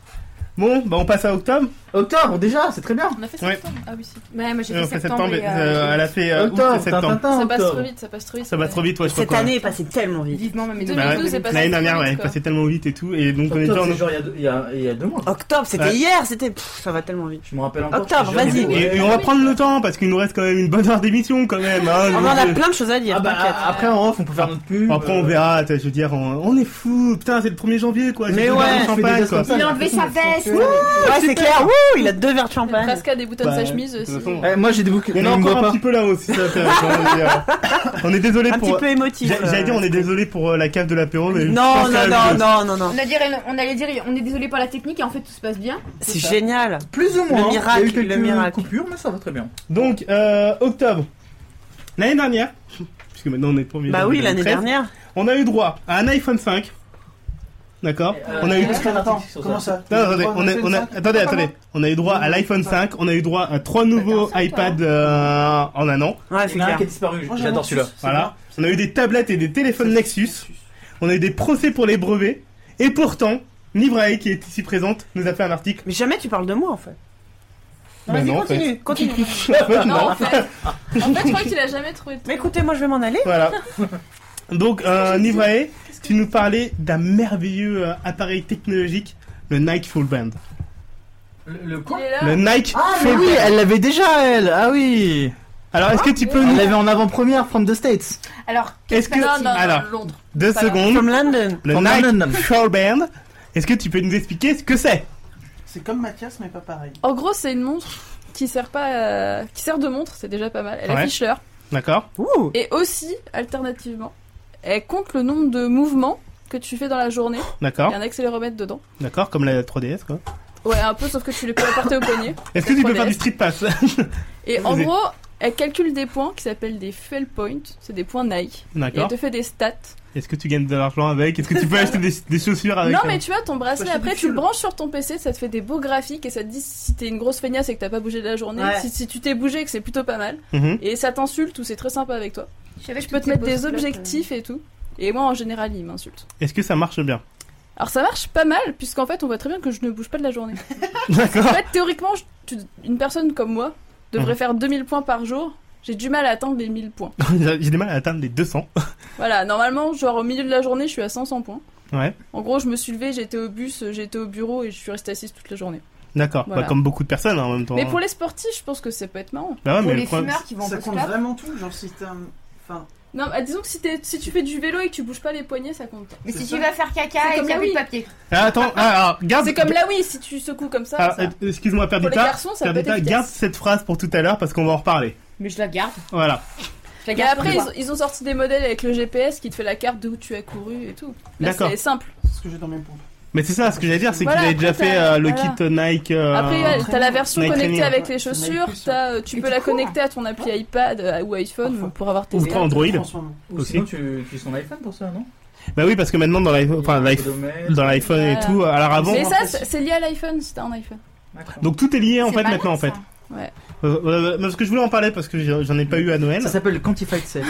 Bon, bah on passe à octobre. Octobre, déjà, c'est très bien On a fait Ouais. septembre Ah oui, si. Ouais, moi j'ai Euh, fait enfin, septembre. et, euh, euh, elle a fait euh, août, Octobre, c'est septembre. Tintin, Ça passe octobre. trop vite, ça passe trop vite. Ça passe trop vite, ouais, je Cette crois. année est passée tellement vite. Vivement, même les Bah ouais. 2012 est passé L'année trop dernière, vite, elle est quoi. passée tellement vite et tout, et donc on est Octobre, déjà en c'est genre il y a deux- il y, a- il y a deux mois. Octobre, c'était Ouais. hier, c'était pff, ça va tellement vite. Je me rappelle encore. Octobre, j'étais jeune vas-y. et beau. Et, et on va prendre le temps parce qu'il nous reste quand même une bonne heure d'émission quand même. hein, On donc, en a euh, plein de choses à dire. Ah bah t'inquiète. a- après en off, on peut faire notre pub. Après on verra, tu vois, je veux dire, on, on est fou, putain c'est le 1er janvier Euh, quoi. Mais j'ai ouais, pas de je fais champagne des quoi. descentes. Il a enlevé sa veste. ah, ouais, c'est clair. Wouh, il a deux vertus en panne. Pascal des boutons de Bah, sa de chemise toute aussi. façon, Euh, moi j'ai des bouquins. On est mais on me encore voit un pas. petit peu là-haut si ça t'intéresse, on est, euh, On est désolé Un petit pour. peu émotif. J'a- J'allais euh. dire, on est désolé pour euh, la cave de l'apéro. mais je Non, pense non, que- non, non, non, non. On, a dirait- on allait dire, on est désolé pour la technique et en fait tout se passe bien. C'est génial. Plus ou moins. Le Il y miracle, a eu le quelques miracle. coupures, mais ça va très bien. Donc, euh, octobre. L'année dernière, puisque maintenant on est premier. Bah oui, l'année dernière. On a eu droit à un iPhone 5. D'accord On a eu. Euh, Attends, attends, comment ça Non, attendez, on a, on a- attendez, Pas attendez. moi. On a eu droit à l'iPhone 5, on a eu droit à trois nouveaux iPad euh, en un an. Ouais, Il Ah, c'est y en a un clair. qui a disparu. Moi, j'ai un J'adore celui-là. Nexus, c'est Voilà. On a eu des tablettes et des téléphones Nexus. On a eu des procès pour les brevets. Et pourtant, Nivrae, qui est ici présente, nous a fait un article. Mais jamais tu parles de moi en fait. Bah Vas-y, non, en fait. continue, continue. Non, en fait, en fait, je crois qu'il a jamais trouvé. Mais écoutez, moi je vais m'en aller. Voilà. Donc, euh, Nivrae, tu nous parlais d'un merveilleux euh, appareil technologique, le Nike Full Band. Le, le Il quoi est là. Le Nike Ah mais Full oui, Band. elle l'avait déjà elle. Ah oui. Alors, est-ce que tu peux Elle nous. l'avait en avant-première from the States. Alors, Est-ce que. Non, non, Alors, non, Londres. deux Pas grave. secondes. From London. Le From Nike London. Full Band. Est-ce que tu peux nous expliquer ce que c'est C'est comme Mathias, mais pas pareil. En gros, c'est une montre qui sert pas, à- qui sert de montre, c'est déjà pas mal. Elle Ouais. affiche l'heure D'accord Ouh et aussi, alternativement, elle compte le nombre de mouvements que tu fais dans la journée. Il D'accord y a un accéléromètre dedans. D'accord, comme la 3DS quoi. Ouais, un peu, sauf que tu les peux apporter au poignet. Est-ce que tu peux 3DS. faire du street pass Et en Vas-y. gros, elle calcule des points qui s'appellent des fail points. C'est des points Nike. Et elle D'accord. te fait des stats. Est-ce que tu gagnes de l'argent avec Est-ce que tu peux acheter des, des chaussures avec non, euh, mais tu vois, ton bracelet, Parce que après, c'est tu le cool. branches sur ton PC, ça te fait des beaux graphiques et ça te dit si t'es une grosse feignasse et que t'as pas bougé de la journée. Ouais. Si, si tu t'es bougé et que c'est plutôt pas mal. mhm. Et ça t'insulte ou c'est très sympa avec toi. Je Tu peux te mettre des objectifs et tout. Et moi, en général, il m'insulte. Est-ce que ça marche bien Alors ça marche pas mal, puisqu'en fait, on voit très bien que je ne bouge pas de la journée. En D'accord. fait, théoriquement, je- tu- une personne comme moi devrait faire 2000 points par jour. J'ai du mal à atteindre les 1000 points. J'ai du mal à atteindre les 200. Voilà, normalement, genre au milieu de la journée, je suis à 500 points. Ouais. En gros, je me suis levée, j'étais au bus, j'étais au bureau et je suis restée assise toute la journée. D'accord. Voilà. Bah, comme beaucoup de personnes hein, en même temps. Mais pour les sportifs, je pense que ça peut être marrant. Bah ouais, Pour mais le les problème- fumeurs qui vont en Ça compte post-club. vraiment tout, genre si t'as. un- Enfin, Non, bah, disons que si, t'es- si tu fais du vélo et que tu bouges pas les poignets, ça compte. pas. Mais C'est si ça. tu vas faire C'est caca et comme qu'il n'y a la plus de Wii. papier. Ah, attends, ah, ah, garde. C'est comme là, oui, si tu secoues comme ça. Ah, ça. euh, Excuse-moi, Pour les Perdita. garçons, ça peut être Perdita, efficace. garde cette phrase pour tout à l'heure parce qu'on va en reparler. Mais je la garde. Voilà. Je la Mais garde. après, ils, ont- ils ont sorti des modèles avec le GPS qui te fait la carte de où tu as couru et tout. Là, D'accord. C'est simple. c'est ce que j'ai dans mes pompes. Mais c'est ça, ce que j'allais dire, c'est Voilà, qu'il avait déjà après, fait t'as- euh, le voilà. kit Nike. euh, Après, ouais, t'as la version Night connectée training, avec ouais. les C'est Night chaussures, plus, t'as, euh, tu Et peux tu la cours. connecter à ton appli iPad euh, ou iPhone Parfois. pour avoir tes Ou stats. pas Android En ce moment. Ou Aussi. sinon, tu utilises ton iPhone pour ça, non Bah oui, parce que maintenant, dans l'iPhone Ah, enfin, bah, l'iPhone- dans l'iPhone et Voilà. tout, euh, alors avant. Mais bon, ça, après, c'est si- c'est lié à l'iPhone si t'as un iPhone. Donc, Donc tout est lié en C'est fait malin, maintenant en ça. fait. Euh, euh, parce que je voulais en parler parce que j'en j'en ai pas eu à Noël. ça s'appelle le Quantified Self.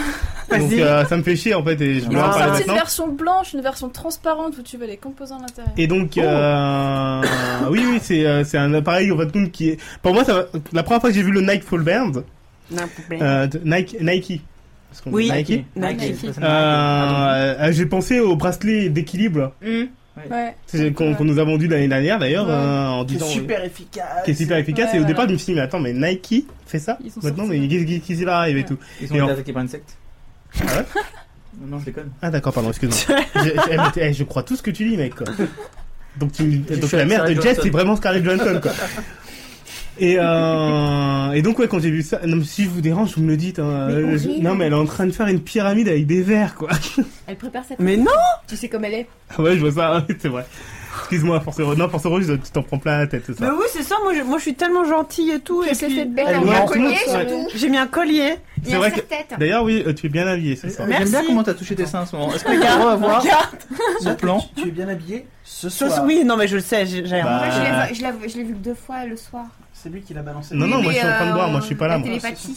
Donc Vas-y. euh, ça me fait chier en fait et je voulais Ils en ont parler sorti une maintenant. version blanche, une version transparente où tu veux les composants à l'intérieur. Et donc, euh, oui, oui, c'est euh, c'est un appareil en fait compte qui est. Pour moi, ça va- la première fois que j'ai vu le Nike Full Band, Non, problème. euh, de- Nike, Nike. Parce qu'on Oui. dit Nike. Nike. Euh, euh, j'ai pensé au bracelet d'équilibre Ouais. euh, c'est- qu'on qu'on nous a vendu l'année dernière d'ailleurs Ouais. euh, en Qui disant est super efficace. qui est super efficace. Ouais, et au voilà. départ, je me suis dit mais attends, mais Nike fait ça Ils ont maintenant, sorti mais qu'est-ce qui- qu'est-ce qui va arriver et Ouais. tout. Ils ont Et été en- attaqués par une secte. Ah ouais Non, non, je déconne. Ah d'accord, pardon, excuse-moi. je, je- eh, mais t'es- eh, je crois tout ce que tu dis, mec. Quoi. Donc, tu, me- Je donc suis la mère Scarlett de Jess, Johansson. c'est vraiment Scarlett Johansson, quoi. Et, euh, et donc ouais quand j'ai vu ça, non mais si je vous dérange vous me le dites. hein. Mais on Euh, je- rit, non hein. mais elle est en train de faire une pyramide avec des verres quoi. Elle prépare sa Mais non Tu sais comme elle est. Ah ouais je vois ça, ouais, c'est vrai. Excuse-moi force heureuse, non force heureuse tu t'en prends plein la tête c'est Mais ça. oui, c'est ça, moi je, moi, je suis tellement gentille et tout. Et s'est puis- fait belle Elle en voit un tout le monde, collier ouais. surtout. J'ai mis un collier. Il y C'est a vrai un que- serre-tête. D'ailleurs oui euh, tu es bien habillé ce soir. J'aime bien Merci. comment t'as touché tes seins en ce moment. Est-ce qu'on peut avoir Là, son plan Tu, tu es bien habillé ce Ce- soir. Oui, non, mais je le sais, j'ai j'ai Bah, un. Moi, je l'ai- je l'ai- je l'ai vu que deux fois le soir. C'est lui qui l'a balancé. Non, non, Oui, moi, je suis en train de mais, boire, euh, moi, je suis pas là, la moi. Télépathie.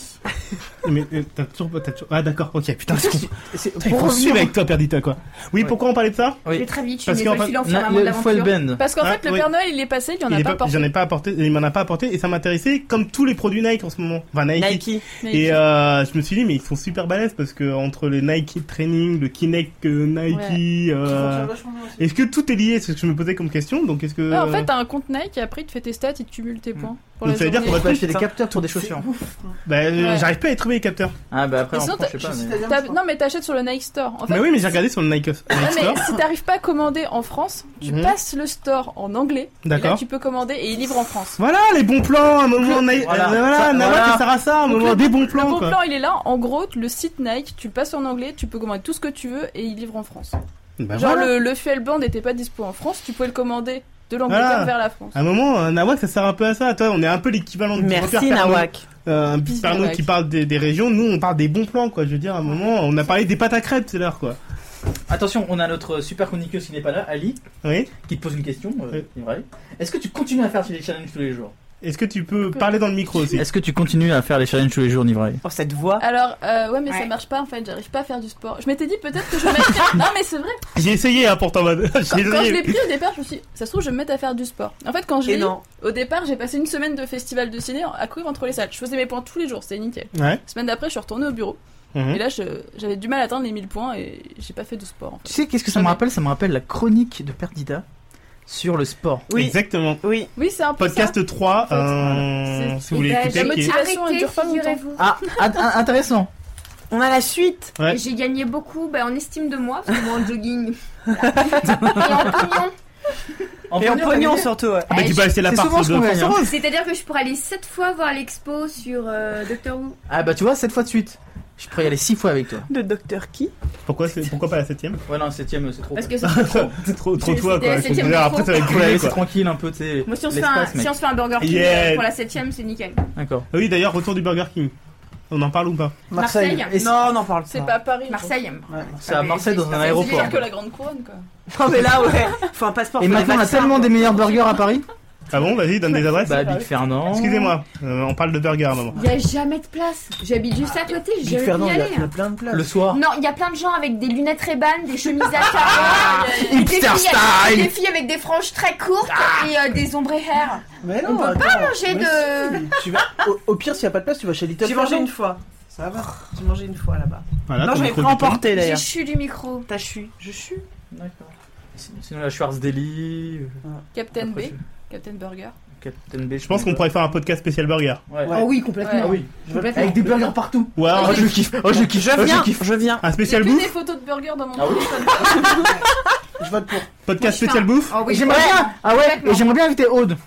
Mais euh, t'as toujours pas t'as toujours ah d'accord ok putain excuse-moi. C'est- Putain, ils font suivre avec toi Perdita quoi. Oui Ouais. pourquoi on parlait de ça Je vais très vite, je Parce suis qu'en une fait- étoile filante sur un Non, monde le foil d'aventure. band. Parce qu'en Ah, fait, le oui. Père Noël, il est passé, il y en Il a est pas pas- J'en porté. ai pas apporté, il m'en a pas apporté et ça m'intéressait comme tous les produits Nike en ce moment. Enfin Nike. Nike. Mais Et euh, je me suis dit mais ils sont super balèzes parce que entre le Nike Training, le Kinect euh, Nike, Qui euh, fonctionne vachement bien aussi. est-ce que tout est lié C'est ce que je me posais comme question. Donc est-ce que Ouais, Ah, en fait, t'as un compte Nike et après, il te fait tes stats, il te cumule tes points. Pour euh, Donc, la ça veut dire journée. On va Putain. acheter des capteurs pour des chaussures. Bah, euh, Ouais. j'arrive pas à y trouver les capteurs. Ah bah après, Ils on sont- prend, je sais Je pas. suis mais- italien, T'as- je crois. Non, mais t'achètes sur le Nike Store. En fait, mais Bah oui, mais j'ai regardé sur le Nike, Nike Ah, mais Store. si t'arrives pas à commander en France, tu Mhm. passes le store en anglais. et là, D'accord. tu peux commander et il livre en France. Voilà les bons plans. À un moment, Nike- Voilà. euh, voilà, Ça- Nawak voilà. et Sarah, ça, à un Donc, moment le- des bons Le plans. bon Ah, quoi. plan, il est là. En gros, le site Nike, tu le passes en anglais, tu peux commander tout ce que tu veux et il livre en France. Bah, Genre, voilà. le, le fuel band n'était pas dispo en France, tu pouvais le commander de l'Angleterre Voilà. vers la France. À un moment, euh, Nawak, ça sert un peu à ça. Toi, on est un peu l'équivalent de Merci Pierre Pernaut. Nawak. Euh, un petit Bisous, Pernaut Nawak. qui parle des, des régions. Nous, on parle des bons plans, quoi. Je veux dire, à un moment, on a parlé des pâtes à crêpes, c'est l'heure, quoi. Attention, on a notre super chroniqueuse qui n'est pas là, Ali, Oui. qui te pose une question. euh, Oui. c'est vrai. Est-ce que tu continues à faire les challenges tous les jours Est-ce que tu peux parler dans le micro aussi Est-ce que tu continues à faire les challenges tous les jours, Nivray Oh, cette voix. Alors, euh, ouais, mais ça Ouais. marche pas en fait, j'arrive pas à faire du sport. Je m'étais dit peut-être que je vais me mettre. non, mais c'est vrai, J'ai essayé, hein, pourtant. bah, J'ai quand, quand je l'ai essayé. pris au départ, je me suis dit, ça se trouve, je vais me mettre à faire du sport. En fait, quand je Et l'ai eu, non. au départ, j'ai passé une semaine de festival de ciné à courir entre les salles. Je faisais mes points tous les jours, c'était nickel. Ouais. Semaine d'après, je suis retournée au bureau. Mhm. Et là, je- j'avais du mal à atteindre les 1000 points et j'ai pas fait de sport. en fait. Tu sais, qu'est-ce que ça me Jamais. rappelle Ça me rappelle la chronique de Perdita sur le sport. Oui. Exactement. Oui. Oui, c'est un peu Podcast ça. 3, fait, euh, voilà. si vous voulez Et ben, écouter. la qui est- motivation, elle Arrêtez, dure pas longtemps. figurez-vous. Ah, int- intéressant On a la suite. Ouais. Et J'ai gagné beaucoup bah, en estime de moi, parce que moi en jogging. Voilà. Et en pognon. En Et en pognon, pognon t'as surtout, ouais. Ah, bah, Eh, tu peux acheter gagné. la C'est part souvent ce qu'on gagne. hein. C'est-à-dire que je pourrais aller 7 fois voir l'expo sur euh, Doctor Who. Ah bah tu vois, 7 fois de suite. Je pourrais y aller 6 fois avec toi. De Docteur qui Pourquoi, c'est- pourquoi pas la septième Ouais, non, 7ème, c'est trop. Parce Parce que ça serait trop. Trop, trop C'était toi, la quoi. Faut septième dire, info. Après, ça va être que cool, c'est quoi. tranquille un peu, tu sais. Moi, si on, se fait un, l'espace, si mec. on se fait un Burger King Yeah. euh, pour la 7ème, c'est nickel. D'accord. Ah Oui, d'ailleurs, retour du Burger King. On en parle ou pas Marseille. Et c'est- Non, on en parle Ah. C'est pas. pas Paris. Marseille. Ouais. C'est à Ah, Marseille dans un C'est C'est aéroport. pire que la Grande Couronne, quoi. Non, mais là, ouais. Faut un passeport. Et faut des maintenant, on a vaccins, tellement quoi. des meilleurs burgers à Paris Ah bon, vas-y, donne des adresses. Bah, Big Fernand. Excusez-moi, euh, on parle de burger à un moment. Il n'y a jamais de place. J'habite juste à côté, j'ai Big jamais pu Fernand, y il y a- aller. il y a plein de places. Le soir. Non, il y a plein de gens avec des lunettes Ray-Ban, des chemises à carreaux, des, filles Hipster avec- style. des filles avec des franges très courtes et euh, des ombres hair. Mais non, On peut pas manger de- Tu vas... au, au pire, s'il n'y a pas de place, tu vas chez Little J'ai mangé Fernand. une fois. Ça va. J'ai mangé une fois là-bas. Voilà, non, ton j'en ai micro pris du temps. emporté J'ai d'ailleurs. chu du micro. T'as chu. Je chu. D'accord. Sinon, sinon, la Schwarz Deli. euh, Captain B, après, Captain Burger. c'est- Captain B. Je pense qu'on pourrait faire un podcast spécial burger. Ouais. Ouais. Ah oui, complètement. Ah oui. Je veux Avec des burgers partout. Ou Oh, alors, je kiffe. Oh, je kiffe. Je Oh, viens. je kiffe. Je viens. un J'ai spécial plus bouffe des photos de burger dans mon Ah oui. téléphone. Je vote pour. Podcast Moi, je spécial bouffe Oh Et oui, j'aimerais ouais. bien. Ah ouais. Complètement. Et j'aimerais bien inviter Aude.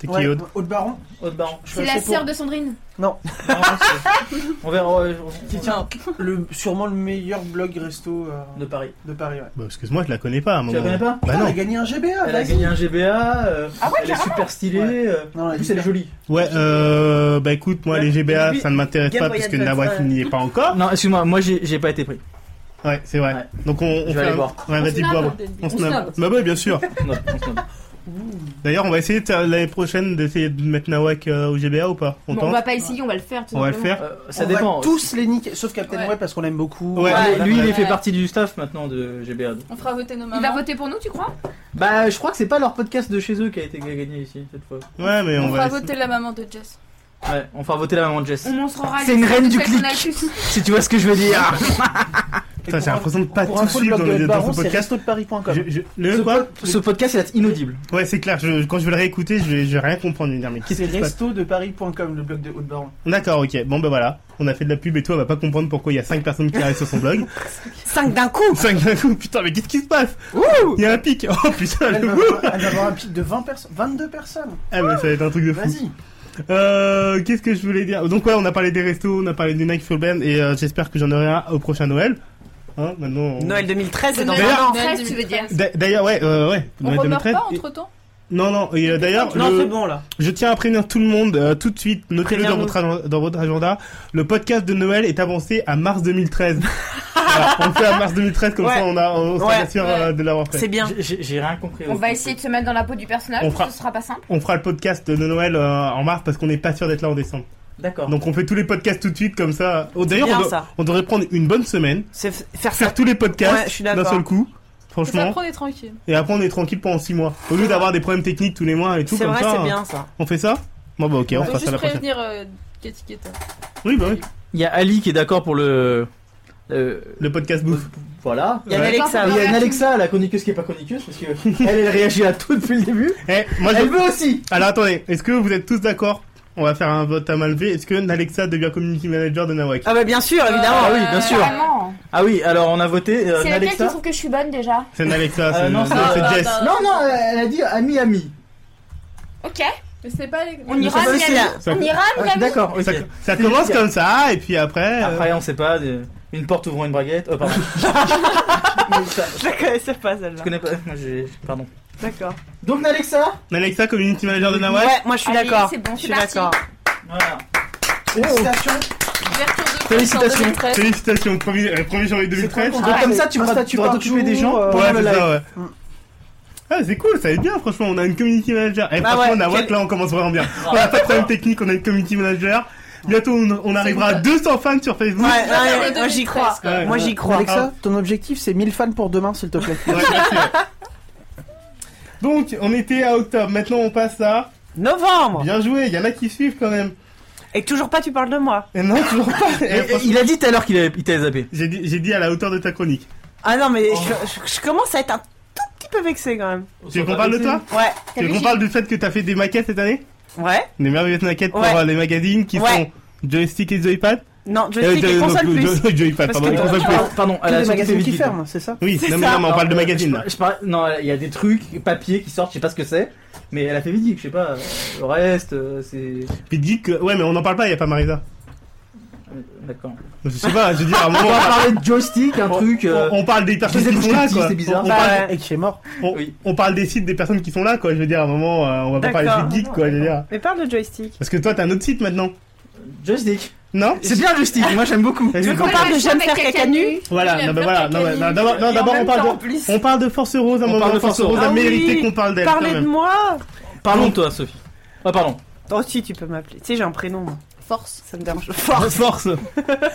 C'est Ouais, qui, Aude Aude Baron. Aude Baron. Je suis C'est la assez sœur pour. de Sandrine. Non, c'est- on verra. ouais, on- Tiens, Le, sûrement le meilleur blog resto euh, on- De Paris. de Paris. Ouais. Bah, excuse-moi, je la connais pas à un Tu moment. la connais pas Bah Putain, elle a non. gagné un GBA. Elle a vas-y. gagné un GBA. euh, elle est super stylée. Ouais. euh, Non, en elle plus, est elle est jolie. Ouais, euh, bah écoute, moi, les GBA, ça ne m'intéresse Game pas Boy puisque euh, Advance, Nawaf ouais. n'y est pas encore. Non, excuse-moi, moi j'ai j'ai pas été pris. Ouais, c'est vrai. Ouais. Donc, on, on Je vais fait aller un- voir. Ouais, on vas-y, snob, bois, bois. Captain B. On snob. Bah ouais, bien sûr. Non, on se nomme. D'ailleurs, on va essayer de faire- l'année prochaine d'essayer de mettre Nawak euh, au GBA ou pas On Bon, on tente va pas essayer, on va le faire. tout On va le simplement. faire Euh, ça on va dépend. tous les niquer, sauf Captain Ouais. Web parce qu'on l'aime beaucoup. Ouais. Ouais, lui, il Ouais. fait partie du staff maintenant de GBA. donc. On fera voter nos Il va mamans. voter pour nous, tu crois Bah, je crois que c'est pas leur podcast de chez eux qui a été gagné ici cette fois. Ouais, mais on, On va. fera voter la maman de Jess. Ouais, on fera voter la maman de Jess. On montrera. C'est les une reine photos du qu'on clic. a tous. Si tu vois ce que je veux dire. Et Putain, pour j'ai un- l'impression de pas pour tout info, le suivre blog dans, de les, Aude dans ce Baron, c'est podcast. restodeparis.com. Je- je- le ce, quoi pod- ce podcast il est inaudible. Ouais, c'est clair. je- quand je vais le réécouter, je vais, je vais rien comprendre. une Qu'est-ce C'est qui se passe restodeparis.com, le blog de Aude Baron. D'accord, ok. Bon, bah voilà. On a fait de la pub et toi, on va pas comprendre pourquoi il y a 5 personnes qui arrivent sur son blog. 5 d'un coup. 5 d'un coup, putain, mais qu'est-ce qui se passe Il y a un pic. Oh putain, Elle le va, coup. avoir, elle va avoir un pic de 20 personnes, 22 personnes. Ah, mais ça va être un truc de fou. Vas-y. Euh, qu'est-ce que je voulais dire Donc ouais, on a parlé des restos, on a parlé du Nike Fuel Band et euh, j'espère que j'en aurai un au prochain Noël. Hein, maintenant. on- Noël 2013, c'est dans Noël. un an. Noël Reste, tu veux dire. 2013. D'a- D'ailleurs, ouais, euh, ouais. On Noël remeurt 2013. pas entre temps Et- Non, non. Et euh, d'ailleurs, Non, le- c'est bon là. je tiens à prévenir tout le monde euh, tout de suite. Notez-le dans Préviens-nous. votre agen- dans votre agenda. Le podcast de Noël est avancé à mars 2013. Voilà, on le fait à mars 2013 comme Ouais. ça, on a, on sera Ouais. bien sûr Ouais. euh, de l'avoir fait. C'est bien. J'ai- J'ai j'ai rien compris. On va essayer de se mettre dans la peau du personnage, On fera- ce sera pas simple. On fera le podcast de Noël euh, en mars parce qu'on n'est pas sûr d'être là en décembre. D'accord. Donc on fait tous les podcasts tout de suite comme ça. Oh, D'ailleurs, Oh. bien, on doit- ça. on devrait prendre une bonne semaine. C'est f- faire ça. faire tous les Ouais, podcasts je suis d'un d'accord. seul coup, Ça franchement. prend des tranquilles. Et après, on est tranquille pendant 6 mois. Au lieu d'avoir des problèmes techniques tous les mois et tout, C'est comme vrai, ça, c'est euh, bien ça. on fait ça Bon, bah, ok, on On fera ça faut la juste prochaine. prévenir euh, Cathy Guetta. Oui, bah oui, Il y a Ali qui est d'accord pour le. le- le podcast bouffe. Voilà. Il y a Ouais. Alexa. hein. Et Ah, Il y a une Alexa, la chroniqueuse qui est pas chroniqueuse, parce que elle, elle réagit à tout depuis le début. Eh, moi, Elle je... veut aussi. Alors, attendez, est-ce que vous êtes tous d'accord On va faire un vote à main levée. Est-ce que Alexa devient community manager de Nawak Ah bah bien sûr, évidemment. Ah Euh, oui, bien sûr. Vraiment. Ah oui, alors on a voté euh, C'est laquelle qui Alexa. trouve que je suis bonne déjà C'est une Alexa, Euh, c'est non, c'est- ça, c'est euh, Jess. attends. Non, non, elle a dit ami, ami. Ok, Mais c'est pas les. on ira c'est à pas aussi Miami. la- Ça, On ira à Ah, Miami. D'accord, ok. ça- ça commence comme ça, et puis après. euh, Après, on sait pas, de- une porte ouvrant une braguette. Oh, pardon. Mais ça, Je la connaissais pas celle-là. je connais pas. Moi, j'ai. Pardon. D'accord. Donc, Alexa une Alexa, community manager de Nawak Ouais, moi je suis Allez, d'accord. c'est bon, Je c'est suis parti. d'accord. Voilà. Félicitations. Ouverture de France en Félicitations. 2013. Félicitations, 1er euh, 1er janvier 2013. Donc, comme ça, tu Un pourras, statut tu pourras par t'occuper jour, des gens euh, pendant Ouais, le c'est live. ça, ouais. Mm. Ah, c'est cool, ça va être bien, franchement. On a une community manager. Et Bah franchement, ouais, Nawak, quel- là, on commence vraiment bien. On a pas de problème technique, on a une community manager. Bientôt, on, on arrivera à 200 fans sur Facebook. Ouais, ouais, de moi j'y 2013, crois. quoi. Ouais. Moi j'y crois. Alexa, ton objectif c'est 1000 fans pour demain, s'il te plaît. Ouais, merci, ouais. Donc, on était à octobre. Maintenant, on passe à. Novembre. Bien joué, il y en a qui suivent quand même. Et toujours pas tu parles de moi. Et non, toujours pas. Et Et- et franchement, il a dit tout à l'heure qu'il avait- il t'avait zappé. J'ai dit, j'ai dit à la hauteur de ta chronique. Ah non mais je, je- je commence à être un tout petit peu vexé quand même. Tu veux qu'on parle de toi Ouais, Tu veux qu'on parle du fait que t'as fait des maquettes cette année ouais. Des merveilleuses maquettes Ouais. pour euh, les magazines qui Ouais. sont Joystick et Joypad Non, Euh, joystick de- et non, console plus, plus. de- de Joypad, Parce pardon, que- de console plus. Pardon, pardon, Tous à la les sortie magazines des qui vidéos. ferment, Ah, c'est ça Oui, C'est non, mais ça. non, mais Bah, on parle de magazine là. Je par- non, il y a des trucs, papier qui sortent, je sais pas ce que c'est, mais elle a fait vidique, je sais pas. euh, Le reste, euh, c'est. Puis dis que. Ouais, mais on n'en parle pas, il n'y a pas Marisa. Euh, D'accord. Je sais pas, je veux dire, à un On moment. va parler de joystick, un on- truc. euh, on, on parle des personnes je les ai qui sont bougés là, aussi, quoi. c'est bizarre. On, on Bah, parle, Et qui est mort. on- oui. on parle des sites des personnes qui sont là, quoi. Je veux dire, à un moment, euh, on va pas parler de D'accord. site geek, quoi. Je veux dire. Mais parle de joystick. Parce que toi, t'as un autre site maintenant. Joystick. Non C'est bien joystick, moi j'aime beaucoup. Tu veux qu'on parle de j'aime faire caca nu Voilà, non, Il aime mais pas voilà. Kakali. Non, mais- non, d'abord, non, Et en d'abord, on même parle temps, en de. plus. On parle de Force Rose à un On moment. parle de Force Force Rose Rose. a Ah mérité oui. qu'on parle d'elle. quand Parlez de même. moi Parlons de toi, Sophie. Ah, pardon. Toi aussi, tu peux m'appeler. Tu sais, j'ai un prénom. moi. Force. Ça me dérange pas. Force. Force.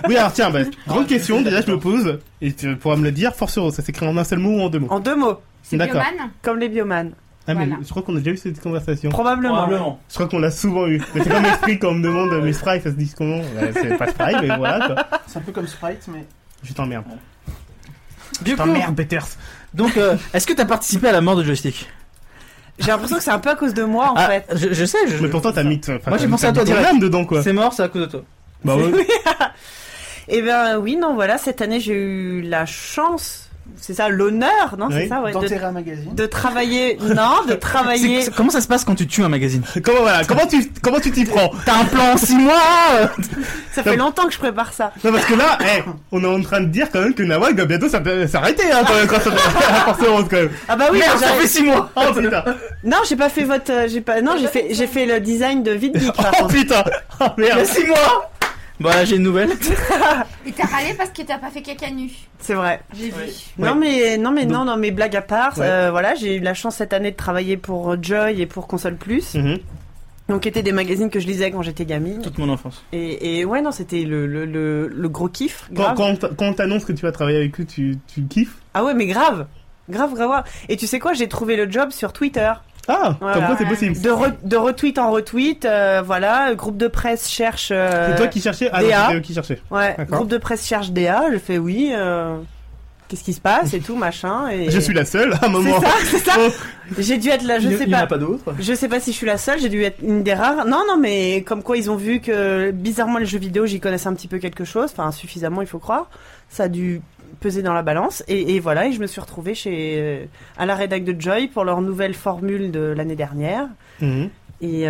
oui, alors tiens, bah, grande question, déjà je me pose, et tu pourras me le dire, Force Rose, ça s'écrit en un seul mot ou en deux mots En deux mots, C'est D'accord. Bioman comme les biomanes. Ah, mais Voilà. je crois qu'on a déjà eu cette conversation. Probablement. Probablement. Je crois qu'on l'a souvent eu. Mais c'est comme esprit quand on me demande, euh, mais Sprite, ça se dit comment Bah, C'est pas Sprite, mais voilà quoi. C'est un peu comme Sprite, mais. Je t'emmerde. Du coup, T'emmerdes, Peters. donc, euh, est-ce que t'as participé à la mort de joystick J'ai l'impression que c'est un peu à cause de moi, en Ah, fait. Je, je sais, je. Mais pourtant, t'as mis. enfin, Moi, j'ai t'as- pensé à t'as toi mis ton direct. âme dedans quoi. C'est mort, c'est à cause de toi. Bah ouais. Eh bien, oui, non, voilà, cette année, j'ai eu la chance, c'est ça, l'honneur, non, Oui. c'est ça, ouais, de, D'enterrer un magazine. de travailler, non, de C'est- travailler. c'est- Comment ça se passe quand tu tues un magazine Comment voilà Comment tu comment tu t'y prends T'as un plan en 6 mois euh, Ça fait longtemps que je prépare ça. Non parce que là, eh, on est en train de dire quand même que Nawak va bientôt s'arr- s'arrêter hein, quand même quand ça à Force Rose quand même. Ah bah oui, Merde, j'ai- ça fait 6 mois Oh putain non, j'ai pas fait votre, euh, j'ai pas, non, j'ai fait, j'ai fait le design de Vite Geek, par Oh contre. putain Oh Il y a merde 6 Ah, mois Bah, j'ai une nouvelle. Et t'as râlé parce que t'as pas fait caca nu. C'est vrai. J'ai vu. Non mais non mais non non mais blague à part, Ouais. euh, voilà j'ai eu la chance cette année de travailler pour euh, Joy et pour Console Plus, Mhm. Mm. donc étaient des magazines que je lisais quand j'étais gamine. Toute mon enfance. Et, et ouais non c'était le, le, le, le gros kiff. Quand, Grave. quand, on t- quand on t'annonce que tu vas travailler avec eux, tu, tu kiffes Ah ouais mais grave, grave grave. grave. Et tu sais quoi j'ai trouvé le job sur Twitter. Ah, comme Voilà. quoi c'est possible. De, re- de retweet en retweet, euh, voilà groupe de presse cherche. euh, C'est toi qui cherchais Ah non, DA. c'était eux qui cherchaient. Ouais D'accord. groupe de presse cherche DA. J'ai fait oui. euh, Qu'est-ce qui se passe et tout machin. Et... Je suis la seule à un C'est moment. ça c'est ça. Oh. J'ai dû être là je il, sais il y en pas. a pas d'autres. Je sais pas si je suis la seule, j'ai dû être une des rares. Non, non, mais comme quoi ils ont vu que bizarrement les jeux vidéo, j'y connaissais un petit peu quelque chose, enfin suffisamment, il faut croire. Ça a dû peser dans la balance et, et voilà, et je me suis retrouvée chez euh, à la rédac de Joy pour leur nouvelle formule de l'année dernière Mhm. et Ah, Elle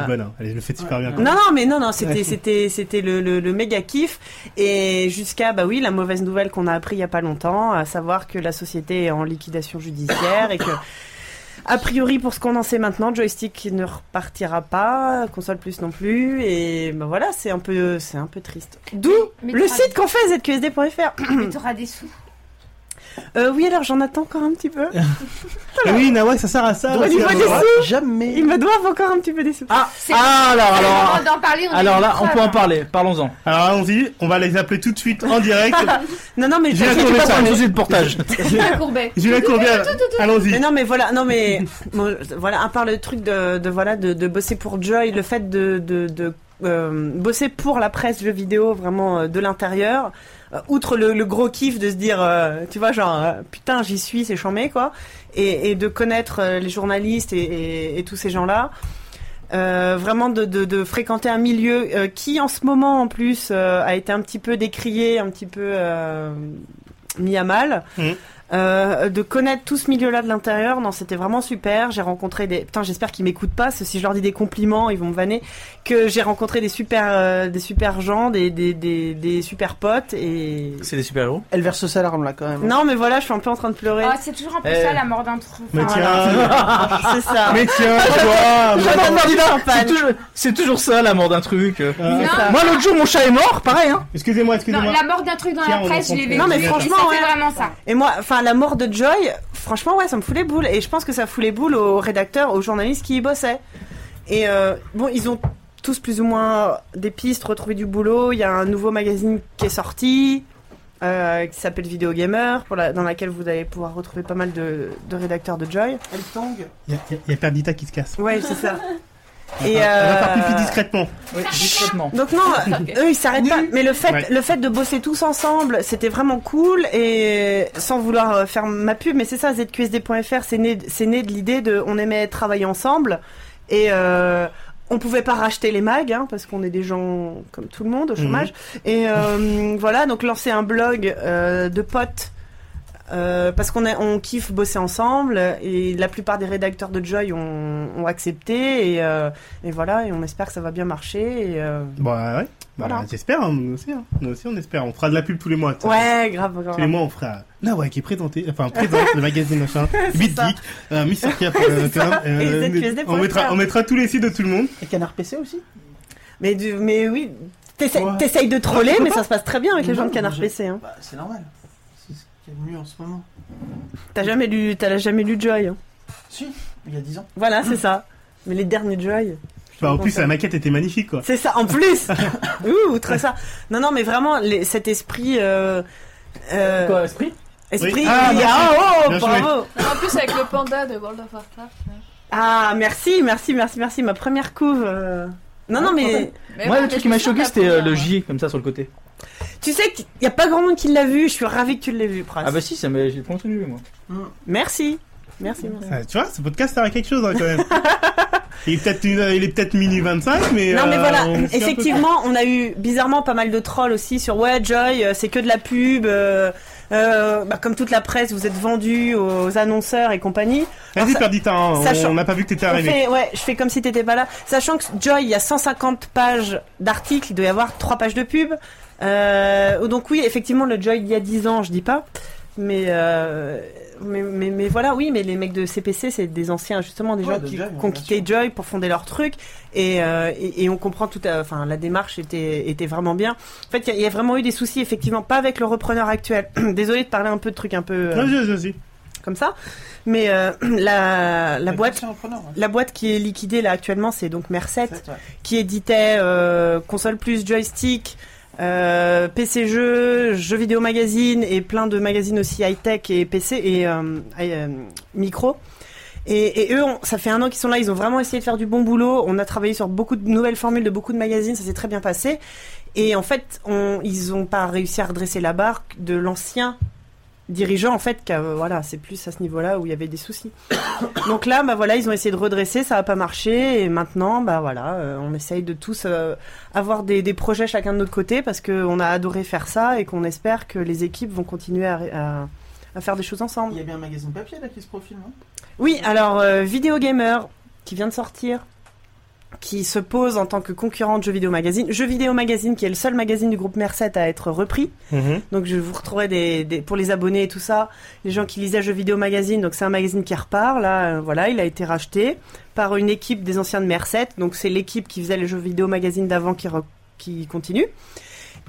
euh... est bonne, hein. elle le fait super bien. quoi. Non, non, mais non, non, Ouais. c'était, c'était, c'était le, le, le méga kiff. Et jusqu'à, bah oui, la mauvaise nouvelle qu'on a appris il y a pas longtemps, à savoir que la société est en liquidation judiciaire et que, a priori, pour ce qu'on en sait maintenant, Joystick ne repartira pas, console plus non plus. Et bah voilà, c'est un peu, c'est un peu triste. D'où Mais le t'auras site qu'on fait, zqsd.fr. des- Mais t'auras des sous. Euh, oui, alors j'en attends encore un petit peu. Ah oui, Nawak, ça sert à ça. Au aussi, niveau à un des moment. sous, Jamais. ils me doivent encore un petit peu des sous. Ah, C'est- ah, alors, C'est le alors. moment d'en parler. on est Ah, Alors là, on une peut en femme. parler, parlons-en. Alors allons-y, on va les appeler tout de suite en direct. Non, non, mais J'ai t'inquiète raconté pas, ça. on est- J'ai le portage. Ah, Courbet. Julien Courbet, allons-y. Mais non, mais voilà, non, mais bon, voilà, à part le truc de, de voilà de, de bosser pour Joy, le fait de, de, de, euh, bosser pour la presse jeux vidéo vraiment euh, de l'intérieur, euh, outre le, le gros kiff de se dire, euh, tu vois, genre euh, putain, j'y suis, c'est chambé quoi, et, et de connaître euh, les journalistes et, et- et tous ces gens-là. Euh, vraiment de, de, de fréquenter un milieu euh, qui en ce moment en plus euh, a été un petit peu décrié, un petit peu euh, mis à mal. Euh, de connaître tout ce milieu-là de l'intérieur, non, c'était vraiment super. J'ai rencontré des, putain, j'espère qu'ils m'écoutent pas. parce que Si je leur dis des compliments, ils vont me vanner. Que j'ai rencontré des super, euh, des super gens, des, des, des, des super potes et. C'est des super-héros. Elle verse sa larme là quand même. Non, mais voilà, je suis un peu en train de pleurer. Ah, c'est toujours un peu Eh. ça la mort d'un trou. Mais Enfin, euh, tiens, euh, Ah, c'est Ah. ça. mais tiens, toi, J'adore moi, ma vie de C'est champagne. toujours, c'est toujours ça la mort d'un truc. euh. euh, C'est ça. Moi l'autre jour mon chat est mort, pareil hein. Excusez-moi, Non, excusez-moi. la mort d'un truc dans Tiens, la on presse, je en l'ai prend- vécu. Non, mais et franchement, c'était ouais. vraiment ça. Et moi, enfin, la mort de Joy, franchement, ouais, ça me fout les boules. Et je pense que ça fout les boules aux rédacteurs, aux journalistes qui y bossaient. Et euh, bon, ils ont tous plus ou moins des pistes, retrouvé du boulot. Il y a un nouveau magazine qui est sorti, euh, qui s'appelle Video Gamer, pour la- dans laquelle vous allez pouvoir retrouver pas mal de, de rédacteurs de Joy. Elle tangue. Il y a Perdita qui se casse. Ouais, c'est ça. Elle Et va euh, faire pipi discrètement. Oui, discrètement. donc non, eux ils s'arrêtent pas. Mais le fait, Ouais. le fait de bosser tous ensemble, c'était vraiment cool. Et sans vouloir euh, faire ma pub, mais c'est ça, ZQSD.fr, c'est né, c'est né de l'idée de, on aimait travailler ensemble. Et euh, on pouvait pas racheter les mags hein, parce qu'on est des gens comme tout le monde au chômage. Et euh, voilà, donc lancer un blog euh, de potes. euh, parce qu'on est- on kiffe bosser ensemble et la plupart des rédacteurs de Joy ont, ont accepté et, euh, et voilà et on espère que ça va bien marcher. et, euh, Bah ouais. Bah, Voilà. J'espère, hein, nous aussi. hein. Nous aussi, on espère. On fera de la pub tous les mois. de toute façon. Ouais, grave, grave. Tous les mois, on fera Nawak qui est présenté, enfin présente le magazine machin, Beat Geek, euh, Mr. Cap, euh, C'est ça. com, euh, Et ZQSD.fr. on, mettra, on mettra tous les sites de tout le monde. Et Canard PC aussi Mais, du- mais oui, t'essa- Ouais. t'essayes de troller, mais ça se passe très bien avec les gens de Non, Canard j'ai- PC. Hein. Bah, c'est normal. C'est ce qu'il y a de mieux en ce moment. T'as jamais lu, t'as jamais lu Joy. hein. Si, il y a 10 ans. Voilà, c'est ça. Mais les derniers Joy. Enfin, en Je plus, comprends. la maquette était magnifique quoi. C'est ça, en plus Ouh, très ça Non, non, mais vraiment, les- cet esprit... Euh, euh, Quoi, esprit esprit, Oui. Ah, il y a- oh, Bien bravo En plus, avec le panda de World of Warcraft. ouais. Ah, merci, merci, merci, merci, ma première couve euh. Non, non, mais Mais Moi, le bon, mais truc je qui m'a suis sûre choqué, que c'était euh, t'as le pris un- J, comme ça, sur le côté. tu sais qu'il n'y a pas grand monde qui l'a vu, je suis ravie que tu l'aies vu, Pras. Ah bah si, ça m'a- j'ai contribué, moi. Merci, merci, merci. Ah, tu vois, ce podcast sert à quelque chose hein, quand même. il est peut-être une- il est peut-être minuit 25, mais. Non mais euh, voilà, on s'y est un peu- effectivement, on a eu bizarrement pas mal de trolls aussi sur ouais Joy, euh, c'est que de la pub, euh, euh, bah, comme toute la presse, vous êtes vendu aux annonceurs et compagnie. Vas-y, ça- Perdita, hein, on- sachant- on n'a pas vu que t'étais On arrivé. fait- ouais, je fais comme si t'étais pas là, sachant que Joy, il y a 150 pages d'articles, il doit y avoir trois pages de pub. Euh, donc oui, effectivement, le Joy il y a 10 ans, je dis pas, mais euh, mais, mais, mais voilà, oui, mais les mecs de CPC, c'est des anciens, justement, des Ouais, gens de qui, Joy, qui ont bien quitté Joy pour fonder leur truc. Et, euh, et, et on comprend tout à. Enfin, la démarche était, était vraiment bien. En fait, il y a- il y, a vraiment eu des soucis, effectivement, pas avec le repreneur actuel. Désolé de parler un peu de trucs un peu euh, Vas-y, vas-y, vas-y. comme ça. Mais euh, la, la Mais boîte. c'est un preneur, hein. La boîte qui est liquidée là actuellement, c'est donc Merced, C'est- ouais. qui éditait euh, console plus joystick, euh, PC jeux, jeux vidéo magazine et plein de magazines aussi high tech et PC et euh, et, euh, micro. Et, et eux, on- ça fait un an qu'ils sont là, ils ont vraiment essayé de faire du bon boulot. On a travaillé sur beaucoup de nouvelles formules de beaucoup de magazines, ça s'est très bien passé. Et en fait, on, ils ont pas réussi à redresser la barre de l'ancien dirigeant, en fait, qui a- voilà, c'est plus à ce niveau-là où il y avait des soucis. Donc là, bah voilà, ils ont essayé de redresser, ça n'a pas marché, et maintenant, bah voilà, euh, on essaye de tous euh, avoir des, des projets chacun de notre côté parce qu'on a adoré faire ça et qu'on espère que les équipes vont continuer à, ré- à- à faire des choses ensemble. Il y a bien un magazine papier là qui se profile, non Oui, alors euh, Video Gamer, qui vient de sortir, qui se pose en tant que concurrent de Jeux Vidéo Magazine. Jeux Vidéo Magazine, qui est le seul magazine du groupe Merced à être repris. Mhm. Donc je vous retrouverai des, des- pour les abonnés et tout ça, les gens qui lisaient Jeux Vidéo Magazine. Donc c'est un magazine qui repart. Là, euh, voilà, il a été racheté par une équipe des anciens de Merced. Donc c'est l'équipe qui faisait les Jeux Vidéo Magazine d'avant qui, re- qui continue.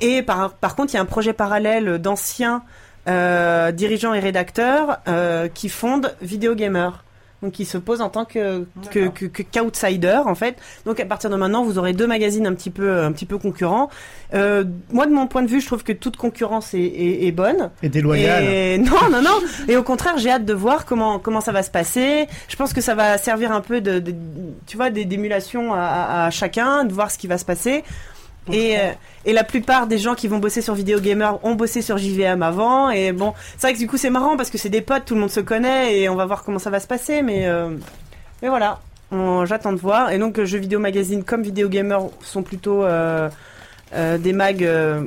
Et par, par contre, il y a un projet parallèle d'anciens euh, dirigeants et rédacteurs euh, qui fondent Video Gamer. Donc qui se posent en tant que que D'accord. que- que- qu'outsider en fait. Donc à partir de maintenant, vous aurez deux magazines un petit peu un petit peu concurrents. Euh, moi de mon point de vue, je trouve que toute concurrence est, est- est bonne. Et déloyal. Et non, non, non. Et au contraire, j'ai hâte de voir comment comment ça va se passer. Je pense que ça va servir un peu de, de- tu vois des- d'émulation à, à- à chacun, de voir ce qui va se passer. Et, euh, et la plupart des gens qui vont bosser sur Video Gamer ont bossé sur JVM avant. Et bon, c'est vrai que du coup c'est marrant parce que c'est des potes, tout le monde se connaît et on va voir comment ça va se passer. Mais euh, mais voilà, On- j'attends de voir. Et donc euh, jeux vidéo magazine comme Video Gamer sont plutôt euh, euh, des mags, euh,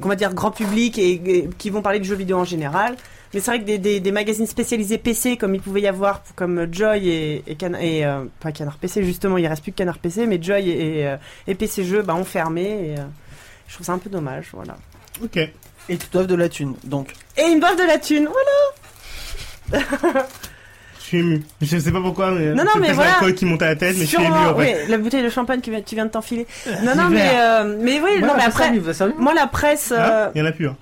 qu'on va dire grand public et, et qui vont parler de jeux vidéo en général. Mais c'est vrai que des, des- des magazines spécialisés PC, comme il pouvait y avoir, comme Joy et, et, Can- et, euh, pas Canard PC justement, il reste plus que Canard PC, mais Joy et, euh, et PC Jeux bah, ont fermé. Et, euh, je trouve ça un peu dommage, voilà. Ok. Et tu doivent de la thune, donc. Et une baffe de la thune, voilà. Je suis ému. Je sais pas pourquoi, mais. Non, non, c'est mais peut-être voilà. l'alcool qui monte à la tête, Eh, mais je suis Sûrement, ému en fait. ouais, la bouteille de champagne que tu viens de t'enfiler. Non, non, Divers. mais, euh, mais oui, non, mais après, Il vous a servi moi la presse, euh, Hein Il y en a plus. hein.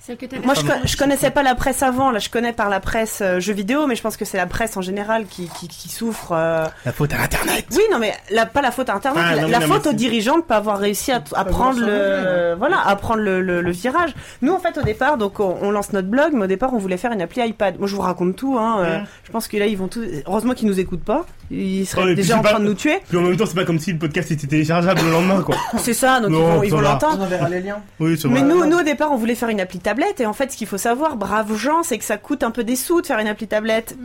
Celle que t'avais. Moi, je, co- je connaissais pas la presse avant. Là, je connais par la presse euh, jeux vidéo, mais je pense que c'est la presse en général qui, qui, qui souffre. euh, La faute à l'internet. Oui, non, mais la, pas la faute à Internet, Ah, la, non, la mais non, faute mais aux c'est- dirigeants de pas avoir réussi à, t- à Pas prendre vouloir s'enlever, le, voilà, à prendre le, le- le virage. Nous, en fait, au départ, donc on, on lance notre blog, mais au départ, on voulait faire une appli iPad. Moi, je vous raconte tout. Hein, euh, Ouais. Je pense que là, ils vont tous. Heureusement qu'ils nous écoutent pas. Ils Oh, seraient mais puis déjà c'est en pas- train de nous tuer. Puis en même temps, c'est pas comme si le podcast était téléchargeable le lendemain, quoi. C'est ça, donc ils Non, vont- ils ça vont va. l'entendre. On enverra les liens. Oui, c'est Mais vrai. nous, non. nous, au départ, on voulait faire une appli tablette. Et en fait, ce qu'il faut savoir, braves gens, c'est que ça coûte un peu des sous de faire une appli tablette.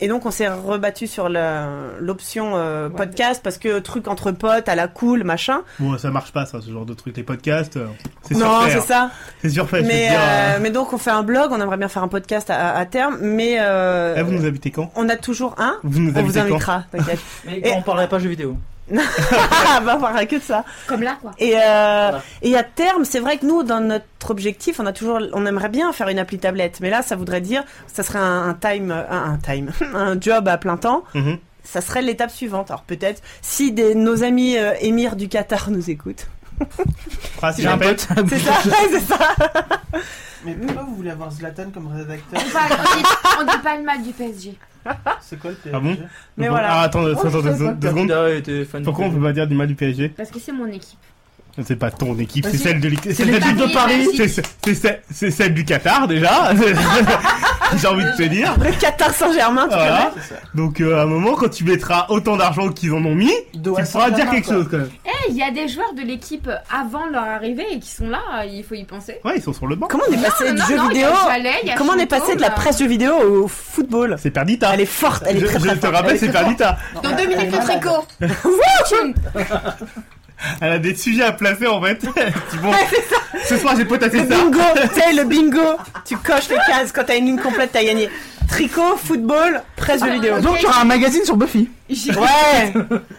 Et donc on s'est rebattu sur la- l'option euh, podcast parce que truc entre potes à la cool machin. Bon, ça marche pas, ça, ce genre de truc. Les podcasts, euh, c'est non, surfait. c'est hein. ça. C'est surfait, je veux Mais dire. euh, euh, mais donc on fait un blog, on aimerait bien faire un podcast à, à terme, mais euh, eh, vous nous habitez quand on a toujours un. Vous nous On vous habitez quand invitera, t'inquiète. Mais Et- on parlerait pas jeux vidéo. ah, bah, on parlera que de ça. Comme là, quoi. Et, euh, et à terme, c'est vrai que nous, dans notre objectif, on a toujours, on aimerait bien faire une appli tablette, mais là, ça voudrait dire, ça serait un, un time, euh, un, un time, un job à plein temps. Mhm. Ça serait l'étape suivante. Alors peut-être si des, nos amis euh, émirs du Qatar nous écoutent. Ah, si j'appelle- C'est ça, c'est ça. Mais pourquoi vous voulez avoir Zlatan comme rédacteur On parle- on dit- on dit pas le mal du PSG. C'est quoi le PSG Ah bon Mais Bon, voilà. Oh, Ah, attends, attends, attends, deux, deux secondes. Pourquoi on peut pas dire du mal du PSG Parce que c'est mon équipe. C'est pas ton équipe, Bah, c'est si. celle de l'équipe. C'est l'équipe celle de Paris. C'est- c'est- c'est celle- C'est celle du Qatar déjà. J'ai envie de te dire. Le Qatar Saint-Germain. tu Voilà. C'est ça. Donc euh, à un moment, quand tu mettras autant d'argent qu'ils en ont mis, Doha tu pourras dire Saint-Germain, quelque quoi. chose quand même. Eh, il y a des joueurs de l'équipe avant leur arrivée et qui sont là, il faut y penser. Ouais, ils sont sur le banc. Comment on est passé Non, du non, jeu non, il y a vidéo Chalet, il y a Comment on est Chanteau, passé de il y la a- presse jeu vidéo au football C'est Perdita. Elle est forte, elle est je très je très te forte. rappelle, c'est Perdita. Dans deux minutes, le tricot. Elle a des sujets à placer en fait. Dis bon, ce soir j'ai potassé Le ça. bingo, tu sais, le bingo, tu coches les cases. Quand t'as une ligne complète, t'as gagné. Tricot, football, presse jeux vidéo. Donc il y aura un magazine sur Buffy. Ouais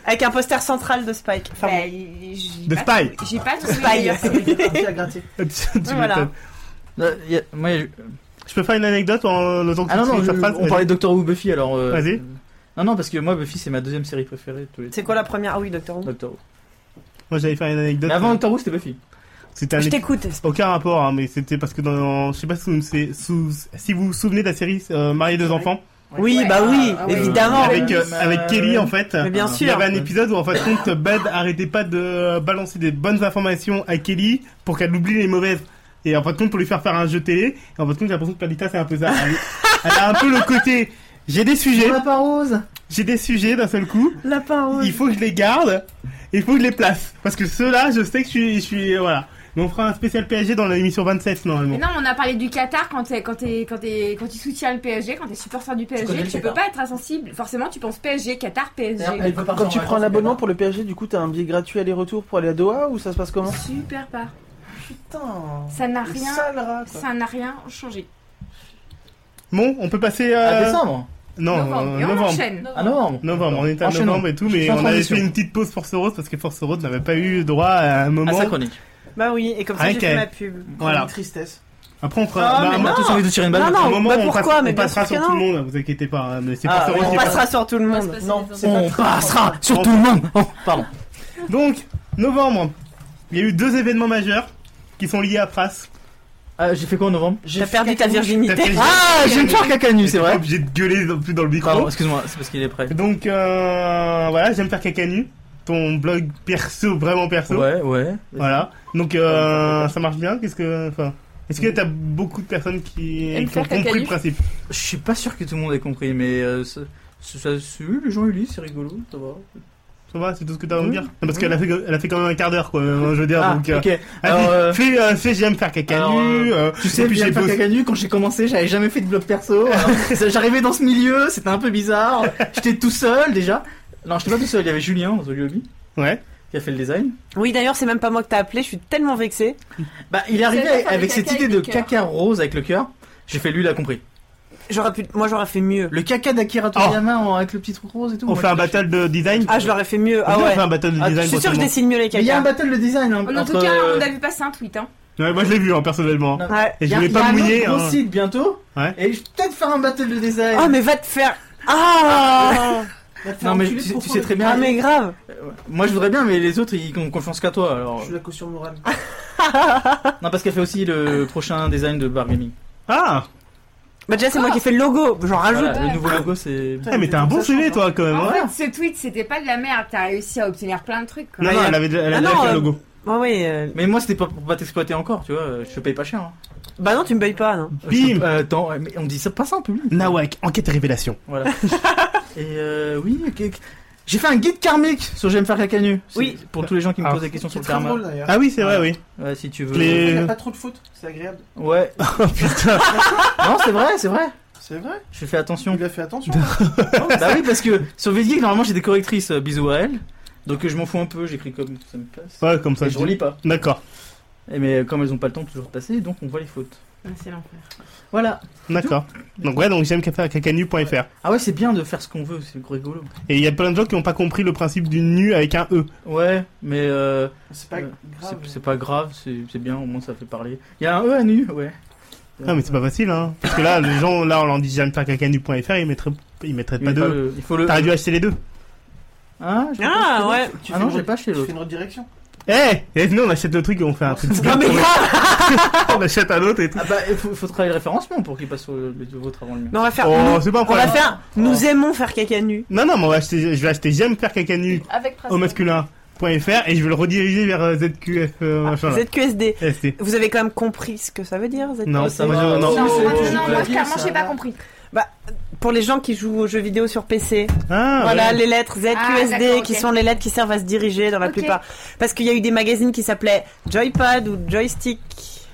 Avec un poster central de Spike. Enfin, Bah, j'ai De pas- Spy. J'ai pas trouvé Spy. d'ailleurs. Parti à gratter. Tu Voilà. m'étonnes. Euh, y a- moi, y a- Je peux faire une anecdote en le temps que Ah tu non, non, finis je- ta phrase, on parlait de Doctor Who Buffy alors. euh, Vas-y. Non, non, parce que moi Buffy c'est ma deuxième série préférée. de tous les c'est temps. quoi la première Ah oui, Docteur Who. Doctor Who. Moi j'allais faire une anecdote. euh, Mais avant Doctor Who c'était Buffy. C'était un Je épisode- t'écoute. Aucun rapport, hein, mais c'était parce que dans. Je sais pas si vous c'est- sous- si vous, vous souvenez de la série euh, Mariés deux enfants. Oui, bah oui, Ah, ouais. évidemment. avec, euh, oui. avec Kelly en fait. Mais bien Il y sûr. avait un épisode où en fait, compte, Bud arrêtait pas de euh, balancer des bonnes informations à Kelly pour qu'elle oublie les mauvaises. Et en fin de compte, pour lui faire faire un jeu télé. Et en fin de compte, j'ai l'impression que Perdita, c'est un peu ça. Elle, elle a un peu le côté. J'ai des sujets, pas rose. j'ai des sujets d'un seul coup. La parole. Il faut que je les garde. Il faut que je les place. Parce que ceux-là, je sais que je suis. Je suis euh, voilà. Mais on fera un spécial PSG dans l'émission 27 Mais normalement. non, on a parlé du Qatar quand t'es- quand t'es- quand t'es- quand tu soutiens le PSG, quand tu es supporter du connais PSG, le tu peux Qatar. pas être insensible. Forcément, tu penses PSG, Qatar, PSG. Quand tu prends l'abonnement pour le PSG, du coup, t'as un billet gratuit aller-retour pour aller à Doha ou ça se passe comment Super pas. Putain Ça n'a le rien, sale rat, quoi. ça n'a rien changé. Bon, on peut passer euh, À Ah, décembre. Non, Novembre. euh, Et on novembre. enchaîne. À novembre. Novembre, on était à Enchaînons. novembre et tout, mais Sans on avait transition. fait une petite pause Force Rose parce que Force Rose n'avait pas eu droit à un À moment. sa Ah, chronique. Bah oui, et comme ça, Rien j'ai qu'à fait ma elle. pub. euh, Voilà. Une tristesse. Après, on Ah, fera. bah, mais un On a moment- non. tous envie de tirer une balle. Non, non. un moment, bah on pourquoi passe- Mais On bien passera sûr sur que tout le non. monde, vous inquiétez pas. hein, Mais c'est Ah, Force Rose on qui On est pas- passera sur tout le On va se monde. passer Non, des c'est enfants. pas On très passera important. sur tout le monde. Oh, pardon. Donc, novembre, il y a eu deux événements majeurs qui sont liés à Pras. Ah, j'ai fait quoi en novembre J'ai T'as perdu ta T'as fait- virginité. Ah, j'ai une faire caca nu, c'est T'es pas vrai. obligé de gueuler non plus dans le micro. Pardon, excuse-moi, c'est parce qu'il est prêt. Donc, euh, voilà, j'aime faire caca nu. Ton blog perso, vraiment perso. Ouais, ouais. Voilà. Donc, euh, ça marche bien. Qu'est-ce que. Enfin. Est-ce que t'as beaucoup de personnes qui, Aime qui ont faire caca compris le nu. principe Je suis pas sûr que tout le monde ait compris, mais euh, ça, ça, ça- c'est- les gens ils lisent, c'est rigolo, ça va. Ça va, c'est tout ce que t'as à me Oui, dire Non, Parce oui. qu'elle a, fait- elle a fait quand même un quart d'heure, quoi. euh, Je veux dire, Ah, donc. euh, ok. elle Alors, dit, euh, fais, euh, fais, j'aime faire caca alors, nu. euh, tu sais, et puis puis j'ai j'ai pas bossé- caca nu, quand j'ai commencé, j'avais jamais fait de blog perso. alors, ça- J'arrivais dans ce milieu, c'était un peu bizarre. J'étais tout seul déjà. Non, j'étais pas tout seul, il y avait Julien dans le lobby Ouais. qui a fait le design. Oui, d'ailleurs, c'est même pas moi que t'as appelé, je suis tellement vexée. Bah, il est arrivé C'est la fin avec du cette caca idée avec de le cœur. caca rose avec le cœur. J'ai fait lui, il a compris. J'aurais pu, moi, j'aurais fait mieux. Le caca d'Akira Toriyama en- avec le petit trou rose et tout. Oh. On moi, fait un je- battle de design. Ah, je l'aurais fait mieux. Ah On ouais. fait un battle de Ah, design. Je suis sûr que je prochainement. dessine mieux les Mais il y a un caca. battle de design. hein, En entre, tout cas, euh, on a vu passer un tweet. Hein. Ouais, moi je l'ai vu, hein, personnellement. bah, Non. Ouais. Et je y a- voulais y a pas un me mouiller. autre gros hein. site bientôt. Ouais. Et je vais peut-être faire un battle de design. Oh, mais va te faire. Ah non, mais tu, tu sais très bien. Ah, mais grave. Euh, Moi je voudrais bien, mais les autres ils ont confiance qu'à toi alors. Ah, Je suis la caution morale. Non, parce qu'elle fait aussi le prochain design de Bar Gaming. Ah Bah, déjà, c'est moi qui fais le logo. J'en rajoute. Voilà, le nouveau logo c'est. Eh, Mais t'as un bon CV, toi, euh, quand même. En hein. fait, ce tweet, c'était pas de la merde. T'as réussi à obtenir plein de trucs. Quoi. Non, non, elle avait déjà elle a Ah, déjà non, fait le euh, logo. Ouais, ouais. euh, Mais moi c'était pas pour pas t'exploiter encore, tu vois, je te paye pas cher. Hein. Bah, non, tu me payes pas, non. Bim. Euh, attends, ouais, mais on dit ça pas ça en public. Nawak, enquête et révélation. Voilà. Et euh, oui, ok, ok. j'ai fait un guide karmique sur J'aime faire la canue. C'est Oui. Pour tous les gens qui me Ah. posent des questions sur le C'est très karma. drôle d'ailleurs. Ah oui, c'est vrai, oui. Ouais, si tu veux. Les- Oh, Il n'y a pas trop de foot, c'est agréable. Ouais. Putain. non, c'est vrai, c'est vrai. C'est vrai Je fais attention. Il a fait attention. bah oui, parce que sur Védic, normalement, j'ai des correctrices. euh, bisous à elles. Donc euh, je m'en fous un peu, j'écris comme ça me passe. Ouais, comme ça, Et je je dis. relis pas. D'accord, Et mais euh, comme elles ont pas le temps toujours de passer, donc on voit les fautes. Ah, c'est l'enfer. Voilà. d'accord. Donc, ouais, donc j'aime cacanu.fr. Ah ouais, c'est bien de faire ce qu'on veut, c'est rigolo. Et il y a plein de gens qui n'ont pas compris le principe du nu avec un E. Ouais, mais euh, C'est pas Euh, grave. c'est c'est pas grave, c'est c'est bien, au moins ça fait parler. Il y a un E à nu, ouais. Non, mais c'est pas facile, hein. Parce que là, les gens, là, on leur dit j'aime faire cacanu.fr, ils mettraient, ils mettraient Il pas faut de. E. le- E. Il faut le. T'aurais dû acheter les deux. Hein je- Ah ouais. Tu Ah fais non, une j'ai re- pas chez Tu l'autre. fais une redirection. Eh Et nous, on achète le truc et on fait un truc. on achète un autre et tout. Ah bah, il faut, faut travailler le référencement pour qu'il passe sur le, le vôtre avant le mien. Mais on va faire. Oh, nous- c'est pas un on va problème. faire. Nous aimons faire caca nu. Non, non, mais on va acheter, je vais acheter j'aime faire cacanu Avec principe. au masculin.fr et je vais le rediriger vers euh, ZQF euh, Ah, machin là. ZQSD. ST. Vous avez quand même compris ce que ça veut dire ZQSD. Non, ça moi, va, je- non, non. c'est- moi, c'est- non, moi, c'est- clairement, ça j'ai pas va. compris. Pour les gens qui jouent aux jeux vidéo sur PC, Ah, voilà ouais. les lettres Ah, ZQSD d'accord, qui ok. sont les lettres qui servent à se diriger dans la Ok. plupart. Parce qu'il y a eu des magazines qui s'appelaient Joypad ou Joystick.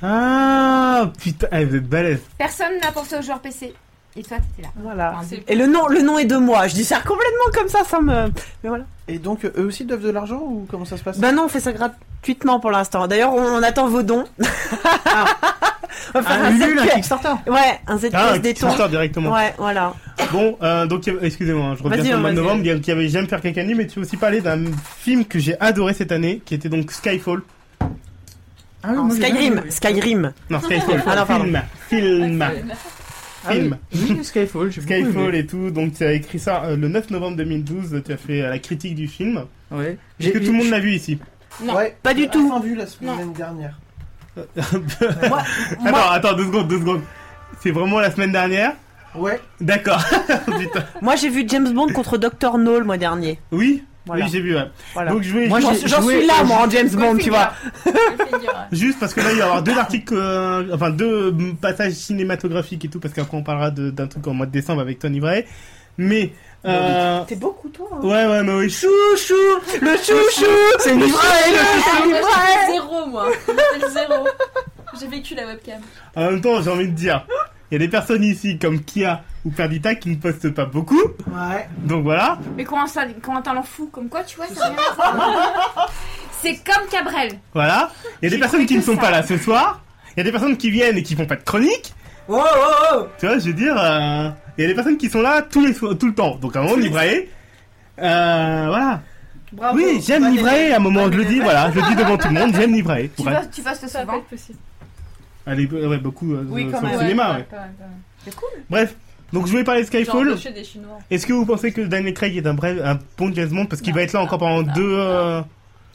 Ah, putain, eh, vous êtes balèze. Personne n'a pensé au joueur PC. Et toi, t'étais là. Ah, Voilà. C'est- Et le nom, le nom est de moi. Je dis ça complètement comme ça, ça me. Mais voilà. Et donc, euh, eux aussi doivent de l'argent ou comment ça se passe Bah non, on fait ça gratuitement pour l'instant. D'ailleurs, on, on attend vos dons. on va Un faire un, Ulule, un ZQSD. Kickstarter. Ouais, un Ah, ZQSD tu déton. sors directement. Ouais, voilà. Bon, euh, donc euh, excusez-moi, hein, je reviens Vas-y, sur le mois de vas-y. novembre. Il y a- il y avait J'aime faire caca nu, mais tu veux aussi parler d'un film que j'ai adoré cette année, qui était donc Skyfall. Ah oui, Non, moi, j'ai Skyrim, jamais- Skyrim. Non, Skyfall. Ah non, pardon. film, film, Ah oui, film. oui, Skyfall, j'ai beaucoup Skyfall aimé. et tout. Donc tu as écrit ça euh, le 9 novembre 2012. Tu as fait euh, la critique du film. Ouais. Est-ce que tout le monde l'a vu ici Non. Ouais. Pas du J'ai tout. enfin vu la semaine dernière. Attends, attends, deux secondes, deux secondes. C'est vraiment la semaine dernière. Ouais. D'accord. Putain. Moi, j'ai vu James Bond contre Dr. No le mois dernier. Oui, Voilà. oui, j'ai vu. ouais. Voilà. Donc je vais Moi, J'en j'ai j'en joué suis là, au moi, en James Bond, tu vois. Juste parce que là, il va y avoir deux articles, euh, enfin deux mm, passages cinématographiques et tout, parce qu'après on parlera de- d'un truc en mois de décembre avec Tony Bray. Mais. Euh, T'es beaucoup, toi. ouais, ouais, mais oui. Chou, chou Le chouchou C'est une Ah, moi, j'ai fait zéro, moi. J'ai fait zéro. J'ai vécu la webcam. En même temps, j'ai envie de dire, il y a des personnes ici comme Kia ou Perdita qui ne postent pas beaucoup, Ouais. donc voilà. Mais quand on, quand on l'en fout, comme quoi, tu vois, ça rien. C'est comme Cabrel. Voilà. Il y a des J'ai personnes cru qui que ne sont ça. pas là ce soir. Il y a des personnes qui viennent et qui font pas de chronique. Oh, oh, oh Tu vois, je veux dire, euh, il y a des personnes qui sont là tous les so- tout le temps. Donc à un moment, Livrae. Euh, voilà. Bravo. oui, j'aime Livrae à un moment, je le dis, voilà, je le dis devant tout le monde, j'aime Livrae. Tu, Ouais. Oh, vas, tu vas ce Ça va pas souvent. être possible. Allez, euh, ouais, beaucoup euh, Oui, sur quand le même. cinéma, ouais. Bref, donc je voulais parler de Skyfall. Genre, chez des Chinois. Est-ce que vous pensez que Daniel Craig est un, vrai, un bon James Bond Parce qu'il va être là encore pendant deux. euh,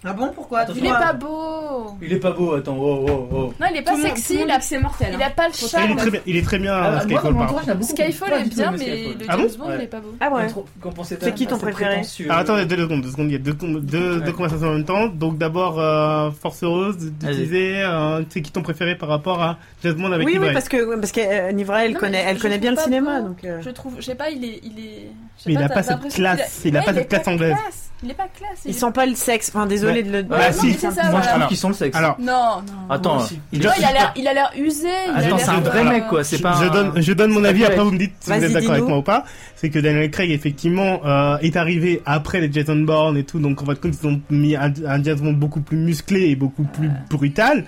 Ah bon, pourquoi Attends, Il est pas beau. Il est pas beau, attends, oh, oh, oh. Non, il est Tout pas le monde- tout sexy. le Il monde a, dit que C'est mortel. hein. il a pas Ah, le il, est charme. très bien, il est très bien euh, Ah, moi, dans Skyfall mon par contre. entourage, il y en a beaucoup qui Skyfall pas du est tout bien, aimé mais Skyfall. le Ah bon James Bond, il Ouais. est pas beau. Ah ouais. Mais trop- Qu'en pensez-vous C'est qui ton C'est préféré prétentieux. Alors, Ah, attendez deux secondes, deux secondes, il y a deux, com- deux, Ouais. deux conversations en même temps. Donc d'abord, euh, Force Heureuse, tu Vas-y. disais, euh, c'est qui ton préféré par rapport à James Bond avec Oui, oui, Ibrahim parce que parce que euh, Nivra, elle Non, connaît, mais je- elle je connaît trouve bien le pas cinéma, beau. donc. euh, Je trouve, je sais pas, il est. Il est je sais Mais il a t'as pas cette l'impression qu'il classe, il a Ouais, pas cette classe anglaise. classe. Il est pas classe. il Ils est- sent pas le sexe. Enfin, désolé de le. Bah, Bah, non, si. mais c'est ça, Moi, je voilà. trouve Alors- qu'ils sont le sexe. Alors, Non, non. Attends, aussi. il Non, il a l'air, il a l'air usé. il a Attends, l'air, Ah, c'est un vrai euh, mec quoi, c'est pas. je, un- donne, je donne mon Ça avis, peut après être. vous me dites si vous Vas-y, êtes d'accord dis-nous. avec moi ou pas. C'est que Daniel Craig, effectivement, euh, est arrivé après les Jason Bourne et tout, donc en fait, compte, ils ont mis un, un James Bond beaucoup plus musclé et beaucoup plus brutal.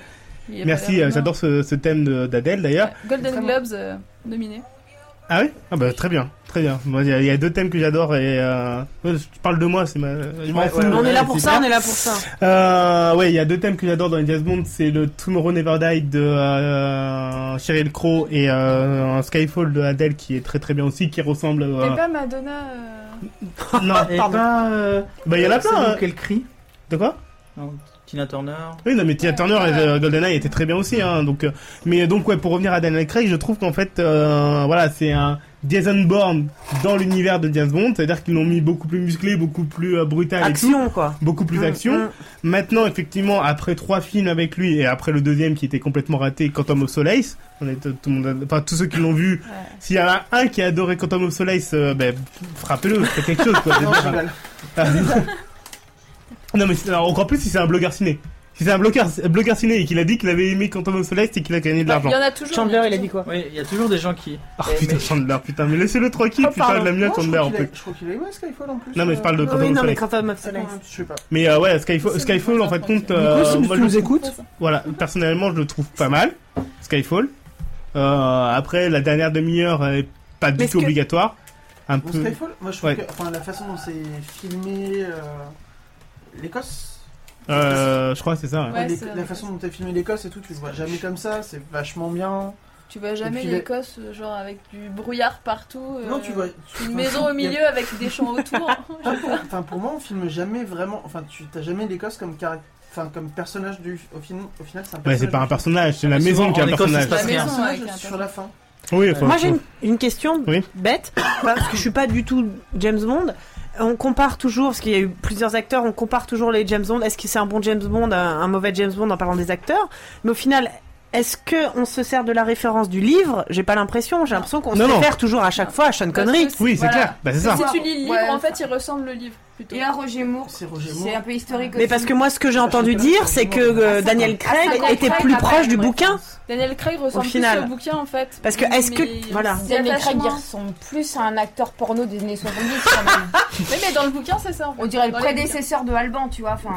il a pas Merci, l'air euh, humain. j'adore ce, ce thème de- d'Adèle d'ailleurs. Golden Globes euh, nominé. Ah oui Ah bah très bien, très bien. Moi, il y, a- il y a deux thèmes que j'adore et euh... ouais, je parle de moi, c'est ma. je m'en Ouais, fous. ouais, Mais on est là pour c'est ça, bien. on est là pour ça. Euh, ouais, il y a deux thèmes que j'adore dans les Jazz Bond, c'est le Tomorrow Never Die de euh, Sheryl Crow et euh, un Skyfall de Adele qui est très très bien aussi, qui ressemble. Mais Eh Euh... pas Madonna. euh, ben, non, Et pas. euh, bah il y en a c'est plein. vous hein. Qu'elle crie euh, De quoi Non, Tina Turner. Oui, non, mais Tina Turner et euh, GoldenEye étaient très bien aussi, hein. Donc, euh, mais donc ouais, pour revenir à Daniel Craig, je trouve qu'en fait, euh, voilà, c'est un Jason Bourne dans l'univers de James Bond, c'est-à-dire qu'ils l'ont mis beaucoup plus musclé, beaucoup plus euh, brutal et tout. Action, quoi. beaucoup plus Mm, d'action. mm. Maintenant, effectivement, après trois films avec lui et après le deuxième qui était complètement raté, Quantum of Solace, on est tout le monde, a- enfin tous ceux qui l'ont vu, s'il y en a un qui a adoré Quantum of Solace, euh, ben frappez-le, c'est quelque chose. Quoi, Non, je rigole. non mais c'est- alors, encore plus si c'est un blogueur ciné. Si c'est un bloqueur, bloqueur ciné et qu'il a dit qu'il avait aimé Quantum of Solace et qu'il a gagné de Il l'argent. y en a toujours. Chandler, mais- il a dit quoi Oui, il y a toujours des gens qui. Oh Eh, putain, mais- Chandler, putain, mais laissez-le tranquille, Oh, putain, pardon. de la mienne Non, je Chandler crois en qu'il a- fait. Je crois qu'il a aimé Skyfall en plus. Non, mais je parle de euh, Oui, Quantum of non, mais Solace. Quantum of Attends, Solace. Je sais pas. Mais euh, ouais, Skyfall, C'est Skyfall en fait, bon, compte, ça euh, Nico, si moi, tu je- nous écoutes, voilà, personnellement, je le trouve pas mal, Skyfall. Euh, après, la dernière demi-heure est pas du Mais ce tout que- obligatoire. Un Bon, peu. Skyfall, moi je trouve Ouais. que enfin, la façon dont c'est filmé euh, l'Écosse, Euh, je crois que c'est ça. ouais. Ouais, l'É- c'est- la façon dont t'as filmé l'Écosse et tout, tu le vois jamais comme ça, c'est vachement bien. Tu vois Et jamais puis, l'Écosse, euh, genre avec du brouillard partout. euh, Non, tu vois. Une maison au milieu avec des champs autour. Enfin, pour- Enfin, pour moi, on filme jamais vraiment. Enfin, tu t'as jamais l'Écosse comme caract- Enfin, comme personnage du. Au, film, au final, c'est un Ouais, personnage. Bah, c'est pas un du- personnage, c'est la Bah, Souvent, maison qui est en un Écosse, il se personnage. passe La rien. maison. personnage Ouais, sur la fin. Oui, enfin, Moi j'ai une, une question Oui. bête, parce que je suis pas du tout James Bond. On compare toujours, parce qu'il y a eu plusieurs acteurs, on compare toujours les James Bond. Est-ce que c'est un bon James Bond, un, un mauvais James Bond en parlant des acteurs Mais au final, est-ce que on se sert de la référence du livre J'ai pas l'impression. J'ai l'impression qu'on se Non, non. réfère toujours à chaque fois à Sean Parce que Connery. oui, c'est voilà. clair. Bah, c'est ça. Si tu lis le livre, Ouais, en fait, il ressemble le livre plutôt. Et à Roger Moore, C'est Roger Moore. c'est un peu historique Mais aussi. parce que moi, ce que j'ai entendu Sean Connery, dire, c'est que euh, Ah, Daniel Sean Craig Connery, était Sean plus Connery, proche du ouais. bouquin. Daniel Craig ressemble final. plus au bouquin en fait. Parce que est-ce que- voilà. il y a Daniel Craig il vachement- ressemble plus à un acteur porno des années 70 quand même. Mais, mais dans le bouquin, c'est ça. en fait. On dirait le Dans les prédécesseur de Alban, tu vois. Enfin,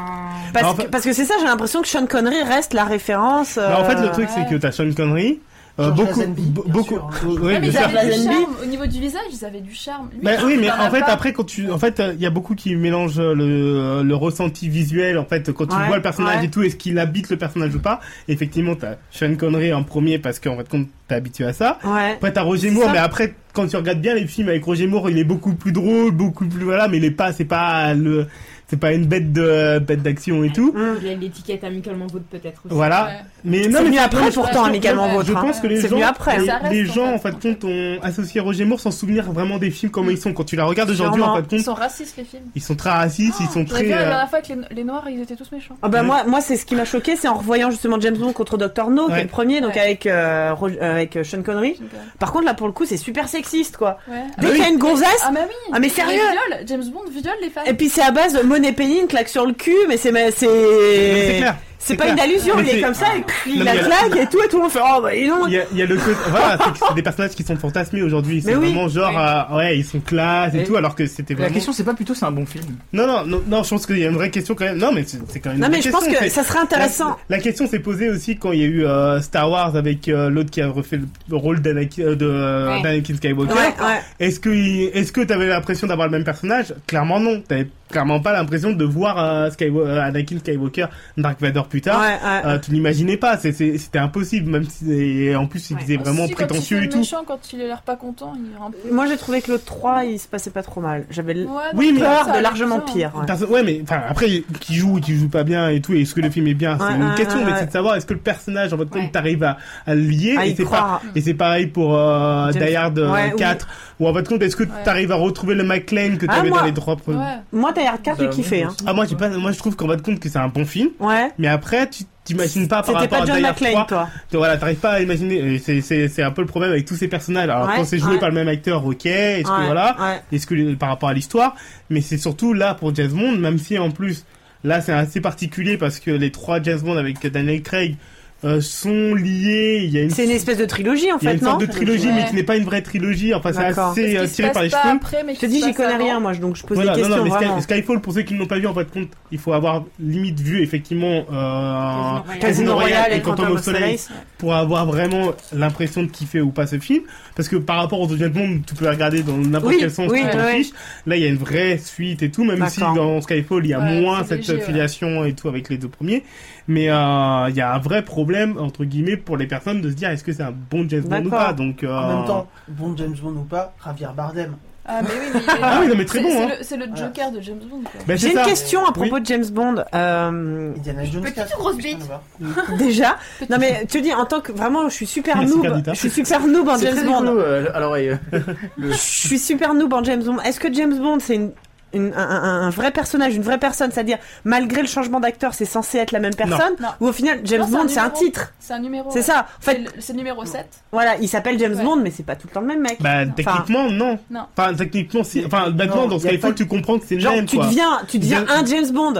Parce, Alors, en que, fait- parce que c'est ça, j'ai l'impression que Sean Connery reste la référence. Bah, en fait, le euh, truc, c'est que t'as Sean Connery. euh, George beaucoup, Lazenby, be- bien beaucoup, sûr, hein. oui, bouquins. Ouais, bien mais ils sûr. avaient du Lazenby. charme. Au niveau du visage, ils avaient du charme. Lui, Bah oui, mais il en a fait, pas- après, quand tu, en fait, euh, il y a beaucoup qui mélangent euh, le, le ressenti visuel, en fait, quand tu Ouais, vois le personnage ouais. et tout, est-ce qu'il habite le personnage ou pas. Effectivement, t'as Sean Connery en premier parce qu'en fait, compte, t'es habitué à ça. Ouais. Après, t'as Roger C'est Moore, ça. mais après, quand tu regardes bien les films avec Roger Moore, il est beaucoup plus drôle, beaucoup plus, voilà, mais il est pas, c'est pas le, c'est pas une bête de, bête d'action et tout. Mm. Il y a l'étiquette amicalement vôtre peut-être aussi. Voilà. Ouais. Mais C'est non, mais venu je- après, non, je- pourtant, je- amicalement Je vôtre, hein. pense que les C'est gens, venu après. les, Ça reste, les en gens, en fait, fait. compte, ont associé Roger Moore sans souvenir vraiment des films comment ils sont. Quand tu la regardes aujourd'hui, en Mm. Sûrement. fait, Ils compte, sont racistes les films. ils sont très racistes, ils sont J'avais très. vu Oh, la euh, dernière fois que les, les noirs, ils étaient tous méchants. Ah bah Mhm. moi, moi c'est ce qui m'a choqué, c'est en revoyant justement James Bond contre Dr No, qui Ouais. est le premier, donc Ouais. avec euh, Ro- euh, avec euh, Sean Connery. Par contre là pour le coup c'est super sexiste quoi. Ouais. Dès oui. qu'il y a une gonzesse, Ah mais oui. ah mais Il les sérieux. Eh, viole. James Bond viole les femmes. Et puis c'est à base de monnaie penny, une claque sur le cul, mais c'est mais mais C'est c'est clair. c'est pas clair. une allusion, Mais il est c'est- Ah. comme ça et puis Non, la mais il y claque et tout et tout le monde fait oh bah dis donc. Il y, a, il y a le côté- voilà, c'est que c'est des personnages qui sont fantasmés aujourd'hui. C'est Mais oui. vraiment genre, euh, ouais, ils sont classe et, Et- tout, alors que c'était La vraiment. question, c'est pas plutôt c'est un bon film. Non, non, non, non, je pense qu'il y a une vraie question quand même. Non, mais c'est c'est quand même. Non une mais je vraie pense question, que c'est- ça serait intéressant. La, la question s'est posée aussi quand il y a eu euh, Star Wars avec euh, l'autre qui a refait le rôle d'Anakin euh, de, euh, Ouais. d'Anakin Skywalker. Ouais, ouais. Est-ce que il- est-ce que t'avais l'impression d'avoir le même personnage Clairement non. T'avais clairement pas l'impression de voir euh, Skywa- euh, Anakin Skywalker, Dark Vador plus tard. ouais, ouais. Euh, tu n'imaginais pas. c'est- c'est- C'était impossible. Même si et en plus il Ouais. faisait vraiment Si, quand prétentieux il et fait tout. le méchant, quand il a l'air pas content, il rend. Moi j'ai trouvé que le 3 il se passait pas trop mal. J'avais l- Ouais, Oui, mais- non, ça, peur ça, de les largement gens. pire. ouais. Perso- Ouais, mais enfin après qui joue, ou qui joue pas bien et tout, et est-ce que le film est bien, c'est Ouais, une ouais, question, ouais, mais ouais. c'est de savoir est-ce que le personnage en votre compte Ouais. t'arrives à, à le lier Ah, et il c'est pas croit. et c'est pareil pour euh, James- Die Hard euh, Ouais, ou- 4 ou en votre compte est-ce que Ouais. t'arrives à retrouver le McLean que Ah, t'avais moi- dans les trois premiers Ouais. Moi Die Hard 4 j'ai Bah, kiffé oui, hein. aussi. Ah moi j'ai pas moi je trouve qu'en votre compte que c'est un bon film, Ouais. mais après tu t'imagines pas par C'était rapport pas à John Die Hard 3, McClane toi. tu- voilà, t'arrives pas à imaginer et c'est c'est c'est un peu le problème avec tous ces personnages. Alors Ouais, quand c'est joué ouais. par le même acteur, OK, est-ce que Ouais, voilà ouais. est-ce que les- par rapport à l'histoire, mais c'est surtout là pour James Bond, même si en plus là c'est assez particulier parce que les trois James Bond avec Daniel Craig euh, sont liés. Il y a une, C'est une espèce de trilogie en il y a fait, une non sorte de trilogie, mais Ouais. qui n'est pas une vraie trilogie. Enfin, c'est D'accord. Parce assez qu'il euh, se tiré passe par les pas cheveux. Après, mais Je te qu'il dis, se j'y passe connais avant. rien, moi, je- donc je pose Voilà, des non, questions non, mais Sky- vraiment. Skyfall, pour ceux qui ne l'ont pas vu, en fait, compte, il faut avoir limite vu effectivement euh, Casino Royale. Casino Royale et Quantum of Solace pour avoir vraiment l'impression de kiffer ou pas ce film. Parce que par rapport aux autres James Bond, tu peux les regarder dans n'importe Oui, quel sens, oui, tu t'en ouais. fiches. Là, il y a une vraie suite et tout, même si D'accord. dans Skyfall, il y a Ouais, moins c'est cette léger, ouais. filiation et tout avec les deux premiers. Mais euh, il y a un vrai problème, entre guillemets, pour les personnes de se dire est-ce que c'est un bon James Bond ou D'accord. pas. Donc, euh, En même temps, bon James Bond ou pas, Javier Bardem. Ah, mais oui, mais. Ah oui, non, mais très C'est- bon, c'est hein. le- C'est le Voilà. Joker de James Bond, quoi. ben, c'est J'ai une ça. question à propos de James Bond. Euh, Indiana Jones Petite 4. ou grosse putain, bite on va. déjà, non mais tu dis en tant que vraiment, je suis super Merci, hein. noob. Perdita. Je suis super noob en C'est James très Bond. rigolo, euh, à l'oreille. euh. Je suis super noob en James Bond. Est-ce que James Bond c'est une, une- un, un- un vrai personnage, une vraie personne, c'est-à-dire malgré le changement d'acteur, c'est censé être la même personne Non. Ou au final, James Non, c'est un Bond c'est un numéro. titre, C'est un numéro. c'est ouais. ça. En C'est fait, le- c'est le numéro 7. voilà, il s'appelle James Ouais. Bond, mais c'est pas tout le temps le même mec. Bah, techniquement, non. non. Enfin, techniquement, si. Enfin, maintenant, Non, dans y a Skyfall, pas- tu comprends que c'est le Genre, même, tu quoi. deviens, tu deviens Bien- Bah, un James Bond.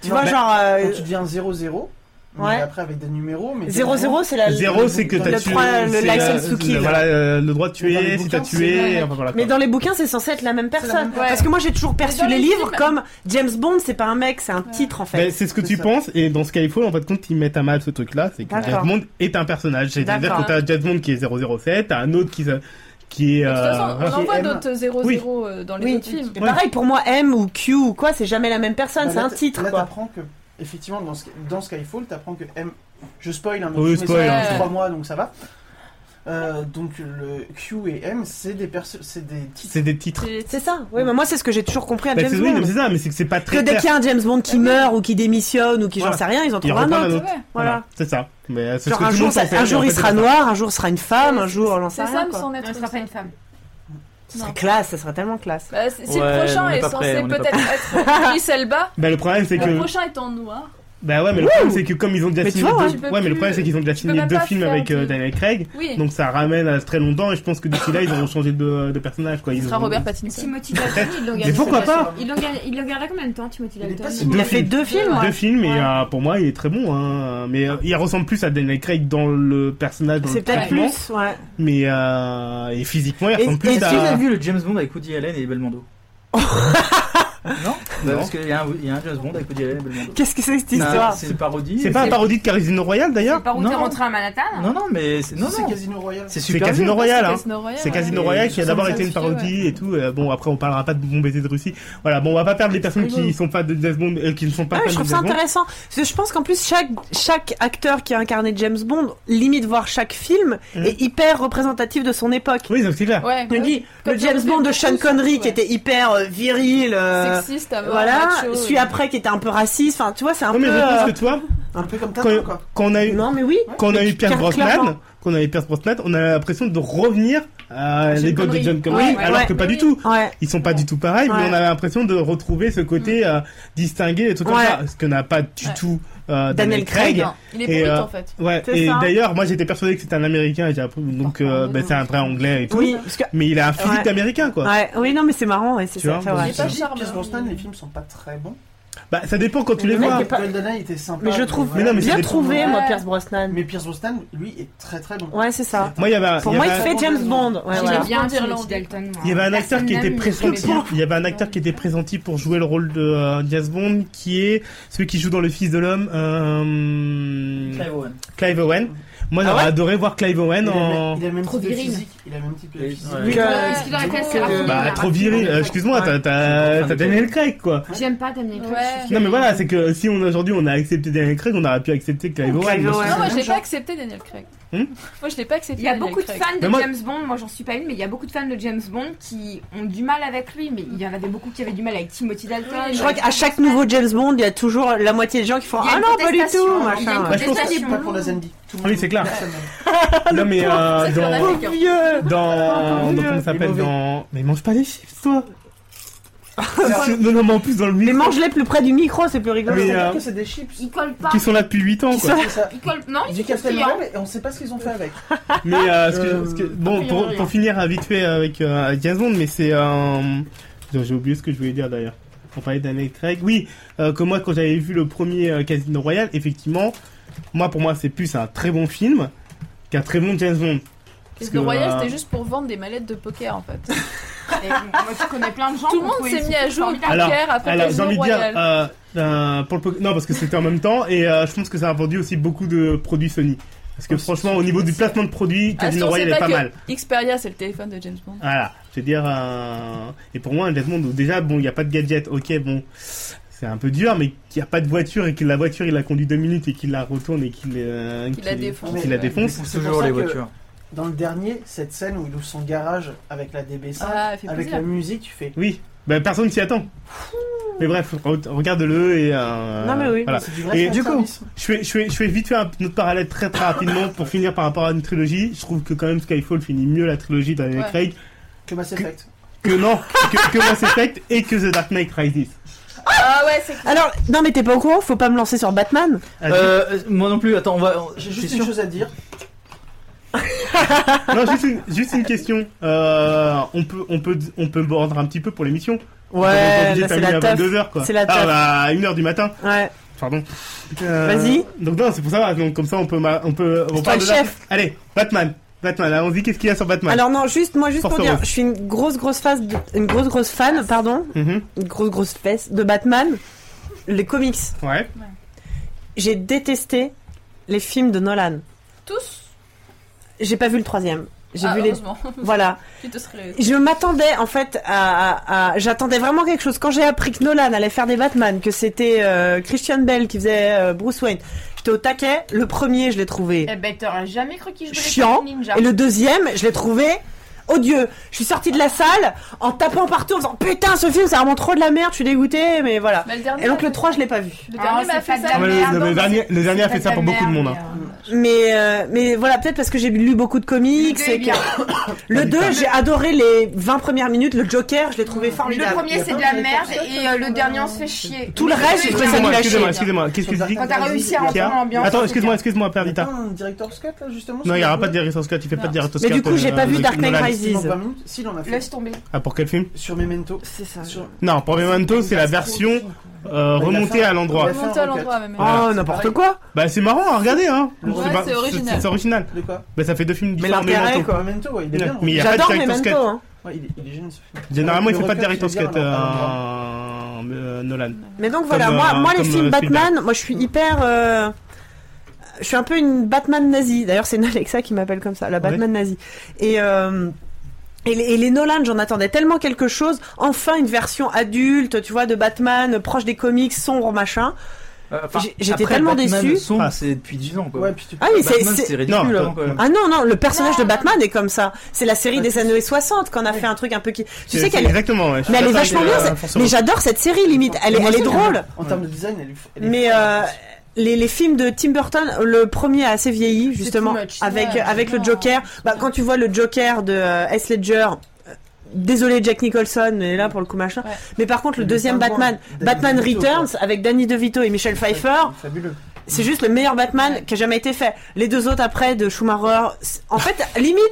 Tu Non, vois, mais- genre. Quand euh, tu deviens 0-0, mais Ouais. après avec des numéros. mais 0-0, c'est la. Zéro, c'est que le t'as tué. trois- le c'est license la- to kill. Voilà, euh, le droit de Mais dans les tuer, si bouquins, t'as c'est tué. la- Enfin, voilà, quoi. Mais dans les bouquins, c'est censé être la même la personne. même Parce que moi, j'ai toujours perçu dans les, les livres films- comme James Bond, c'est pas un mec, c'est un titre en Mais fait. Ben, c'est ce que c'est tu ça. penses, et dans Skyfall, en fin de compte, ils mettent à mal ce truc-là, c'est que D'accord. James Bond est un personnage. C'est-à-dire D'accord. que t'as James Bond qui est 007, t'as un autre qui, se- qui est... De toute euh, façon, on voilà. en voit M. d'autres 0-0 euh, dans les Oui. autres films. Et pareil pour moi, M ou Q ou quoi, c'est jamais la même personne, Bah, c'est là, un t- titre Là, quoi. t'apprends que, effectivement, dans, Sky- dans Skyfall, t'apprends que M. Je spoil un peu, Oui, mais spoil, ça hein. fait 3 mois donc ça va. Euh, donc le Q et M, c'est des perso- c'est des titres. C'est des titres. C'est ça. Oui, mais moi, c'est ce que j'ai toujours compris à Bah, James c'est oui, Bond. mais c'est ça, mais c'est que c'est pas Que très dès clair. Bah, qu'il y a un James Bond qui meurt ou qui démissionne ou qui j'en Voilà. sais rien, ils en Il trouvent un reprend un autre. autre. Voilà. C'est ça. Mais euh, c'est ce Genre que un tout le jour, monde ça- pensait, un en jour fait, il sera c'est ça. noir, un jour il sera une femme, un jour j'en sais C'est rien. ça, mais quoi. sans Non, être. ce sera pas une femme. Ce serait classe, ça serait tellement classe. Bah, c'est- si Ouais, le prochain on est est pas censé prêt, on est pas peut-être être Idris Elba, Bah, le problème, c'est le que. prochain est en noir. Bah, ouais, mais le problème, c'est que comme ils ont déjà Mais tu signé. vois, deux- ouais. Tu peux Ouais, mais le plus- problème, c'est qu'ils ont déjà tu signé peux même deux pas films faire avec euh, du- Daniel Craig. Oui, Donc ça ramène à très longtemps et je pense que d'ici là ils auront changé de, de personnage quoi. ce Ils sera auront- Robert Pattinson. Timothy Dalton, ils l'ont gardé. Mais pourquoi pas Ils l'ont gardé- ils l'ont gardé combien de temps, Timothy Il est pas Dalton si Deux Il a fait films. deux films. ouais. Deux films et Ouais. euh, pour moi il est très bon hein. Mais euh, il ressemble plus à Daniel Craig dans le personnage. dans C'est le peut-être traitement, plus, ouais. Mais euh, et physiquement il ressemble plus Est-ce que vous avez à. vu le James Bond avec Woody Allen et Belmondo Non Bah, Parce qu'il y, a un- il y a un James Bond avec Woody Allen et Belmondo. Qu'est-ce que c'est cette Non, histoire C'est une parodie. C'est pas un parodie de Casino Royale d'ailleurs. Par où Non. t'es rentré à Manhattan Non, non, mais c'est. Non, c'est non. Casino Royale. C'est C'est super. Casino vieux. Royale hein. C'est Casino Royale. C'est Casino Ouais. Royale qui a d'abord été une 75, parodie et tout. Euh, bon après on parlera pas de Bon baiser de Russie. Voilà bon on va pas perdre les personnes qui sont pas de James Bond euh, qui ne sont pas Ah, fans je de trouve ça James Bond. intéressant. Parce que je pense qu'en plus, chaque, chaque acteur qui a incarné James Bond, limite voir chaque film, Mhm. est hyper représentatif de son époque. Oui donc c'est clair. Ouais, Je me dis, Comme le dans James le Bond de film Sean tous, Connery qui ouais. était hyper euh, viril, euh, sexiste à mort, voilà, macho, celui et- après qui était un peu raciste, enfin tu vois, c'est un Non peu. mais je euh, pense que toi Un peu comme quand- Tintin quoi. quand on a eu Non mais oui. Quand on a Mais eu tu Pierce gardes Brosnan, clairement. quand on a eu Pierce Brosnan, on a l'impression de revenir à John l'époque de Connery. John Connery, Ah, Ouais, alors ouais. que pas Oui, du oui. tout. Ouais. Ils sont pas du tout pareils, mais Ouais. on Mm. a l'impression de retrouver ce côté euh, distingué, des trucs comme Ouais. ça, ce que n'a pas du Ouais. tout euh, Daniel Daniel Craig. Craig. Non, il est Et, brut euh, en fait. Ouais. C'est Et ça. Oh, d'ailleurs, moi j'étais persuadé que c'était un Américain, et j'ai appris, donc euh, bah, c'est un vrai Anglais et tout. Oui, parce que. Mais il a un physique Ouais. d'Américain, quoi. Ouais, oui, non, mais c'est marrant, ouais, c'est Tu ça. vois, c'est vrai. Il est pas Ceci dit, charmeur, Pierce Brosnan, il- les films sont pas très bons. Bah ça dépend quand tu les Le mec vois. est pas- GoldenEye était sympa. Mais je trouve Mais non, mais bien c'est des- trouvé, moi, Ouais. Pierce Brosnan. Mais Pierce Brosnan, lui, est très très bon. Ouais, c'est ça. Moi il y avait, un- Pour Ah, il y moi, il avait un- fait James Bond. Ouais, J'aime voilà. bien bien Timothy Irlandais. Dalton. moi. Il y avait un acteur Personne qui était n'aime, pressenti. mais bon. Il y avait un acteur qui était pressenti pour jouer le rôle de euh, James Bond, qui est celui qui joue dans Le Fils de l'homme, euh, Clive Owen. Clive Owen. Moi, Ah j'aurais ouais adoré voir Clive Owen Il a le- en. il a le même Trop type de viril. physique. Il a le même type de Et- physique. ouais. Que- Euh, Est-ce qu'il aurait été assez Bah, rapide Ah, Bah, trop viril. Euh, Excuse-moi, t'as- t'as t'as Daniel Craig, quoi. J'aime pas Damien Craig. Ouais. Non, mais voilà, c'est que si on aujourd'hui on a accepté Daniel Craig, on aurait pu accepter Clive Owen. Clive moi, Owen. c'est- Non, moi je l'ai genre. pas accepté Daniel Craig. Hmm Moi je l'ai pas accepté. Il y a Daniel beaucoup de Craig. fans de Mais moi- James Bond, moi j'en suis pas une, mais il y a beaucoup de fans de James Bond qui ont du mal avec lui, mais il y en avait beaucoup qui avaient du mal avec Timothy Dalton. Je crois qu'à chaque nouveau James Bond, il y a toujours la moitié des gens qui font Il y a Ah une non, pas du tout, contestation, il y a une machin. Bah, je pense- contestation. Pas pour la Zenby. Tout le Oui, monde- c'est clair. personne n'aime. Non, mais euh, C'est qu'on a dans. fait Dans. qu'un- dans- Comment ça Il est s'appelle mauvais. Dans. Mais mange pas les chips, toi Non, non, mais en plus, dans le Mais micro, mange-les plus près du micro, c'est plus rigolo. Mais, C'est euh, que c'est des chips. Il colle pas. qui sont là depuis 8 ans, Qui quoi. C'est ça. Il colle. Non, il Du colle Captain pas. Marvel, et on sait pas ce qu'ils ont fait avec. Mais Ah. euh, ce que- Euh, ce que- bon, pour, pour finir à vite fait avec euh, avec James Bond, mais c'est euh, putain, j'ai oublié ce que je voulais dire d'ailleurs. On parlait d'Anne Craig. Oui, euh, que moi quand j'avais vu le premier euh, Casino Royale, effectivement, moi pour moi c'est plus un très bon film qu'un très bon James Bond. Parce que, Casino Royale, euh, c'était juste pour vendre des mallettes de poker en fait. Et hein. moi, je connais plein de gens. Tout qui le ont monde trouvé s'est le mis à truc jouer au formidable. Alors, poker après Alors j'ai Casino envie de dire Royale. euh, euh, pour le poker- non parce que c'était en même temps et euh, je pense que ça a vendu aussi beaucoup de produits Sony. Parce que Oh, franchement au niveau du placement de produits, Ah, si Casino on Royale sait est pas que mal. Xperia, c'est le téléphone de James Bond. Voilà, je veux dire, euh, et pour moi, un James Bond, déjà, bon, il n'y a pas de gadget, ok, bon, c'est un peu dur, mais qu'il n'y a pas de voiture et que la voiture, il la conduit deux minutes et qu'il la retourne et qu'il euh, Qu'il la qu'il- défonce, qu'il la ouais. défonce. C'est pour Toujours ça les que- voitures. Dans le dernier, cette scène où il ouvre son garage avec la DB5, Ah, elle fait avec plaisir. la musique, tu fais. Oui, ben, personne s'y attend. Mais bref, re- regarde-le et. euh, Non, mais oui. Voilà. C'est du vrai Et du fanservice. Je fais, je, fais, je fais vite fait un autre parallèle très très rapidement pour finir par rapport à une trilogie. Je trouve que quand même Skyfall finit mieux la trilogie d'Aniel Ouais. Craig que Mass Effect. que non, que, que Mass Effect et que The Dark Knight Rises. Ah ouais, c'est Alors, non, mais t'es pas au courant, faut pas me lancer sur Batman. Euh, moi non plus, attends, on va. J'ai je suis juste une sûr. chose à dire. Non, juste une, juste une question. Euh, on peut, on peut, on peut border un petit peu pour l'émission. Ils ont été Ouais, obligés de là, c'est terminer la à teuf. 22h, quoi. C'est la teuf. Ah, bah, à 1h du matin. Ouais. Pardon. Euh, Vas-y. Donc, non, c'est pour ça. Donc, comme ça, on peut. ma- On peut on toi parle le de là. chef. Allez, Batman. Batman, allons-y, qu'est-ce qu'il y a sur Batman Alors non, juste moi juste Force pour dire, Rose. je suis une grosse grosse fan, de- une grosse grosse fan, pardon, Mhm. une grosse grosse fesse de Batman, les comics. Ouais. J'ai détesté les films de Nolan. Tous J'ai pas vu le troisième. J'ai Ah, vu les euh, heureusement. voilà. Tu te serais. Je m'attendais en fait à, à- à- j'attendais vraiment quelque chose. Quand j'ai appris que Nolan allait faire des Batman, que c'était euh, Christian Bell qui faisait euh, Bruce Wayne, j'étais au taquet. Le premier, je l'ai trouvé Eh ben, t'aurais jamais cru qu'il jouait les Chiant. Tortues Ninja. Et le deuxième, je l'ai trouvé odieux. Je suis sortie de la salle en tapant partout en disant putain ce film c'est vraiment trop de la merde, je suis dégoûtée, mais voilà. Bah, le dernier Et donc le m'a fait- 3 je l'ai pas vu. Le Ah, dernier c'est m'a pas fait de ça. la mais merde, le- le non, dernier- le c'est- dernier c'est a fait pas ça pour de la beaucoup de merde, monde, hein. Mais euh, mais voilà, peut-être parce que j'ai lu beaucoup de comics Le deux est et que- bien. Ah, le 2 j'ai adoré les 20 premières minutes, le Joker, je l'ai trouvé mais, euh, formidable. Le premier, c'est de la merde et euh, le dernier, on se fait chier. Tout le reste, je je trouve trouvais ça ça Excusez-moi, nul à excusez-moi, chier. excusez-moi. Qu'est-ce que tu dis Quand t'as réussi à rentrer Pierre dans l'ambiance. Attends, c'est excuse-moi, bien. excuse-moi, Père Il y a pas Vita. un directeur Scott là justement Non, il n'y aura c'est- pas de directeur Scott, il fait pas de directeur Mais Scott. du coup, j'ai euh, pas vu de- Dark Knight Nolan. Ils l'ont Rises. pas mis Si, il en a fait. Laisse tomber. Ah, pour quel film Sur Memento. C'est Ah. ça. Oh, Sur... Non, pour Memento, c'est la version euh, Bah, il a remontée fait- à l'endroit. il a fait un Monte à rocket. l'endroit, même. Voilà, Oh, n'importe quoi. Bah, c'est marrant à regarder, hein. Ouais, pas- c'est original. C'est original. De quoi Bah, ça fait deux films Mais différents. l'intérêt, Memento. quoi. Memento, ouais, il est bien. hein. Mais il n'y a pas de J'adore mes directeur Scott. Memento. hein. Ouais, il, est, il est génial ce film. Généralement, il Le fait pas de rocket, directeur je veux dire, Scott, alors, euh, euh, Nolan. Mais donc voilà, Comme, moi, euh, moi les comme, films euh, Batman, moi je suis hyper. euh, je suis un peu une Batman nazie. D'ailleurs, c'est une Alexa qui m'appelle comme ça, la Batman nazie. Et. euh, et les, et les Nolan, j'en attendais tellement quelque chose. Enfin, une version adulte, tu vois, de Batman, proche des comics, sombre, machin. Euh, enfin, J'ai- j'étais après, tellement Batman, déçue. sombre, Ah. c'est depuis 10 ans, quoi. Ouais, puis tu Ah oui, c'est. Batman, c'est- c'est ridicule, Non, avant, quoi. Ah non, non, le personnage de Batman est comme ça. C'est la série Ouais, des c'est- années 60 qu'on a fait un truc un peu qui. Tu C'est- sais c'est qu'elle est. Exactement, ouais. Mais elle est Ça, c'est, vachement bien. euh, c'est- Force Mais Rose. j'adore cette série, limite. Elle est, elle est drôle. En termes de design, elle est. elle est- Mais euh, les, les films de Tim Burton, le premier a assez vieilli justement too much. avec euh, Ouais, avec le non. Joker. Bah quand tu vois le Joker de euh, S. Ledger, euh, désolé Jack Nicholson, mais là pour le coup machin. Ouais. Mais par contre le Mais deuxième pas loin. Batman, Danny Batman DeVito, Returns avec Danny DeVito et Michel quoi. Pfeiffer, Fabuleux. c'est juste le meilleur Batman qui a jamais été fait. Les deux autres après de Schumacher, c'est- en fait limite.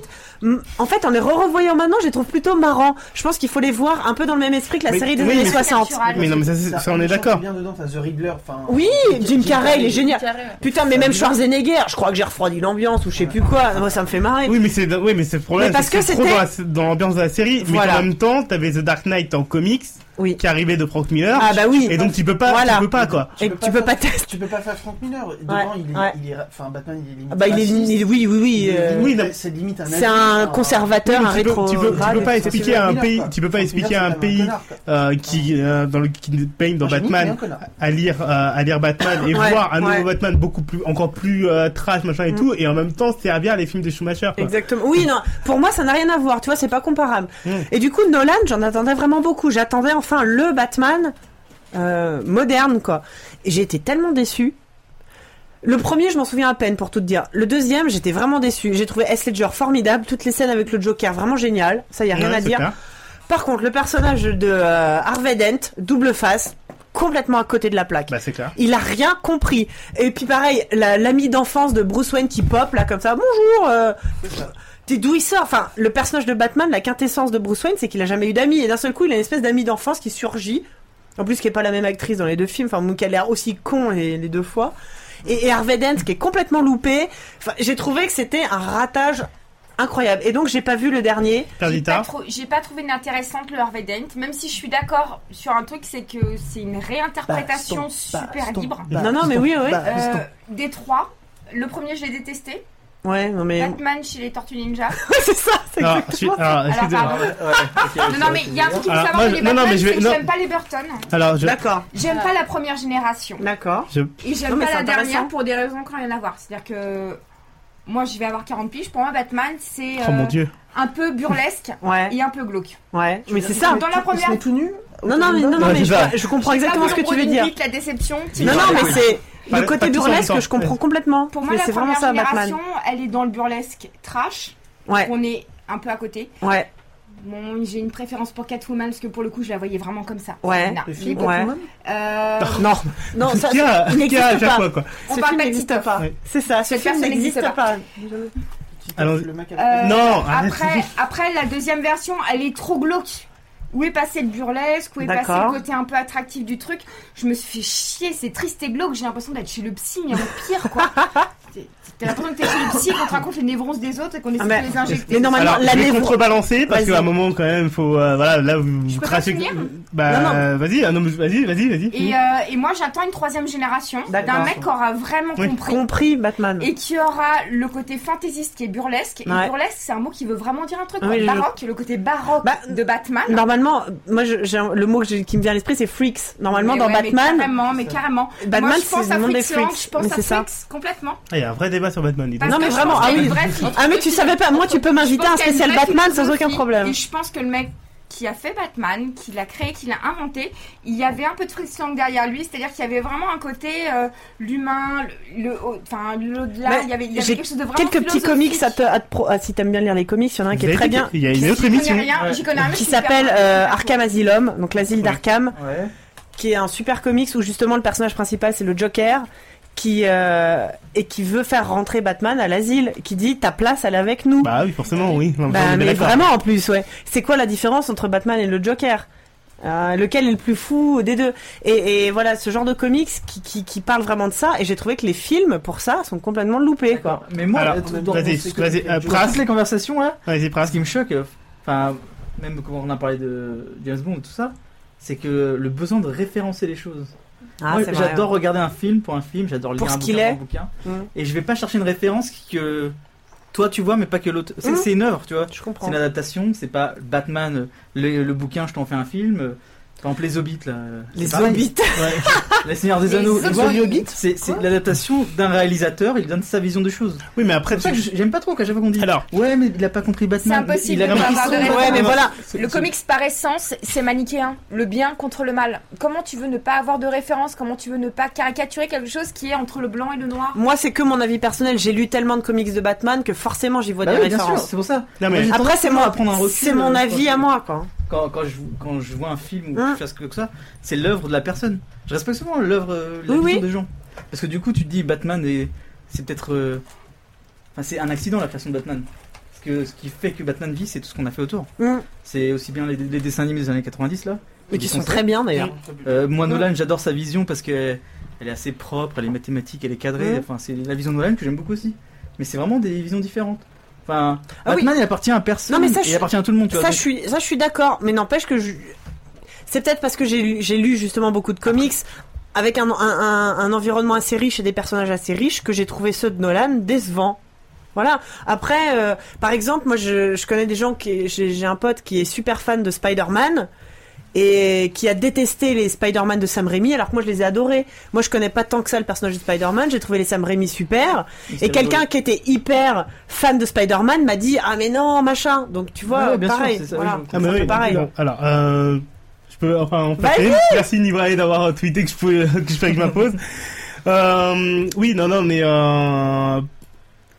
m- En fait, en les re-revoyant maintenant, je les trouve plutôt marrants. Je pense qu'il faut les voir un peu dans le même esprit que la Mais- série des oui, années mais- 60. Mais non, mais ça, c'est- ça, on est d'accord. bien dedans, t'as The Riddler. enfin- Oui, Jim Carrey, il est génial. Carré, ouais. Putain, mais même Schwarzenegger, je crois que j'ai refroidi l'ambiance ou je sais plus quoi. Moi, ça me fait marrer. Ah. Oui, mais c'est oui, mais c'est le problème. Mais parce c'est que c'est trop c'était- dans, la- dans l'ambiance de la série. Mais Voilà. en même temps, t'avais The Dark Knight en comics Oui. qui arrivait de Frank Miller. Ah bah oui. Et donc tu peux pas, Voilà. tu peux pas quoi. Et tu peux pas tester. Tu peux pas faire Frank Miller. Dedans, il est, ouais. il est, enfin Batman, il est limite. Ah Bah, il est, raciste, il est- oui, oui, il oui. est euh, limite- Oui, non. c'est limite un. c'est adulte, un conservateur, un tu, peux, rétro. tu peux- tu peux pas Enfin, c'est expliquer à un Miller, pays, quoi. tu peux pas Frank expliquer Miller, à un c'est quand même pays connard, quoi. euh, qui euh, dans le qui baigne dans Ah, Moi, j'ai dit, il est un Batman connard. à lire euh, à lire Batman et Ouais, voir un nouveau ouais. Batman beaucoup plus encore plus euh, trash machin et Mm. tout et en même temps servir les films de Schumacher. quoi. Exactement. Oui, non. Pour moi, ça n'a rien à voir. Tu vois, c'est pas comparable. Mm. Et du coup, Nolan, j'en attendais vraiment beaucoup. J'attendais enfin le Batman euh, moderne, quoi. Et j'ai été tellement déçue. Le premier, je m'en souviens à peine, pour tout te dire. Le deuxième, j'étais vraiment déçue. J'ai trouvé S. Ledger formidable. Toutes les scènes avec le Joker, vraiment génial. Ça, y a rien Ouais, à c'est dire. clair. Par contre, le personnage de euh, Harvey Dent, double face, complètement à côté de la plaque. Bah c'est clair. Il a rien compris. Et puis pareil, la- l'ami d'enfance de Bruce Wayne qui pop là comme ça, bonjour. euh, T'es d'où il sort Enfin, le personnage de Batman, la quintessence de Bruce Wayne, c'est qu'il a jamais eu d'amis. Et d'un seul coup, il a une espèce d'ami d'enfance qui surgit. En plus, qui est pas la même actrice dans les deux films. Enfin, moi, qui a l'air aussi con les, les deux fois. Et, et Harvey Dent qui est complètement loupé. Enfin, j'ai trouvé que c'était un ratage incroyable. Et donc, j'ai pas vu le dernier. J'ai pas, Perdita. trou- j'ai pas trouvé intéressante le Harvey Dent, même si je suis d'accord sur un truc, c'est que c'est une réinterprétation super libre. non, non, mais oui, oui. Euh, des trois, le premier je l'ai détesté, ouais, non mais Batman chez les Tortues Ninja. c'est ça. c'est Alors, exactement je- alors, Alors, excusez-moi. pardon. Ouais, ok, Non, ça, non, mais Ah, c'est il y a un truc qu'il faut Alors, savoir moi, sur les non, non, Batman, mais je vais- c'est que non. j'aime pas les Burton, Alors, je- D'accord, j'aime Ah. pas la première génération, d'accord. et Non, j'aime mais pas c'est la dernière intéressant. pour des raisons qui n'ont rien à voir. C'est-à-dire que moi je vais avoir 40 piges, pour moi Batman c'est Oh euh, mon dieu. un peu burlesque Ouais, et un peu glauque. ouais. Mais c'est ça. Dans la Ils première sont tout nus. Non, non, mais, non, non, Ouais, mais c'est ça. je, je comprends exactement Pas ce que tu voulu veux dire. vite la déception. Non, non, mais c'est Pas- le pas côté tous en même burlesque, temps. je comprends complètement. Pour moi, Mais la c'est première vraiment ça, génération, Batman. elle est dans le burlesque trash. Ouais, On est un peu à côté. ouais, Bon, j'ai une préférence pour Catwoman parce que pour le coup, je la voyais vraiment comme ça. Ouais. Sabrina. Le film, Ouais. Catwoman Euh, non, non, ça, Qui a- il qui a à chaque n'existe pas. fois, quoi. On ce parle film pas de n'existe Tito. pas. Ouais. C'est ça, ce Cette film personne n'existe n'existe pas. Qui Allons-y. tape le mec avec- euh, Non, arrête. Après, après, la deuxième version, elle est trop glauque. où est passé le burlesque, où est passé D'accord. le côté un peu attractif du truc. Je me suis fait chier, c'est triste et glauque, j'ai l'impression d'être chez le psy, mais au pire quoi. T'es- T'as l'impression que t'es chez le psy, qu'on te raconte les névroses des autres et qu'on essaie Ah, mais- de les injecter. Mais normalement, Alors, la je vais névrose- contrebalancer parce Vas-y. qu'à un moment quand même, faut euh, voilà, là vous Je peux pas crachez. finir Bah Non, non. euh, vas-y, ah, non, mais vas-y, vas-y, vas-y. Et, euh, et moi j'attends une troisième génération d'un Mm. D'accord. mec qui aura vraiment Oui. compris. compris Batman. Et qui aura le côté fantaisiste qui est burlesque. Et Ouais. Ah burlesque, c'est un mot qui veut vraiment dire un truc. Oui, quoi. je- baroque, le côté baroque Bah, de Batman. Normalement, moi, je- j'ai un- le mot que j'ai- qui me vient à l'esprit, c'est freaks. Normalement, Mais dans ouais, Mais Batman, carrément, mais carrément. Batman, Moi, je c'est pense le à monde des Fritz Lang, freaks. je pense Mais à c'est ça. Fritz, complètement. Ah, Il y a un vrai débat sur Batman. dis donc. Parce Non, mais que je vraiment, pense ah qu'il y a oui. une vraie fille. ah mais tu Je savais pas, moi, tu peux pense m'inviter à un qu'il y a une spécial vraie Batman sans philosophie. aucun problème. Et je pense que le mec qui a fait Batman, qui l'a créé, qui l'a inventé, il y avait un peu de Fritz Lang derrière lui, c'est-à-dire qu'il y avait vraiment un côté euh, l'humain, le, le- enfin l'au-delà, Mais il y avait, il y avait j'ai quelque chose de vraiment Quelques petits comics à philosophique. te, à te pro- ah, si t'aimes bien lire les comics, il y en a un qui est Vous très avez dit bien, qu'il y a une J'y autre connais émission. rien, Ouais. j'y connais rien, mais qui c'est super s'appelle cool. euh, Arkham Asylum, donc l'asile d'Arkham. Ouais. qui est un super comics où justement le personnage principal c'est le Joker qui euh, et qui veut faire rentrer Batman à l'asile, qui dit ta place elle est avec nous. Bah oui, forcément, oui. Non, Bah, on est mais d'accord. vraiment en plus ouais. C'est quoi la différence entre Batman et le Joker Euh, lequel est le plus fou des deux et, et voilà ce genre de comics qui, qui, qui parle vraiment de ça et j'ai trouvé que les films pour ça sont complètement loupés quoi. D'accord. Mais moi, Alors, dans- dans- Vas-y, dans- vas-y, euh, dans toutes Pras, les conversations là, vas-y, Ah, Pras. ce qui me choque, euh, enfin, même quand on a parlé de James Bond et tout ça, c'est que le besoin de référencer les choses. Ah, Moi, c'est vrai, j'adore ouais. regarder un film pour un film, j'adore lire Pour un ce qu'il bouquin est. pour un bouquin, Mm. et je vais pas chercher une référence que toi tu vois, mais pas que l'autre. C'est Mm. c'est une œuvre, tu vois. Je C'est comprends. une adaptation, c'est pas Batman, euh, le, le bouquin, je t'en fais un film. euh, Par exemple, les Hobbits, là. euh, Les c'est pareil. hobbits. Ouais. Les Seigneurs des Les Anneaux. tu vois, Hobbits. Les Hobbits C'est c'est l'adaptation d'un réalisateur, il donne sa vision des choses. Oui, mais C'est après, pour ça que j'aime pas trop quand chaque fois qu'on dit. alors, Ouais, mais il a pas compris Batman. C'est impossible Il a de pas compris avoir de son- raison. Ouais mais voilà. Le comics par essence, c'est manichéen. Le bien contre le mal. Comment tu veux ne pas avoir de référence Comment tu veux ne pas caricaturer quelque chose qui est entre le blanc et le noir Moi c'est que mon avis personnel. J'ai lu tellement de comics de Batman que forcément j'y vois Bah des oui, bien sûr, références. c'est pour ça. non, mais- J'ai Après tendance c'est toujours moi. à prendre un recul, C'est euh, mon quand avis je- à moi quoi. Quand, quand, je, quand je vois un film ou Hum. je fais ce que que ça, c'est l'œuvre de la personne. Je respecte souvent l'œuvre, euh, la Oui, vision oui. des gens. Parce que du coup, tu te dis Batman, est- c'est peut-être. euh, Enfin, c'est un accident la création de Batman. Parce que ce qui fait que Batman vit, c'est tout ce qu'on a fait autour. Hum. C'est aussi bien les, les dessins animés des années 90 là. Mais qui sont très bien d'ailleurs. Euh, Hein moi, Nolan, j'adore sa vision parce que elle est assez propre, elle est mathématique, elle est cadrée. Ouais. Enfin, c'est la vision de Nolan que j'aime beaucoup aussi. Mais c'est vraiment des visions différentes. Enfin, Ah oui. Batman, il appartient à personne. Non, mais ça, et je- il appartient à tout le monde. Tu vois, Ça, je suis, ça, je suis d'accord, mais n'empêche que je. C'est peut-être parce que j'ai lu, j'ai lu justement beaucoup de comics avec un, un, un- un environnement assez riche et des personnages assez riches que j'ai trouvé ceux de Nolan décevants. Voilà. Après, euh, par exemple, moi, je, je connais des gens qui. J'ai j'ai un pote qui est super fan de Spider-Man et qui a détesté les Spider-Man de Sam Raimi alors que moi je les ai adorés. Moi je connais pas tant que ça le personnage de Spider-Man, j'ai trouvé les Sam Raimi super et quelqu'un qui était hyper fan de Spider-Man m'a dit "Ah mais non, machin." Donc tu vois, Ouais, bien sûr, pareil. c'est ça, voilà. oui, je Ah, mais C'est oui, pareil. bon, alors, euh, je peux, enfin, en Vas-y fait, merci Nibrae d'avoir euh, tweeté que je pouvais, que je fallait que je m'impose. Euh, oui, non, non, mais euh,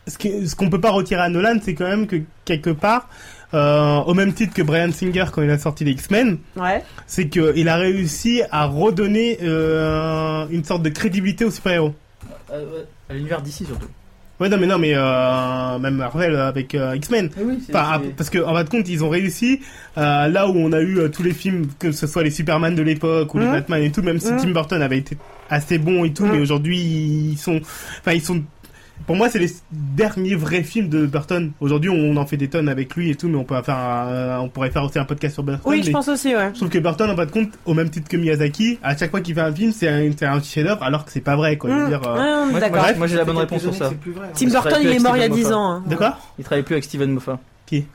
ce qui- ce qu'on peut pas retirer à Nolan, c'est quand même que quelque part, euh, au même titre que Brian Singer quand il a sorti les X-Men, Ouais. c'est que il a réussi à redonner euh, une sorte de crédibilité aux super-héros. Euh, ouais, à l'univers d'ici surtout. Ouais, non, mais non, mais euh, même Marvel avec euh, X-Men. oui, Enfin, ah, parce que en fin de compte, ils ont réussi euh, là où on a eu euh, tous les films, que ce soit les Superman de l'époque ou les Mhm. Batman et tout, même si Mhm. Tim Burton avait été assez bon et tout, Mhm. mais aujourd'hui ils sont, enfin ils sont. Pour moi, c'est les derniers vrais films de Burton. Aujourd'hui, on en fait des tonnes avec lui et tout, mais on peut en faire, un- euh, on pourrait faire aussi un podcast sur Burton. Oui, je mais- pense aussi, ouais. je trouve que Burton, en fin de compte, au même titre que Miyazaki, à chaque fois qu'il fait un film, c'est un, c'est un chef-d'œuvre, alors que c'est pas vrai, quoi. Je veux Mm. dire, euh, Ah, Moi, D'accord. moi, moi, j'ai la bonne réponse sur ça. Tim je Burton, travaille il est avec mort il y a Steven 10 Moffat. ans. hein. D'accord. Il travaille plus avec Steven Moffat. Qui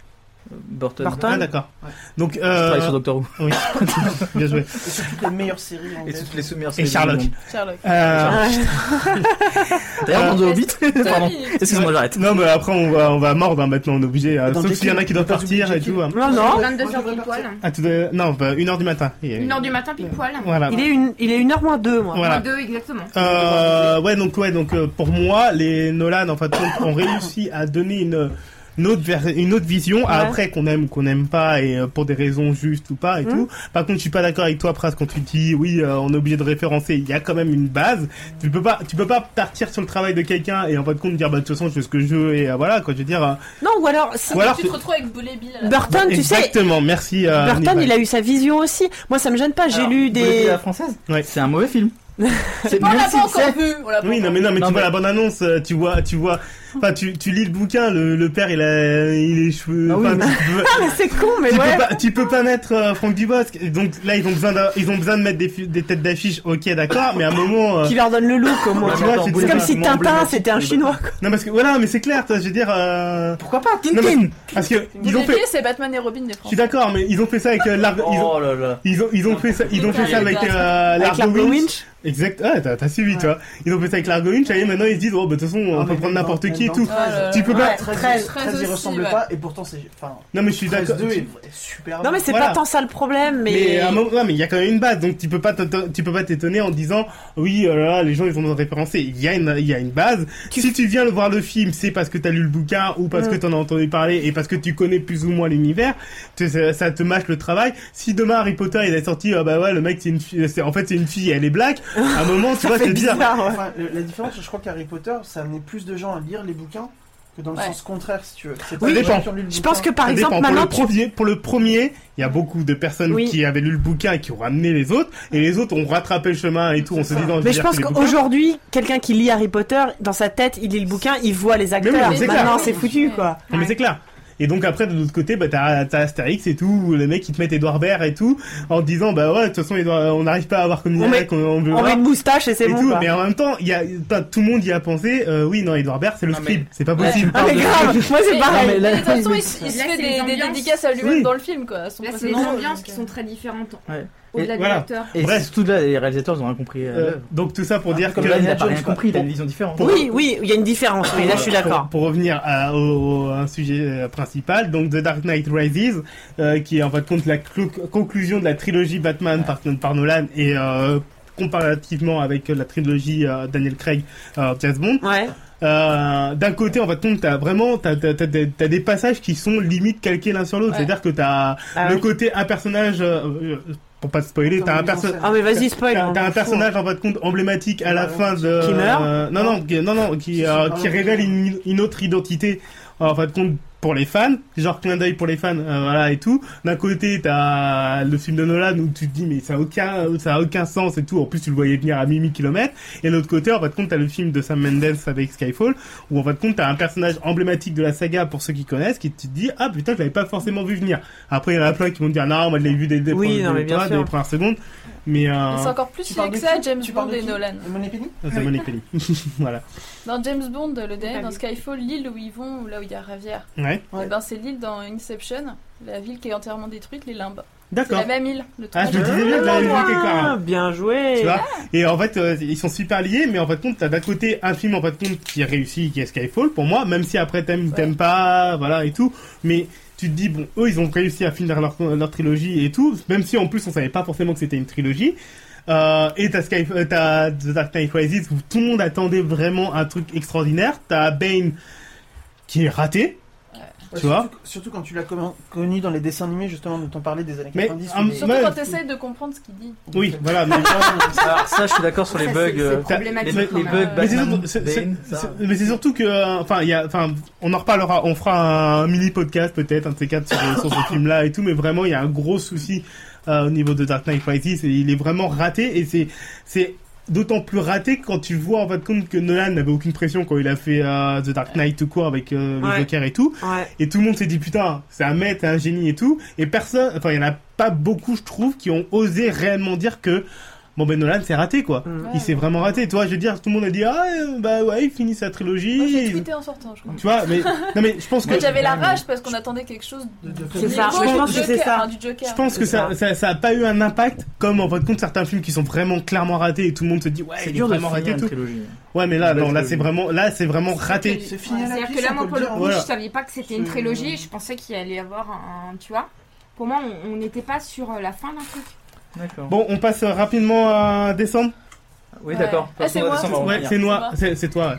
Euh, Burton. Burton. Ah, d'accord. Ouais. Donc, Il travaille sur euh, Doctor Who. oui. bien joué. Et c'est toutes les meilleures séries Et anglaises. toutes les sous-meilleures Et Sherlock. Sherlock. Euh, Ah, Ouais. D'ailleurs, dans The Hobbit. Pardon. Tommy. Excuse-moi, j'arrête. Non, mais après, on va, on va mordre, hein, maintenant, on est obligé. hein. Attends, Sauf s'il y en a Jekyll, qui doivent attends, partir et Jekyll. tout. hein. Non, non. 22h pile poil. À tout de- Non, bah, une heure du matin. Et- Une heure du matin pile poil. Voilà. Il est une, il est une heure moins deux, moi. Voilà. Deux, exactement. Euh, ouais, donc, ouais, donc, euh, pour moi, les Nolan, en fait, ont réussi à donner une, une une autre, ver- une autre vision. Ah, Ouais. Après, qu'on aime ou qu'on n'aime pas, et euh, pour des raisons justes ou pas, et Mm. tout. Par contre, je suis pas d'accord avec toi, Pras, quand tu dis oui, euh, on est obligé de référencer. Il y a quand même une base. Tu peux pas, tu peux pas partir sur le travail de quelqu'un et en fin de compte dire, bah, de toute façon, je fais ce que je veux, et euh, voilà, quoi, je veux dire. euh, Non, ou alors, si- Ou alors, tu tu- te retrouves avec Bull et Bill à la Burton, tu sais, Exactement, merci. euh, Burton, Hannibal. il a eu sa vision aussi. Moi, ça me gêne pas, j'ai Alors, lu vous l'avez vu à des. la française Ouais. C'est un mauvais film. C'est fin. On même l'a si pas encore c'est- vu. On l'a pas Oui, non, encore mais non, mais Non, tu vois mais- la bonne annonce, euh, tu vois, tu vois, enfin, tu, tu lis le bouquin, le, le père, il a, il a les cheveux, Ah oui, enfin, mais- tu peux- Ah, mais c'est con, mais tu, ouais. peux pas, tu peux pas mettre euh, Franck Dubosc. Et Donc là, ils ont besoin, d'un- ils ont besoin de mettre des, fi- des têtes d'affiche. Ok, d'accord, mais à un moment. euh, Qui leur donne le look au moins. tu vois, c'est- C'est comme c'est si Tintin c'était un chinois quoi. Non parce que voilà, mais c'est clair, toi, je veux dire. euh, Pourquoi pas Non, Tintin Parce que vu. ils ont Bull et fait. Bill, c'est Batman et Robin des Je suis Français. d'accord, mais ils ont fait ça avec euh, l'ar- ils ont- Oh là là. Ils ont, ils ont fait ça, ils ont fait ça avec, euh, Avec l'Argo l'argo Winch. winch. Exact, ah, t'as, t'as suivi, toi. Ils ont fait ça avec l'Argo Winch, et maintenant ils se disent, oh, bah, de toute façon, on Ah, peut mais prendre dans- n'importe même qui et dans tout. 13, Tu peux pas- 13, 13 13, il aussi, ressemble ouais. pas, et pourtant c'est. Enfin, Non, mais je suis 13 d'accord. 2 est super. Non mais bien. c'est Voilà. pas tant ça le problème, mais. Mais à un moment- non, mais il y a quand même une base, donc tu peux pas t'éton- tu peux pas t'étonner en disant oui oh là, là, les gens ils ont besoin de référencer. Il y a une il y a une base. Si tu viens le voir le film, c'est parce que t'as lu le bouquin ou parce que Mm. t'en as entendu parler et parce que tu connais plus ou moins l'univers. Tu- Ça, ça te mâche le travail. Si demain Harry Potter il est sorti ah bah ouais le mec c'est une fille, c'est- en fait c'est une fille elle est black. À un moment tu vas te c'est dire bizarre. Ah ouais. Enfin, le- la différence, je crois qu'Harry Potter, ça amenait plus de gens à lire les bouquins que dans le Ouais. sens contraire, si tu veux. C'est Oui, les gens dépend. qui ont lu le Je bouquin. pense que par Ça exemple dépend. maintenant pour le premier, pour le premier, il y a beaucoup de personnes Oui. qui avaient lu le bouquin et qui ont ramené les autres, et les autres ont rattrapé le chemin et tout, en se disant. Mais vais je lire pense tous les bouquins. qu'aujourd'hui, quelqu'un qui lit Harry Potter, dans sa tête, il lit le bouquin, il voit les oui, acteurs. c'est clair. Maintenant, c'est foutu, quoi. Non, mais Ouais. c'est clair. Et donc après de l'autre côté, bah t'as t'as Astérix et tout, où les mecs ils te mettent Edouard Baird et tout, en te disant bah ouais de toute façon Édouard- on n'arrive pas à avoir comme On il y en a met- qu'on on veut On met voir. une moustache et c'est et bon, tout. quoi. Mais en même temps, il y a pas tout le monde y a pensé. euh, oui non Edouard Baird c'est le Non, mais- scribe, c'est pas possible. Ah, mais grave, moi c'est Mais- pareil. Mais de toute façon, il s- il se Là, fait c'est les des- des ambiances. dédicaces à lui-même Oui. dans le film, quoi. à son Là, c'est des précédent. euh, ambiances qui sont très différentes. Ouais. Au-delà Et de voilà. l'acteur. Et Bref. surtout là, les réalisateurs ils ont rien compris à Euh, l'œuvre. donc tout ça pour dire que Comme là, il n'a Indiana pas rien Jones, compris, il a quoi. une vision différente. Oui, oui, il y a une différence, mais là je suis Pour- d'accord. Pour, revenir à, au, au- à un sujet euh, principal, donc The Dark Knight Rises, euh, qui est en fin de compte la clo- conclusion de la trilogie Batman par, par Nolan et euh, comparativement avec la trilogie euh, Daniel Craig, euh, James Bond. Ouais. Euh, d'un côté, en fin de compte, t'as vraiment t'as, t'as, t'as des, t'as des passages qui sont limite calqués l'un sur l'autre. Ouais. C'est-à-dire que t'as Ah le oui. côté un personnage, euh, euh, pour pas te spoiler, Comme t'as un une mise en personnage. scène. Ah mais vas-y spoil. T'as on t'as un s'en personnage en fin de compte emblématique à la Ouais. fin de. Qui meurt euh, non, non, qui- non, non, qui, C'est euh, super qui bien. révèle une, une autre identité euh, en fin de compte pour les fans, genre clin d'œil pour les fans, euh, voilà et tout. D'un côté, t'as le film de Nolan où tu te dis mais ça a aucun, ça a aucun sens et tout. En plus, tu le voyais venir à 1000 kilomètres. Et de l'autre côté, en fin de compte, t'as le film de Sam Mendes avec Skyfall où en fin de compte, t'as un personnage emblématique de la saga pour ceux qui connaissent qui tu te dis ah putain, je l'avais pas forcément vu venir. Après, il y en a plein qui vont te dire non, moi je l'ai vu dès dès- Oui, dès- non, mais bien dès les sûr. premières secondes. Mais euh, Mais C'est encore plus Tu lié parles que de ça, qui James Tu Bond parles de et qui Nolan. Mon épine Ah The Money Penny. voilà. Dans James Bond, le dernier, pas dans vu. Skyfall, l'île où ils vont, là où il y a Ravière, Ouais. Ouais. eh ben, c'est l'île dans Inception, la ville qui est entièrement détruite, les limbes. C'est D'accord. la même île, le Ah, je me tournage. disais bien que j'avais vu quelque part. Ah, hein. bien Tu joué. vois hein. Et en fait, euh, ils sont super liés, mais en fait, compte, t'as d'un côté un film en fait compte qui réussit, qui est Skyfall pour moi, même si après t'aimes ou t'aimes pas, voilà et tout. Mais tu te dis bon, eux ils ont réussi à finir leur, leur trilogie et tout, même si en plus on savait pas forcément que c'était une trilogie. Euh, et t'as Sky, euh, t'as The Dark Knight Rises où tout le monde attendait vraiment un truc extraordinaire. T'as Bane qui est raté. Ouais, Tu vois surtout- Surtout quand tu l'as commun- connu dans les dessins animés, justement, dont on parlait des années Mais, 90. hum, ou des- sur- Ouais. Surtout quand t'essayes de comprendre ce qu'il dit. Oui, voilà. Mais Alors ça, je suis d'accord sur les Ça, bugs. c'est- c'est euh, t'as- Les, problématique. les quand bugs même. Mais c'est Euh, surtout- Batman, c'est- Bane, c'est- ça. c'est- mais c'est surtout que, euh, enfin, il y a, enfin, on en reparlera, on fera un mini podcast peut-être, un de ces quatre sur, sur ce film-là et tout, mais vraiment, il y a un gros souci euh, au niveau de Dark Knight Rises et il est vraiment raté et c'est, c'est d'autant plus raté quand tu vois en fait compte que Nolan n'avait aucune pression quand il a fait euh, The Dark Knight tout court avec euh, le Ouais. Joker et tout, Ouais. et tout le monde s'est dit putain, c'est un maître, un génie et tout, et personne, enfin, il y en a pas beaucoup, je trouve, qui ont osé réellement dire que Bon ben Nolan c'est raté quoi. Mm. Il s'est vraiment raté, toi. Je veux dire, tout le monde a dit ah euh, bah ouais, il finit sa Moi, j'ai trilogie. tweeté en sortant, je crois. tu vois, mais non mais je pense que Moi, j'avais la rage parce qu'on attendait quelque chose de- de... de- C'est ça, du mais je Joker, pense que c'est ça. enfin, du Joker. je pense que ça, ça, ça a pas eu un impact comme en fin de compte certains films qui sont vraiment clairement ratés et tout le monde se dit ouais, Ah, C'est il est dur de vraiment finir raté et une tout. trilogie. Ouais, mais là Une belle non, là c'est trilogie. vraiment là c'est vraiment raté. C'est fini à la C'est-à-dire pièce, que là, on moi, peut pour le le dire. coup, Voilà. je savais pas que c'était une trilogie. Je pensais qu'il allait y avoir un. Tu vois Pour moi, on on n'était pas sur euh, la fin d'un truc. D'accord. Bon, on passe rapidement à décembre. Oui, d'accord. Ah, c'est moi. Vincent va Ouais, revenir. c'est moi, c'est c'est toi.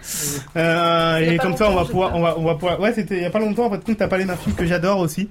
Euh, Il y a et pas comme ça, on va longtemps, pouvoir, je on va, on va pouvoir. Ouais, c'était il y a pas longtemps. En fait, compte, t'as parlé d'un film que j'adore aussi.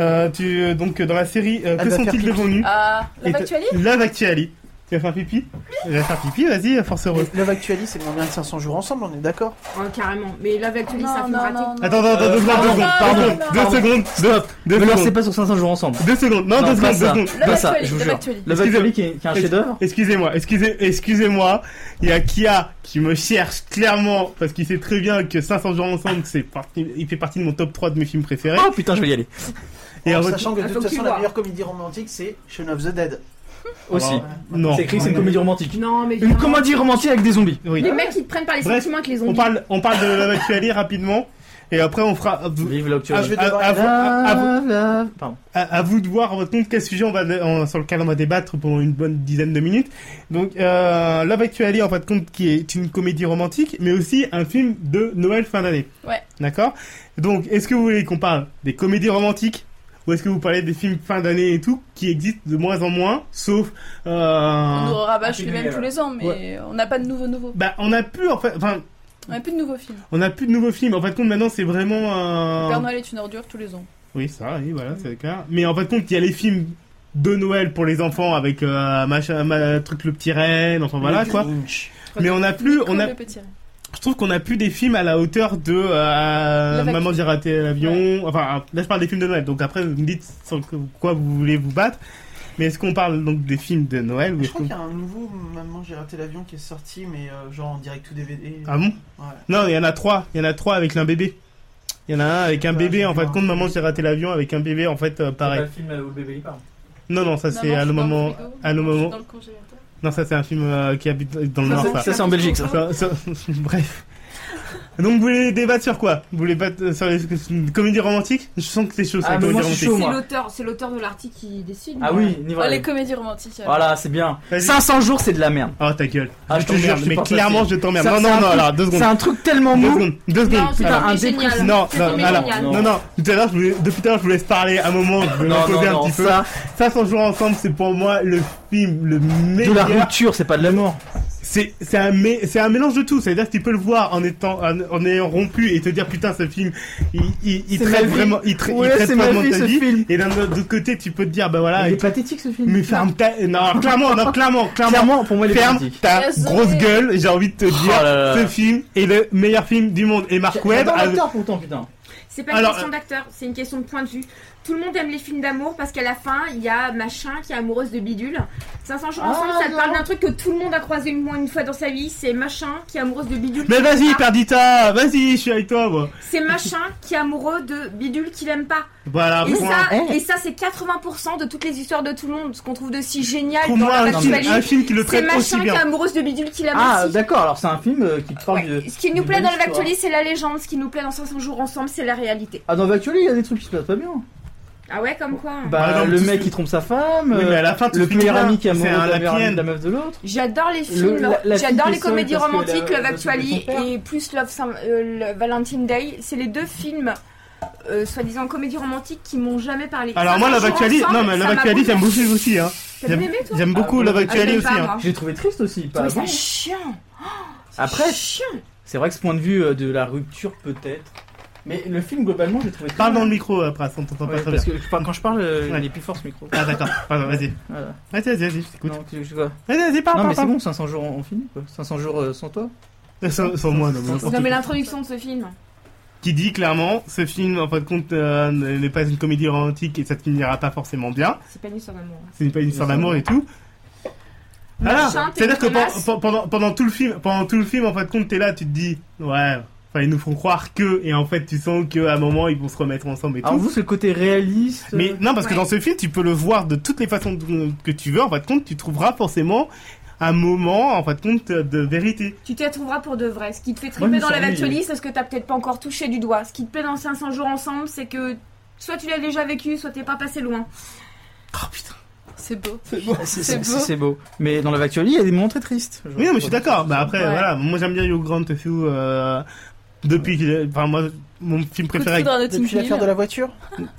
Euh, tu donc dans la série euh, Elle Que va faire sont-ils pipi. devenus Ah, Et t- la Factuali Love Actually. Tu vas faire pipi Je vais faire pipi. Vas-y, force heureuse. Love Actually, c'est moins bien que 500 jours ensemble, on est d'accord Oh, carrément. Mais là, avec lui, ça fait rater. Attends, attends, attends, Euh, deux secondes, pardon, deux secondes, pardon, deux pardon. secondes, Stop. deux Ne lancez secondes, pas sur 500 jours ensemble. deux secondes, non, Non, deux pas secondes, deux ça. secondes. Pas ça, je vous Love jure. Actually. Le Valkyrie qui est qui est un chef-d'œuvre. Excusez-moi, excusez, excusez-moi. Il y a Kia qui me cherche clairement parce qu'il sait très bien que 500 jours ensemble, c'est parti, il fait partie de mon top 3 de mes films préférés. Oh putain, je vais y aller. Oh, Et En en fait- sachant que de faut toute qu'il façon, voit. la meilleure comédie romantique, c'est Shaun of the Dead. Aussi. non. C'est écrit que c'est une comédie romantique. Non, mais Une vraiment. comédie romantique avec des zombies. Oui. Les mecs, ils te prennent par les Bref, sentiments avec les On zombies. parle, on parle de Love Actually rapidement et après on fera. Vive l'actuel. À, je vais à- devoir- à vous- à- à Ah, vous- Pardon. à, à vous de voir en votre compte quel sujet on va, on- sur lequel on va débattre pendant une bonne dizaine de minutes. Donc, euh, Love Actually, en fait, compte qui est une comédie romantique, mais aussi un film de Noël fin d'année. Ouais. D'accord Donc, est-ce que vous voulez qu'on parle des comédies romantiques ou est-ce que vous parlez des films fin d'année et tout qui existent de moins en moins, sauf On nous euh, rabâche Happy les New mêmes Year. tous les ans, mais on n'a pas de nouveaux nouveaux. bah on a plus en fait, enfin On n'a plus de nouveaux films. on a plus de nouveaux films. En fait, compte maintenant c'est vraiment. Le euh, Père Noël est une ordure tous les ans. Oui, ça, oui, voilà, c'est clair. Mais en fait, compte, il y a les films de Noël pour les enfants avec euh, machin, ma- truc le petit reine, enfin voilà quoi. Mais on a plus, on a, Le petit. je trouve qu'on a plus des films à la hauteur de euh, La vac- Maman j'ai raté l'avion. Enfin, là je parle des films de Noël. Donc après, vous me dites sur que- quoi vous voulez vous battre. Mais est-ce qu'on parle donc des films de Noël ou Je est-ce crois qu'on... qu'il y a un nouveau Maman, j'ai raté l'avion qui est sorti, mais euh, genre en direct ou DVD. Ah bon Ouais. Non, il y en a trois. Il y en a trois avec un bébé. Il y en a un avec un Ouais, bébé. j'ai En vu fait, un. compte Maman j'ai raté l'avion avec un bébé. En fait, euh, pareil. film où le bébé il parle. Non, non, ça c'est à nos moments. À nos moments. Dans le congélateur. Non, ça c'est un film euh, qui habite dans le Ça, nord. c'est- ça. ça, c'est en Belgique ça. Ça- ça- Bref. Donc vous voulez débattre sur quoi Vous voulez battre sur les comédies romantiques Je sens que c'est chaud sur Ah, les mais comédies moi, je romantiques. suis chaud. C'est moi. l'auteur, c'est l'auteur de l'article qui décide. Ah oui, n'y Oh, va. les comédies romantiques. alors. Voilà, c'est bien. Vas-y. 500 jours, c'est de la merde. Oh ta gueule. Ah, je je te t'emmerde, jure, je mais pense pas clairement que je t'emmerde. Ça, Non, c'est un non, non, truc- alors deux C'est secondes. un truc tellement Deux mou. secondes, deux Non, secondes. c'est Putain, un un film dépressif. génial. Non, C'est non, un film alors, génial. non, non, tout à l'heure, je voulais- depuis tout à l'heure, je vous laisse parler un moment, je vais Non, m'imposer non, un non, petit peu. ça, 500 jours ensemble, c'est pour moi le film le de la meilleur. rupture, c'est pas de l'amour. C'est c'est un, mé- c'est un mélange de tout, c'est-à-dire que tu peux le voir en étant en, en ayant rompu et te dire putain, ce film, il, il, il C'est ma traite vie. vraiment, il, tra- il Ouais, traite c'est ma vraiment vie ta ce vie. film. Et d'un autre côté, tu peux te dire, bah voilà, Il est et- pathétique ce film. mais ferme ta. Non, clairement, non, clairement, clairement, Clairement, pour moi, il est ferme pathétique. ta Désolé. grosse gueule, j'ai envie de te dire, Oh là là. ce film est le meilleur film du monde. Et Mark Webb. J'adore a- l'acteur pourtant, putain. C'est pas une Alors, euh, question d'acteur, c'est une question de point de vue. Tout le monde aime les films d'amour parce qu'à la fin, il y a machin qui est amoureuse de bidule. 500 jours ensemble, ça te parle d'un truc que tout le monde a croisé une, une fois dans sa vie. C'est machin qui est amoureuse de bidule. Mais qui l'aime vas-y, pas. Perdita, vas-y, je suis avec toi, moi. C'est machin qui est amoureux de bidule qu'il aime pas. Voilà, et, point. ça, et ça, c'est 80% de toutes les histoires de tout le monde. Ce qu'on trouve de si génial dans Trouve-moi la un, film- un factualité. film qui le C'est traite aussi machin qui est bien. amoureuse de bidule qu'il aime Ah, aussi. d'accord, alors c'est un film euh, qui parle de. Ouais. Ce qui nous une plaît bonne dans la histoire. Vactualis, c'est la légende. Ce qui nous plaît dans 500 jours ensemble, c'est la réalité. Ah, dans Vactually, il y a des trucs qui se passent pas bien. Ah ouais, comme quoi hein. Par Bah, exemple, le tout mec ce- qui trompe sa femme, Oui, euh, mais à la fin, tu le finis meilleur bien. ami qui est C'est amoureux un de la, meilleure amie happy de la meuf de l'autre. J'adore les films, la- la fille j'adore qui les sonne comédies parce que la- romantiques, la- Love la- Actually la- la- et plus Love Sam- euh, le Valentine Day. C'est les deux films, euh, soi-disant comédies romantiques, qui m'ont jamais parlé. Alors, moi, la Actually, non, mais la Actually, j'aime beaucoup aussi, hein. T'as bien aimé, toi J'aime beaucoup Ah, Love oui. Actually Ah, aussi, j'aime pas, hein. moi. J'ai trouvé triste aussi. Pas Mais c'est bon. chiant Après, Chiant c'est vrai que ce point de vue euh, de la rupture, peut-être. Mais le film, globalement, j'ai trouvé. très Parle bien. dans le micro après, on t'entend pas Ouais, très bien. parce que je parle- quand je parle, euh, Ouais. il est plus fort ce micro. Ah d'accord, pardon, vas-y. Voilà. Vas-y, vas-y, vas-y, je t'écoute. Non, tu- je- quoi. Vas-y, vas-y, parle, Non, mais parle, c'est parle. bon, 500 jours, on, on finit quoi. 500 jours euh, sans toi Sans, sans moi, non, mais n'importe Non, mais qui. l'introduction de ce film. Qui dit clairement, ce film, en fin de compte, euh, n'est pas une comédie romantique et ça te finira pas forcément bien. C'est pas une histoire d'amour. C'est pas une histoire d'amour et tout. Voilà. Machin, t'es C'est-à-dire que pen- dégueulasse. pen- pendant, pendant tout le film, pendant tout le film, en fin de compte, t'es là, tu te dis, ouais, enfin, ils nous font croire que, et en fait, tu sens qu'à un moment, ils vont se remettre ensemble et Alors, tout. vous, c'est le côté réaliste. euh, Mais non, parce que Ouais. dans ce film, tu peux le voir de toutes les façons dont- que tu veux. En fin de compte, tu trouveras forcément un moment, en fin de compte, de vérité. Tu t'y retrouveras pour de vrai. Ce qui te fait Ouais, mais triper dans ça la ennuie. Vactualis, c'est ce que t'as peut-être pas encore touché du doigt. Ce qui te plaît dans 500 jours ensemble, c'est que soit tu l'as déjà vécu, soit t'es pas passé loin. C'est beau. euh, c'est- c'est c'est- beau. c'est beau. Mais dans la Vactually, il y a des moments très tristes. Oui, non, mais je suis d'accord. Bah après, Ouais. voilà, moi j'aime bien Hugh Grant et tout. euh, depuis qu'il est- Enfin, moi, mon film Coup de préféré. foudre à Notting Depuis l'affaire Hill. de la voiture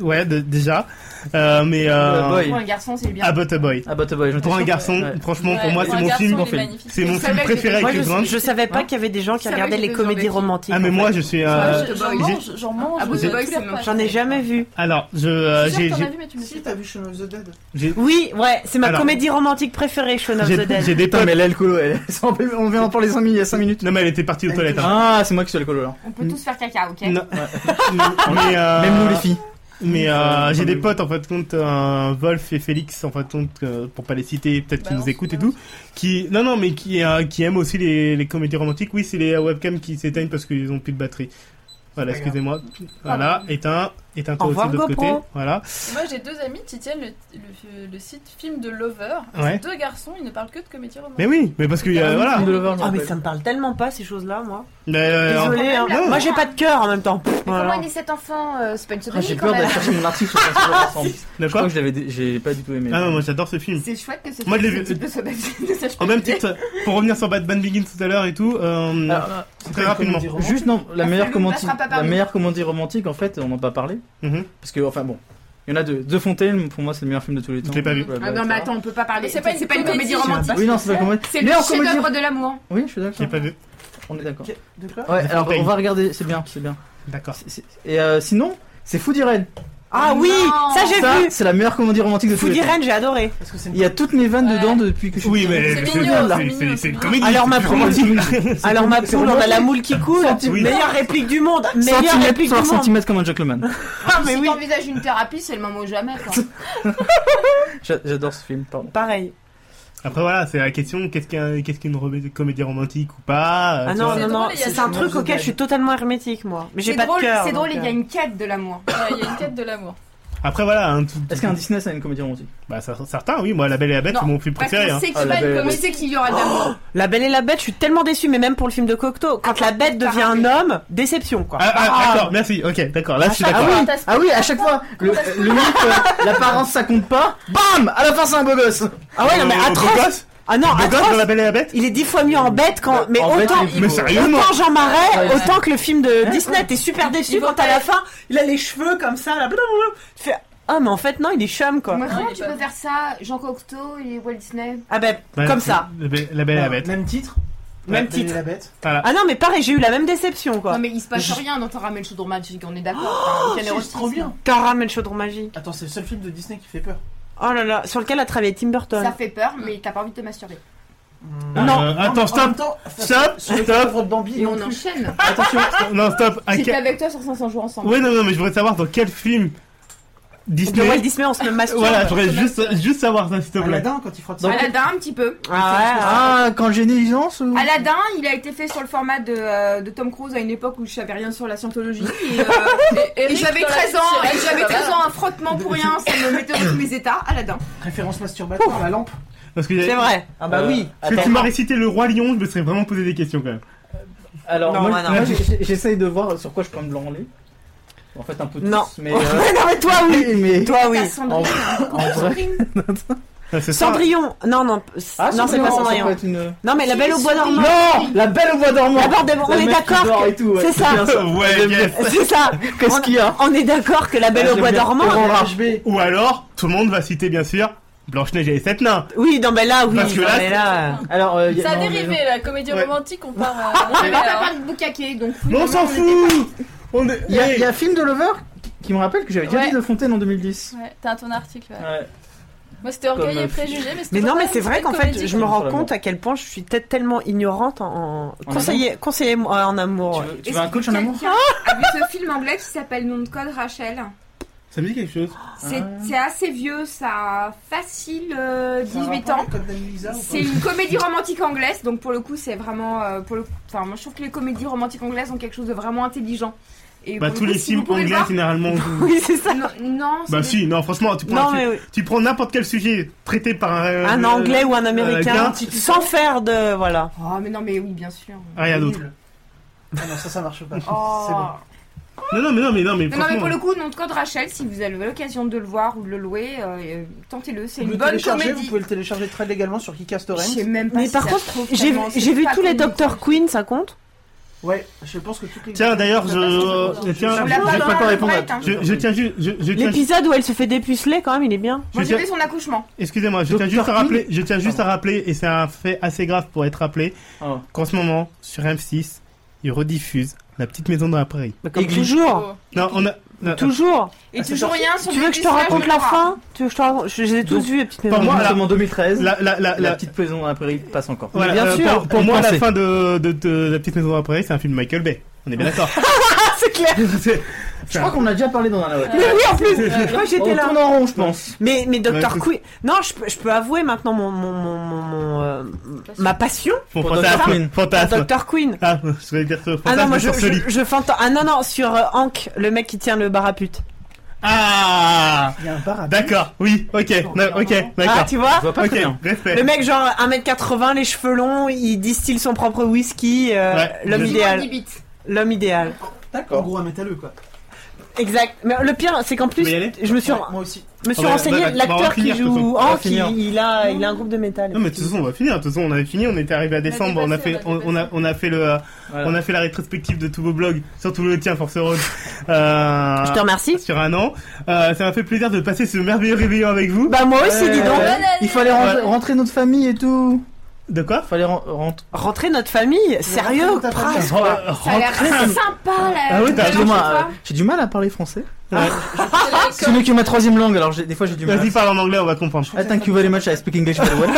Ouais, de- déjà. Euh, mais Ah, euh, boy. Pour un garçon, c'est bien. Ah, but a boy. Ah bah t'as je Pour un t'ai- garçon, Ouais. franchement, pour Ouais, moi, pour c'est un mon garçon, film. il est magnifique. C'est mon Et ça film va, préféré j'étais- Moi, avec je, les grandes. je savais pas Hein qu'il y avait des gens qui Ça va, regardaient il les était comédies zombie. romantiques. Ah, mais en moi, je suis. euh, Ouais, je- J'en j'ai- mange, j'en mange. Ah, vous, je- The Boys, tous les c'est repas. fait. J'en ai jamais vu. Alors, je. Je euh, suis J'ai. sûre que t'en as j'ai- vu, mais tu me Si, suis t'as vu Shaun of the Dead j'ai- Oui, ouais, c'est ma Alors- comédie romantique préférée, Shaun of the J'ai Dead. j'ai des Putain, potes. mais elle est alcoolo, elle. On vient en parler 5 minutes, il y a 5 minutes. Non, mais elle était partie aux Elle toilettes. était- hein. Ah, c'est moi qui suis alcoolo alors. On peut tous faire caca, ok Non. Mais, euh, Même nous les filles. Mais euh, Euh, j'ai non, des mais- potes en fait compte euh, Wolf et Félix en fait compte euh, pour pas les citer peut-être qu'ils Balance, nous écoutent et balance. tout qui non non mais qui euh, qui aiment aussi les, les comédies romantiques oui c'est les euh, webcams qui s'éteignent parce qu'ils ont plus de batterie voilà Pas grave. excusez-moi voilà éteint éteint toi Au aussi revoir, de l'autre côté GoPro. voilà Moi, j'ai deux amis qui tiennent le, le- le site film de Lover. Ouais. C'est Deux garçons, ils ne parlent que de comédie romantique. mais oui mais parce que euh, voilà De Lover, je Ah, mais rappelle. ça me parle tellement pas ces choses-là, moi. Mais, euh, en- Désolé, hein. Non. moi j'ai pas de cœur en même temps. Pff, Mais voilà. comment il est cet enfant euh, C'est pas une Ah, sodomie J'ai quand peur d'aller même. chercher mon article sur Pascal ensemble. de Je crois quoi que je l'avais dé- j'ai pas du tout aimé. ah non moi j'adore ce film C'est chouette que ce Moi, soit je l'ai un vu- petit peu sodomie. Ça, je peux en le même dire. titre pour revenir sur Batman Begins tout à l'heure et tout euh, Alors, très rapidement Comédie romantique. Juste non, la Ah, meilleure ça nous comédie, passera pas par la nous. meilleure comédie romantique en fait, on n'en a pas parlé Mhm. parce que enfin bon, il y en a deux. De Fontaine pour moi c'est le meilleur film de tous les temps. l'ai pas vu. Blablabla, Ah non, mais etc. attends, on peut pas parler. Mais c'est pas une comédie romantique. Oui non c'est pas comédie. C'est le Meilleure comédie. chef-d'œuvre de l'amour. Oui je suis j'ai d'accord. pas vu On est d'accord. Ok, De quoi Ouais alors Fontaine. on va regarder, c'est bien c'est bien. d'accord C'est- c'est- Et euh, sinon c'est Fou d'Irène. Ah oui, Non. ça j'ai Ça vu. c'est la meilleure comédie romantique de tous les Foodie temps. Ren, j'ai adoré. Parce que c'est Il y a toutes mes vannes Ouais. dedans depuis que je suis. oui mais C'est c'est- mignon, c'est- c'est c'est- mignon, c'est c'est une mignon. comédie Alors, c'est ma plus poule. romantique. Alors ma poule, on a la moule qui coule. Oui. Meilleure réplique du monde. Meilleure Centimètre réplique du par monde. centimètre comme un gentleman. Ah mais si oui. t'envisages une thérapie, c'est le moment ou jamais. quoi. J'a- J'adore ce film, pardon. Pareil. Après voilà, c'est la question, qu'est-ce qu'un- qu'est-ce qu'une romé- comédie romantique ou pas euh, Ah tu non vois. non drôle, non, il y a c'est des un truc choses auquel je suis totalement hermétique moi. Mais j'ai C'est pas drôle, de cœur. c'est donc, drôle, il y a euh, une quête de l'amour. Ouais, Euh, Il y a une quête de l'amour. Après voilà, hein, tout- Est-ce qu'un Disney ça a une comédie romantique bah, ça- certains oui, moi La Belle et la Bête, Non, c'est mon film Parce préféré. qu'on hein. sait que Ah, c'est la pas belle et une la comédie, on sait qu'il y aura de l'amour. La Belle et la Bête, je suis tellement déçue, mais même pour le film de Cocteau, quand la Bête devient un homme, déception quoi. Ah, ah, d'accord, merci, ok, d'accord, là je suis Ah, d'accord. oui, ah oui, à chaque fois, le, le mythe, euh, l'apparence ça compte pas, bam, à la fin c'est un beau gosse. Ah ouais, non mais Euh, beau atroce. gosse Ah non, Beau gosse dans La atroce. Belle et la Bête Il est dix fois mieux en bête quand. Mais En fait, autant. les- Mais sérieusement Autant Jean Marais, Ouais. autant que le film de Disney, t'es super déçu il va quand à pas- la fin, il a les cheveux comme ça, là, blablabla. Tu fais, ah, mais en fait, non, il est chum, quoi. Mais il comment est tu pas peux bon. faire ça Jean Cocteau et Walt Disney Ah, ben, Bah, comme c'est- ça, La Belle La Belle et la Bête. Même titre même La Belle et titre. La bête. Voilà. Ah non, mais pareil, j'ai eu la même déception, quoi. Non mais il se passe rien dans Tara Ramel Chaudron Magique, on est d'accord. si, c'est trop bien. Quand ramène le chaudron magique. Attends, c'est le seul film de Disney qui fait peur. Oh là là, sur lequel a travaillé Tim Ça Burton. fait peur, mais t'as pas envie de te masturber. Hum. Non, En- Euh, attends, en stop. même temps, faire- Stop, Sur les stop. œuvres de Bambi, Et non on plus. enchaîne. Attention, non, stop. à J'étais quel- avec toi sur 500 jours ensemble. Ouais, non, non, mais je voudrais savoir dans quel film De Walt Disney. Disney, Ah, on se le masturbe. Voilà, je voudrais juste, juste savoir ça, s'il te plaît. Aladdin, quand il frotte sa Aladdin un petit peu. Ah Ah, quand j'ai né licence ou... Aladdin, il a été fait sur le format de, euh, de Tom Cruise à une époque où je savais rien sur la scientologie. Et, euh, et Eric j'avais dans la Ah, 13 ans, sirène, et j'avais ça va. 13 ans un frottement pour rien, ça me mettait dans tous mes états, Aladdin. référence masturbatoire à la lampe. Parce que, ouais, c'est vrai. Euh, Ah bah oui. parce que tu m'as récité Le Roi Lion, je me serais vraiment posé des questions quand même. Alors Non, moi, ouais, non. moi, j'ai- j'ai- j'essaye de voir sur quoi je peux me branler. En fait un peu tous, Non. mais... non, euh, mais toi, oui. mais... Toi, Ah oui. T'as hein. Sandrine, En vrai... Ah, c'est ça. Cendrillon. Non, non, c'est- Ah, non, c'est pas ça peut Cendrillon. être une- Non, mais la belle au bois dormant. Non La belle au bois dormant La belle au bois- on La est meuf qui d'accord dort que- et tout, ouais. c'est ça. bien Ouais, yes. C'est ça. Qu'est-ce On- qu'il y a On est d'accord que la belle Ah, au j'aime bois bien. dormant. euh, Aurora. HB. Ou alors, tout le monde va citer bien sûr Blanche-Neige et les sept nains. Oui, non, mais là, oui. Parce que non, là, mais là, euh, Alors, euh, y a- Ça a non, mais dérivé, non. la comédie Ouais. romantique, on part à. on on est avait là, pas hein. de boucaquet, donc. oui, Mais on vraiment, s'en était- fout On est- Il y a- Hey. il y a un film de Lover qui me rappelle que j'avais déjà Ouais. dit de Fontaine en 2010. euh, Ouais, t'as ton article. ouais. Ouais. Moi, c'était orgueil Comme, et euh, préjugé, mais c'était Mais pas non, mais mal, c'est vrai c'était qu'en une fait, comédie. je me rends Vraiment. compte à quel point je suis peut-être tellement ignorante en. en... Conseillez- Conseillez-moi en Tu amour. ouais. veux, tu veux un coach en amour Quelqu'un a vu ce film anglais qui s'appelle Nom de code Rachel. Ça me dit quelque chose. C'est Ah. c'est assez vieux, ça a facile euh, Ça a un 18 rapport ans. avec Code d'Annelisa ou pas C'est une comédie romantique anglaise, donc pour le coup, c'est vraiment. euh, pour le... Enfin, moi je trouve que les comédies romantiques anglaises ont quelque chose de vraiment intelligent. Et Bah pour le tous coup, les si vous films pouvez le anglais voir- généralement. Oui, c'est ça. Non, non, c'est bah des- si, non franchement, tu prends, Non, un- mais oui. tu prends n'importe quel sujet traité par un, Ah, Un euh, anglais ou un américain, quelqu'un- sans faire de. Voilà. Oh, mais non, mais oui, bien sûr. Rien d'autre. Nul. Ah non, ça, ça marche pas. Oh. C'est bon. Non non mais non mais non Ah, mais Non, non, mais franchement, pour le coup, Nom de code Rachel, si vous avez l'occasion de le voir ou de le louer, euh, tentez-le, c'est Vous une le bonne téléchargez, comédie. Vous pouvez le télécharger très légalement sur Kickass Je Torrent. sais même pas Mais si par ça contre, se trouve j'ai vu, tellement, c'est j'ai vu pas tous les connu. Dr. Queen, ça compte Ouais, je pense que toutes les. Tiens, d'ailleurs, je, Je- je tiens, Je hein. l'ai pas je- encore je- répondre. je, je tiens juste, je, je tiens, L'épisode où elle se fait dépuceler, quand même, il est bien. Moi, je j'ai tiens- fait son accouchement. excusez-moi, je tiens Dr. juste à King rappeler, je tiens juste à rappeler, et c'est un fait assez grave pour être rappelé, Ah. qu'en ce moment, sur M6, ils rediffusent La Petite Maison dans la Prairie. Mais comme Église. toujours. Non, on a, non, Toujours. Et Ah, toujours rien sur Tu veux que je te raconte la fin Tu veux que je te raconte Je les ai tous Donc, vus, les petites pour Pour maisons. moi, moi, la- en 2013, la, la, la, la, la- petite prison dans la prairie passe encore. voilà, bien euh, sûr, pour, pour on moi, la pensait. fin de, de, de La Petite Maison dans la Prairie, c'est un film de Michael Bay. On est bien d'accord. C'est clair. C'est- Je crois qu'on a déjà parlé dans un AOL. Mais oui, en plus. Moi, j'étais On là. tourne en rond, je pense. Mais, mais Ouais, Dr. écoute. Queen. Non, je peux, je peux avouer maintenant mon, mon, mon, mon- mon, euh, ma passion Mon Pour Dr. fantasme, Queen. fantasme. Dr. Queen. Ah, je voulais dire ce Ah non, moi fantasme je, sur Sully. je, je fanta- Ah non, non, sur euh, Hank, le mec qui tient le bar à pute. Ah, Il y a un bar à d'accord, oui, ok, non, ok, Ah, d'accord. tu vois Je vois pas Ok, très bien. respect. Le mec, genre 1m80, les cheveux longs, il distille son propre whisky. euh, Ouais. L'homme Je- idéal. L'homme idéal. En gros, un métalleux quoi. Exact. Mais euh, le pire, c'est qu'en Vous y plus, allez je me suis, Ouais, moi aussi. me suis Ah bah, renseigné. bah, bah, on L'acteur va finir, qui de toute façon. joue On va Hank, il, finir. il a, il a un groupe de métal. Non mais de toute façon on va finir, de toute façon on avait fini, on était arrivé à décembre, on a dépassé, fait on a on, on a on a fait le euh, Voilà. on a fait la rétrospective de tous vos blogs, surtout le tien Force Rose. Euh, Je te remercie. sur un an. Euh, ça m'a fait plaisir de passer ce merveilleux réveillon avec vous. Bah moi aussi, Ouais. dis donc. Il fallait Ouais. ren- rentrer notre famille et tout. De quoi Il fallait ren- rentrer. Rentrer notre famille, sérieux rentrer dans ta famille. Prince. Ça a l'air sympa là. Ah oui, t'as- Excuse-moi, euh, j'ai du mal à parler français. C'est mieux que ma troisième langue, alors j'ai- des fois j'ai du mal. Vas-y parle en anglais, on va comprendre. Ah, I thank you very much. I speak English very well.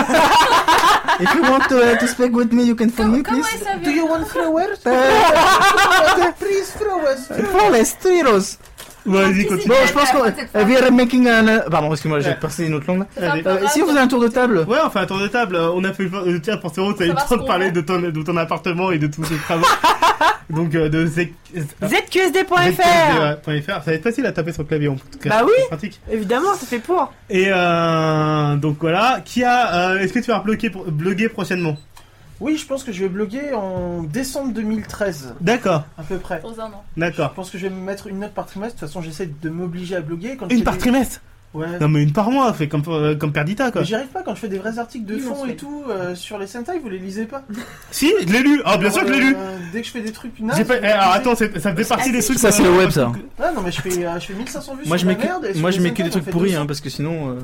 If you want to, uh, to speak with me, you can phone me, Comment please. ça Do vient you want flowers? Uh, Please flowers. flawless, two euros. Vas-y continue. Bon, je pense qu'on. uh, we are making an. uh, Pardon, excuse-moi, j'ai passé une autre langue. Allez. là. Euh, si on faisait un tour de table. Ouais, on fait un tour de table. Euh, On a fait le euh, tiens Force Rose, t'as eu le Savoir temps ce de qu'on parler vend. de ton de ton appartement et de tous tes travaux. Donc euh, de zec- ZQSD.fr ZQSD.fr. Ça va être facile à taper sur le clavier en tout cas. Bah oui. C'est pratique. Évidemment, ça fait pour. Et euh, donc voilà, qui a euh, est-ce que tu vas bloguer pour- bloguer prochainement Oui, je pense que je vais bloguer en décembre 2013, D'accord, à peu près. Dans un an. Je d'accord. pense que je vais me mettre une note par trimestre. De toute façon, j'essaie de m'obliger à bloguer. Quand je Une fais par des- trimestre. Ouais. Non mais une par mois, fait comme euh, comme Perdita quoi. Mais j'y arrive pas quand je fais des vrais articles de fond et tout euh, sur les Sentai, vous les lisez pas Si, je l'ai lu. Ah bien sûr que je l'ai lu. Euh, Dès que je fais des trucs nazes. J'ai pas... vous eh, les Alors lisez. attends, c'est- ça fait partie des trucs. Ça, c'est le web, ça. Ah non, mais je fais, euh, je fais 1500 vues Moi, sur je mets la merde. et que, sur moi, les je mets Sentai, que des on trucs fait pourris, 200. hein, parce que sinon. euh,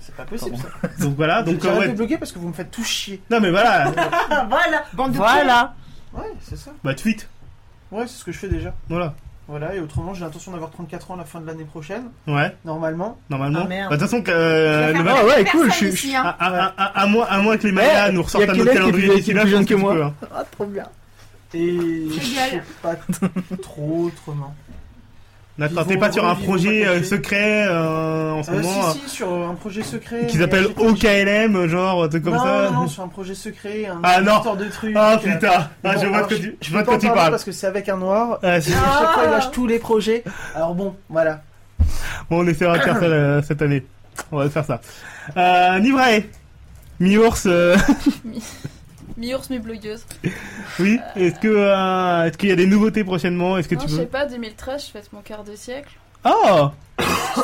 C'est hein. pas possible ça. Donc voilà, Donc donc euh, j'arrête de ouais. bloguer parce que vous me faites tout chier. Non mais voilà, Voilà. Ouais, c'est ça. bah tweet. Ouais, c'est ce que je fais déjà. Voilà. Voilà, et autrement, j'ai l'intention d'avoir 34 ans à la fin de l'année prochaine, Ouais, normalement. normalement. Ah, merde. Bah, de toute façon, que, euh, le- Ah ouais, cool, je Personne suis. ici, à, hein. à, à, à, à moins, à moins que les Mayas nous ressortent y a un qui autre est là qui est plus- calendrier qui est d'ici plus là, je jeune pense que tu moi. peux, hein. Ah, trop bien. Et je sais Génial. pas trop autrement. D'accord, Ils t'es vont pas sur un revivre, ils projet vont euh, cacher. secret euh, en ce Euh, moment si, si, sur un projet secret. euh, qui mais s'appelle j'ai pas- OKLM, genre, un truc comme non, ça. Non, non, sur un projet secret, un Ah, non. histoire de trucs. Ah euh, putain, ah, je bon, vois alors, de quoi tu, je peux vois de pas Ah, quoi en tu parler parles. parce que c'est avec un noir. Ouais, Et c'est- à chaque fois, il lâche tous les projets. Alors bon, voilà. bon, on essaiera de faire ça euh, cette année. On va faire ça. Euh, Nivrae, mi-ours, euh, Mi-ours, mi-blogueuse. oui. Est-ce que euh, est-ce qu'il y a des nouveautés prochainement Est-ce que Non, tu je sais veux pas, 2013, je fête mon quart de siècle. Oh,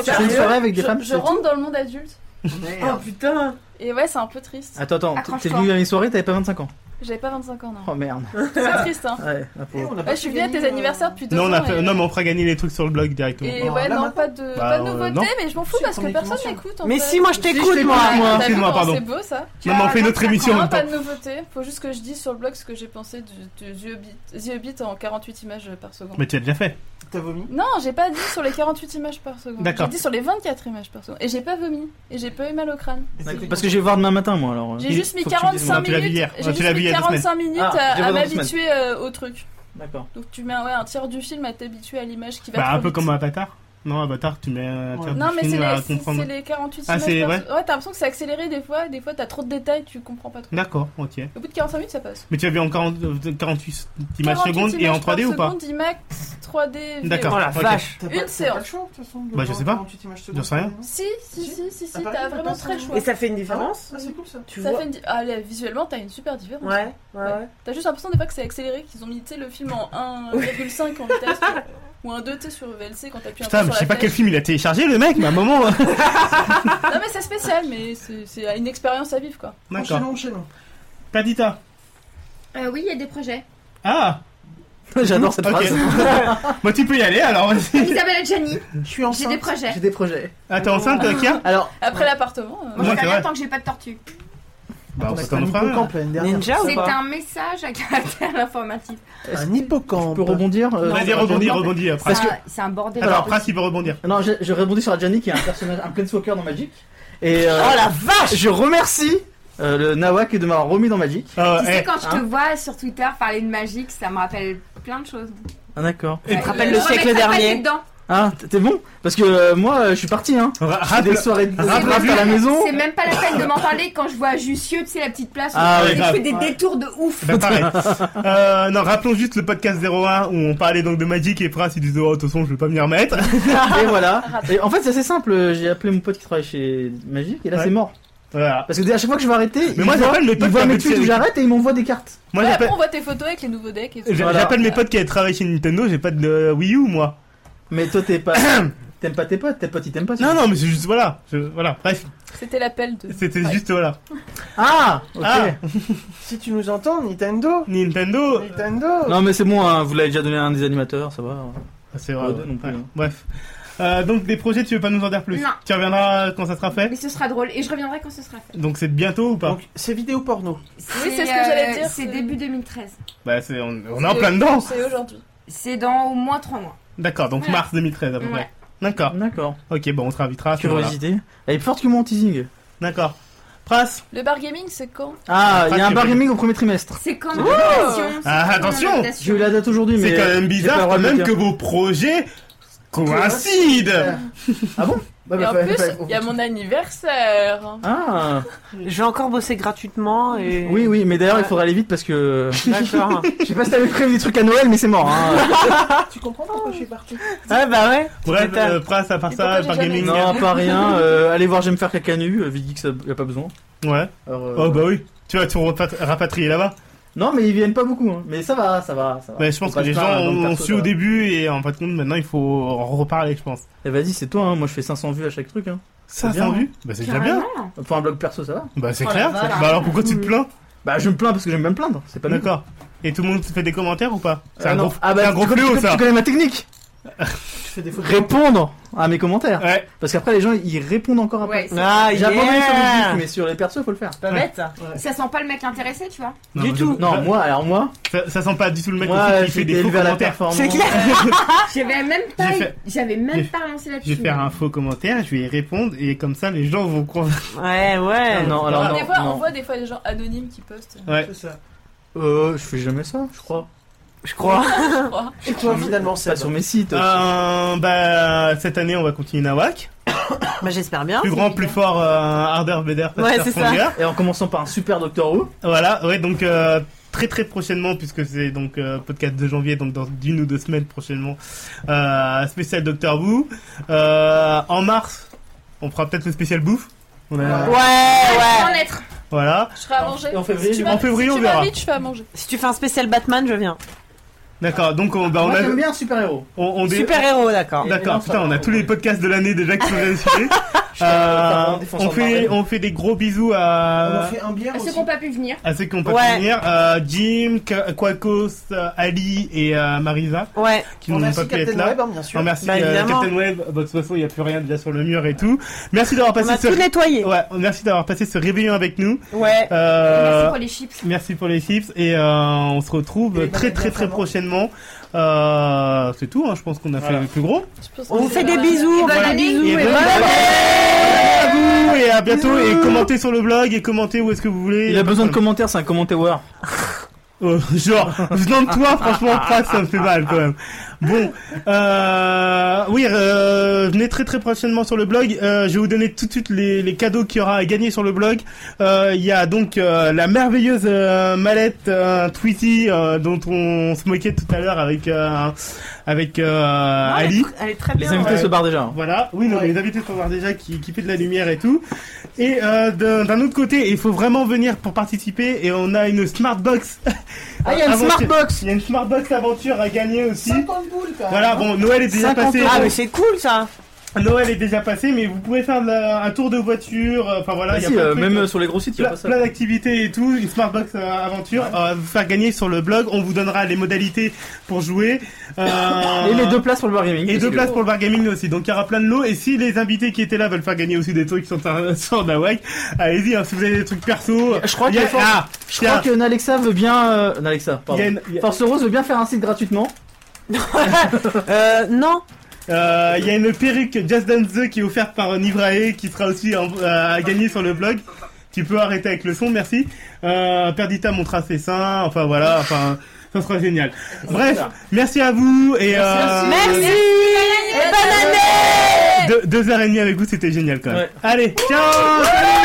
Tu fais une soirée avec des Je- femmes Je rentre dans le monde adulte. Oh euh, putain. Et ouais, c'est un peu triste. Attends, attends, t'es- t'es Accroche-toi. venu à mes soirées, t'avais pas 25 ans. J'avais pas 25 ans, non. Oh merde. C'est triste, hein. Ouais, la Et pauvre. on a pas Ouais, je suis venue à tes gagné, euh, anniversaires depuis deux non, on a ans. fait- et- non, mais on fera gagner les trucs sur le blog directement. Et Bon, ouais, là, non, maintenant- pas de, Bah, pas de euh, nouveauté, non. mais je m'en fous Si, parce on que est personne convention. m'écoute. en Mais fait. si, moi je t'écoute, moi. T'as moi, vu excuse-moi, comment pardon. C'est beau ça. Non, mais on fait une autre émission en Non, même pas temps. de nouveauté. Faut juste que je dise sur le blog ce que j'ai pensé du, du The Hobbit- The Hobbit en 48 images par seconde. Mais tu as déjà fait. T'as vomi Non, j'ai pas dit sur les 48 images par seconde. D'accord. J'ai dit sur les 24 images par seconde. Et j'ai pas vomi. Et j'ai pas eu mal au crâne. D'accord, Parce que je vais voir demain matin, moi alors. euh. J'ai Il juste mis faut que tu me dises, on 45 a pu la minutes. lire. On a J'ai pu juste la mis lire il y a deux 45 minutes Ah, à, je vais à voir dans deux m'habituer euh, au truc. D'accord. Donc tu mets ouais, un tiers du film à t'habituer à l'image qui va. Bah, trop un peu vite. comme Avatar. Non, Avatar, tu mets un Ouais. tiers du Non, mais c'est film à les, c'est- comprendre. c'est les 48 Ah, images. c'est- par- ouais. ouais, t'as l'impression que c'est accéléré des fois. et Des fois, t'as trop de détails, tu comprends pas trop. D'accord, ok. Au bout de 45 minutes, ça passe. Mais tu as vu en 40 euh, 48 images 48 secondes et en images par 3D ou pas seconde, IMAX, 3D. VO. D'accord. Oh la ok. vache. T'as Une pas, t'as séance. pas le choix, de toute façon. de Bah, je sais pas. 48 images secondes. J'en sais rien. Si, si, Si. si, si, si, Ah, pareil, t'as t'as vraiment pas très le ça. choix. Et ça fait une Ah ouais, différence ah, c'est cool ça. Tu Ça vois fait une... di- ah, là, visuellement, t'as une super différence. Ouais, ouais, ouais. T'as juste l'impression des fois que c'est accéléré, qu'ils ont mis tu sais, le film en 1,5 en vitesse ou- ou un 2T sur VLC quand t'appuies un peu Putain, sur mais la je sais pas quel flèche. film il a téléchargé le mec, mais à un moment. hein. Non mais c'est spécial, mais c'est c'est une expérience à vivre quoi. D'accord. Enchaînons, enchaînons. Perdita. Euh, oui, il y a des projets. Ah J'adore cette Ok. phrase. Bon, tu peux y aller alors. vas-y. Isabelle Adjani, Je suis J'ai des enceinte. projets. J'ai des projets. Ah, t'es enceinte, toi, Kia Alors, Après l'appartement. euh, Moi, Ouais, je c'est regarde vrai. tant que j'ai pas de tortue. Bah, on a s'en un offre un. hippocampe l'année dernière. Ninja ou C'est pas un message à caractère informatif. est-ce Un que je hippocampe. peux rebondir euh, Vas-y, sur rebondis, Adjani rebondis après. Parce que- Ah, C'est un bordel. Alors, de trucs. Prince, il peut rebondir. Non, je, je rebondis sur Adjani qui est un personnage, un planeswalker dans Magic. Et euh, Oh la vache je remercie euh, le Nawak de m'avoir remis dans Magic. Ah, Tu eh, sais, quand je te hein. vois sur Twitter parler de magique, ça me rappelle plein de choses. Ah d'accord. Et Ouais, te rappelle le remettre siècle la patte dernier. dedans. Ah t- t'es bon Parce que euh, moi euh, je suis parti hein. ra- Je fais rappel- Des soirées de rappel- draft à la maison. C'est même pas la peine de m'en parler quand je vois Jussieu, tu sais, la petite place où Ah, ouais, il grave. fait des détours de ouf. Bah, pareil. Euh, non, rappelons juste le podcast 01 où on parlait donc de Magic et Prince il disait oh de toute façon je vais pas m'y remettre. Et voilà. Et en fait c'est assez simple. J'ai appelé mon pote qui travaille chez Magic et là Ouais. c'est mort. voilà. Parce que à chaque fois que je vais arrêter, Mais il moi, voit, j'appelle mes il potes voit qui mes habitent tweets où chez- j'arrête et il m'envoie des cartes. Moi ouais, j'appelle après, on voit tes photos avec les nouveaux decks et tout. j'a- Voilà. j'appelle mes potes qui travaillent chez Nintendo, j'ai pas de euh, Wii U moi. Mais toi t'es pas, t'aimes pas tes potes, tes potes ils t'aiment pas. Non sûrement. non mais c'est juste voilà, Je- voilà bref C'était l'appel de. c'était juste voilà. Ah. Ok. Ah. Si tu nous entends, Nintendo Nintendo Nintendo Non mais c'est bon. hein, vous l'avez déjà donné à un des animateurs, ça va. Ah, c'est Ouais, vrai. deux non plus, ouais. hein. Bref. Euh, donc des projets tu veux pas nous en dire plus Non. Tu reviendras quand ça sera fait. mais ce sera drôle et je reviendrai quand ce sera fait. Donc c'est bientôt ou pas Donc, c'est vidéo porno. Oui, c'est ce que j'allais dire, C'est c'est- début 2013. Bah c'est on, on est en plein dedans. C'est aujourd'hui. C'est dans au moins 3 mois. D'accord donc Ouais. mars 2013 à peu près. Ouais. D'accord. D'accord. Ok bon on te réinvitera. à ce moment-là. Mm-hmm. Curiosité. Elle est plus forte que moi en teasing. D'accord. Prince. Le bar gaming, c'est quand Ah, il y a un Pratique. bar gaming au premier trimestre. C'est quand Ouh même invitation, c'est Ah, quand même attention invitation. J'ai eu la date aujourd'hui, mais. C'est quand même j'ai pas le bizarre quand droit de même le que dire. vos projets coïncident. Ah bon Bah, Et bah, en bah, plus, bah, il y a mon anniversaire. Ah J'ai encore bossé gratuitement et. Oui, oui, mais d'ailleurs, il faudra aller vite parce que. D'accord. Je sais pas si t'avais prévu des trucs à Noël, mais c'est mort. Hein. Tu comprends pourquoi je suis parti ah bah ouais. Bref, Putain. euh, Prince, à part Et ça, pourquoi par j'ai jamais gaming. non, pas rien. Euh, allez voir, j'aime faire caca nu. Euh, Vite dit que ça y a pas besoin. Ouais. Alors, euh, Oh bah oui. Tu vas tout repat- rapatrier là-bas. Non, mais ils viennent pas beaucoup. hein. Mais ça va, ça va, ça va. Mais Bah, je pense Faut pas que les se gens plaindre, dans le ont perso, su ça au va. début et en fin de compte, maintenant il faut en reparler, je pense. Eh, vas-y, c'est toi. Hein. Moi, je fais 500 vues à chaque truc. Hein. Ça, bien, sans hein. vue Bah c'est déjà bien. Carrément. Pour un blog perso, ça va. Bah c'est Oh la clair. vache. Bah alors pourquoi tu te plains Bah, je me plains parce que j'aime bien me plaindre. C'est pas D'accord. Et tout le monde fait des commentaires ou pas C'est Ah, un non. gros, Ah, c'est bah, un gros tu connais- fléau, tu ça. connais ma technique. Je fais des photos. Répondre à mes commentaires. Ouais. Parce qu'après, les gens, ils répondent encore après. Ouais, c'est- Ah, J'ai abandonné sur le public, yeah. mais sur les persos, faut le faire. Pas bête. ça. ça sent pas le mec intéressé, tu vois. Du mais tout. je- Non, moi, alors moi, Ça, ça sent pas du tout le mec moi, aussi qui j'ai fait été des faux élevé à la commentaires. performance. C'est clair. Ah, J'avais même pas, J'ai fait- j'avais j'ai- même pas lancé Je vais là-dessus. faire un faux commentaire, je vais y répondre et comme ça les gens vont convaincre. Ouais, ouais. Non, alors des fois, on non, non. voit des fois des gens anonymes qui postent. Ouais. C'est ça. Euh, je fais jamais ça, je crois. Je crois. Et toi, finalement, Pas c'est sur mes sites. Euh, bah cette année on va continuer Nawak. Bah j'espère bien. Plus grand, plus fort, euh, harder, better, faster, Ouais, c'est ça. stronger. Et en commençant par un super Doctor Who. Voilà, ouais, donc euh, très très prochainement, puisque c'est donc euh, podcast de janvier, donc dans d'une ou deux semaines prochainement, euh, spécial Docteur Who. Euh, en mars, on fera peut-être le spécial bouffe. On a- Ouais, ouais. être. Voilà, Je ferai à manger. Et en février, Si tu en m'as- février, si on tu verra. m'invites, je fais à manger. Si tu fais un spécial Batman, je viens. d'accord, donc on, bah, on Moi, a... j'aime bien super héros. On, on dé- Super héros, d'accord. Et- et non, D'accord, putain, ça on va, a tous les ouais. podcasts de l'année déjà qui sont réunis. Enfin, Euh, en défenseur on, de fait, Marvel. on fait des gros bisous On à... fait un bière À ceux aussi. qui n'ont pas pu venir. à ceux qui ont pas Ouais. pu venir, euh, Jim, Ka- Quacos, euh, Ali et euh, Marisa, Ouais. qui On n'ont merci pas pu être Captain là. Web, hein, bien sûr. Non, merci Bah, euh, évidemment. Captain Web. Bah, de toute façon, il n'y a plus rien déjà sur le mur et tout. Merci d'avoir On passé a ce tout nettoyé. ouais, merci d'avoir passé ce réveillon avec nous. Ouais. Euh, Merci pour les chips. merci pour les chips et euh, on se retrouve Et les très bananes très très notamment. prochainement. Euh, c'est tout, hein, je pense qu'on a fait le plus gros. Je pense que On vous c'est fait des la- bisous. Bonne Voilà. année. Et Bisous. et bonne bonne À vous et à bientôt et commentez sur le blog et commentez où est-ce que vous voulez. Il a besoin de Pas commentaires, c'est un commentaire. problème. Euh, genre venant de toi, franchement, Pras, ça me fait mal quand même. Bon, euh, oui, euh, venez très très prochainement sur le blog. Euh, je vais vous donner tout de suite les, les cadeaux qu'il y aura à gagner sur le blog. Euh, Il y a donc euh, la merveilleuse euh, mallette euh, Tweety euh, dont on se moquait tout à l'heure avec euh, avec Ah, euh, Ali. Elle est très Les bien. invités ouais. se barrent déjà. Voilà, oui, non, mais les invités sont voir déjà qui, qui fait de la lumière et tout. Et euh, d'un d'un autre côté, il faut vraiment venir pour participer. Et on a une Smartbox. Ah, il y a une Aventure. Smartbox Il y a une Smartbox aventure à gagner aussi. 50 boules, quand même. hein. Voilà, bon, Noël est déjà 50 passé. euros. Ah mais c'est cool ça. Noël est déjà passé, mais vous pouvez faire de la- un tour de voiture. euh, Enfin voilà, Ah il y a si, plein de euh, trucs. même euh, sur les gros sites, il y a Plein, pas ça. plein d'activités et tout, une Smartbox euh, aventure euh, vous faire gagner sur le blog. On vous donnera les modalités pour jouer. euh, Et les deux places pour le bar gaming. et parce deux que- places pour le bar gaming aussi. Donc il y aura plein de lots. Et si les invités qui étaient là veulent faire gagner aussi des trucs sur, ta- sur Nawak, allez-y. hein, si vous avez des trucs perso, Je crois il y a- que- ah, Je il y a- crois que Nalexa veut bien. euh, Nalexa, il y pardon. a une- il y a- Force Rose veut bien faire un site gratuitement. Euh, non, euh, il y a une perruque Just Dance The qui est offerte par Nivrae qui sera aussi en- euh, à gagner sur le blog. Tu peux arrêter avec le son, merci. Euh, Perdita montrera ses seins. Enfin voilà, enfin ça sera génial. Bref, merci à vous et euh, Merci Eh ben, deux, deux heures et demie avec vous, c'était génial quand même. Ouais. Allez, ciao. salut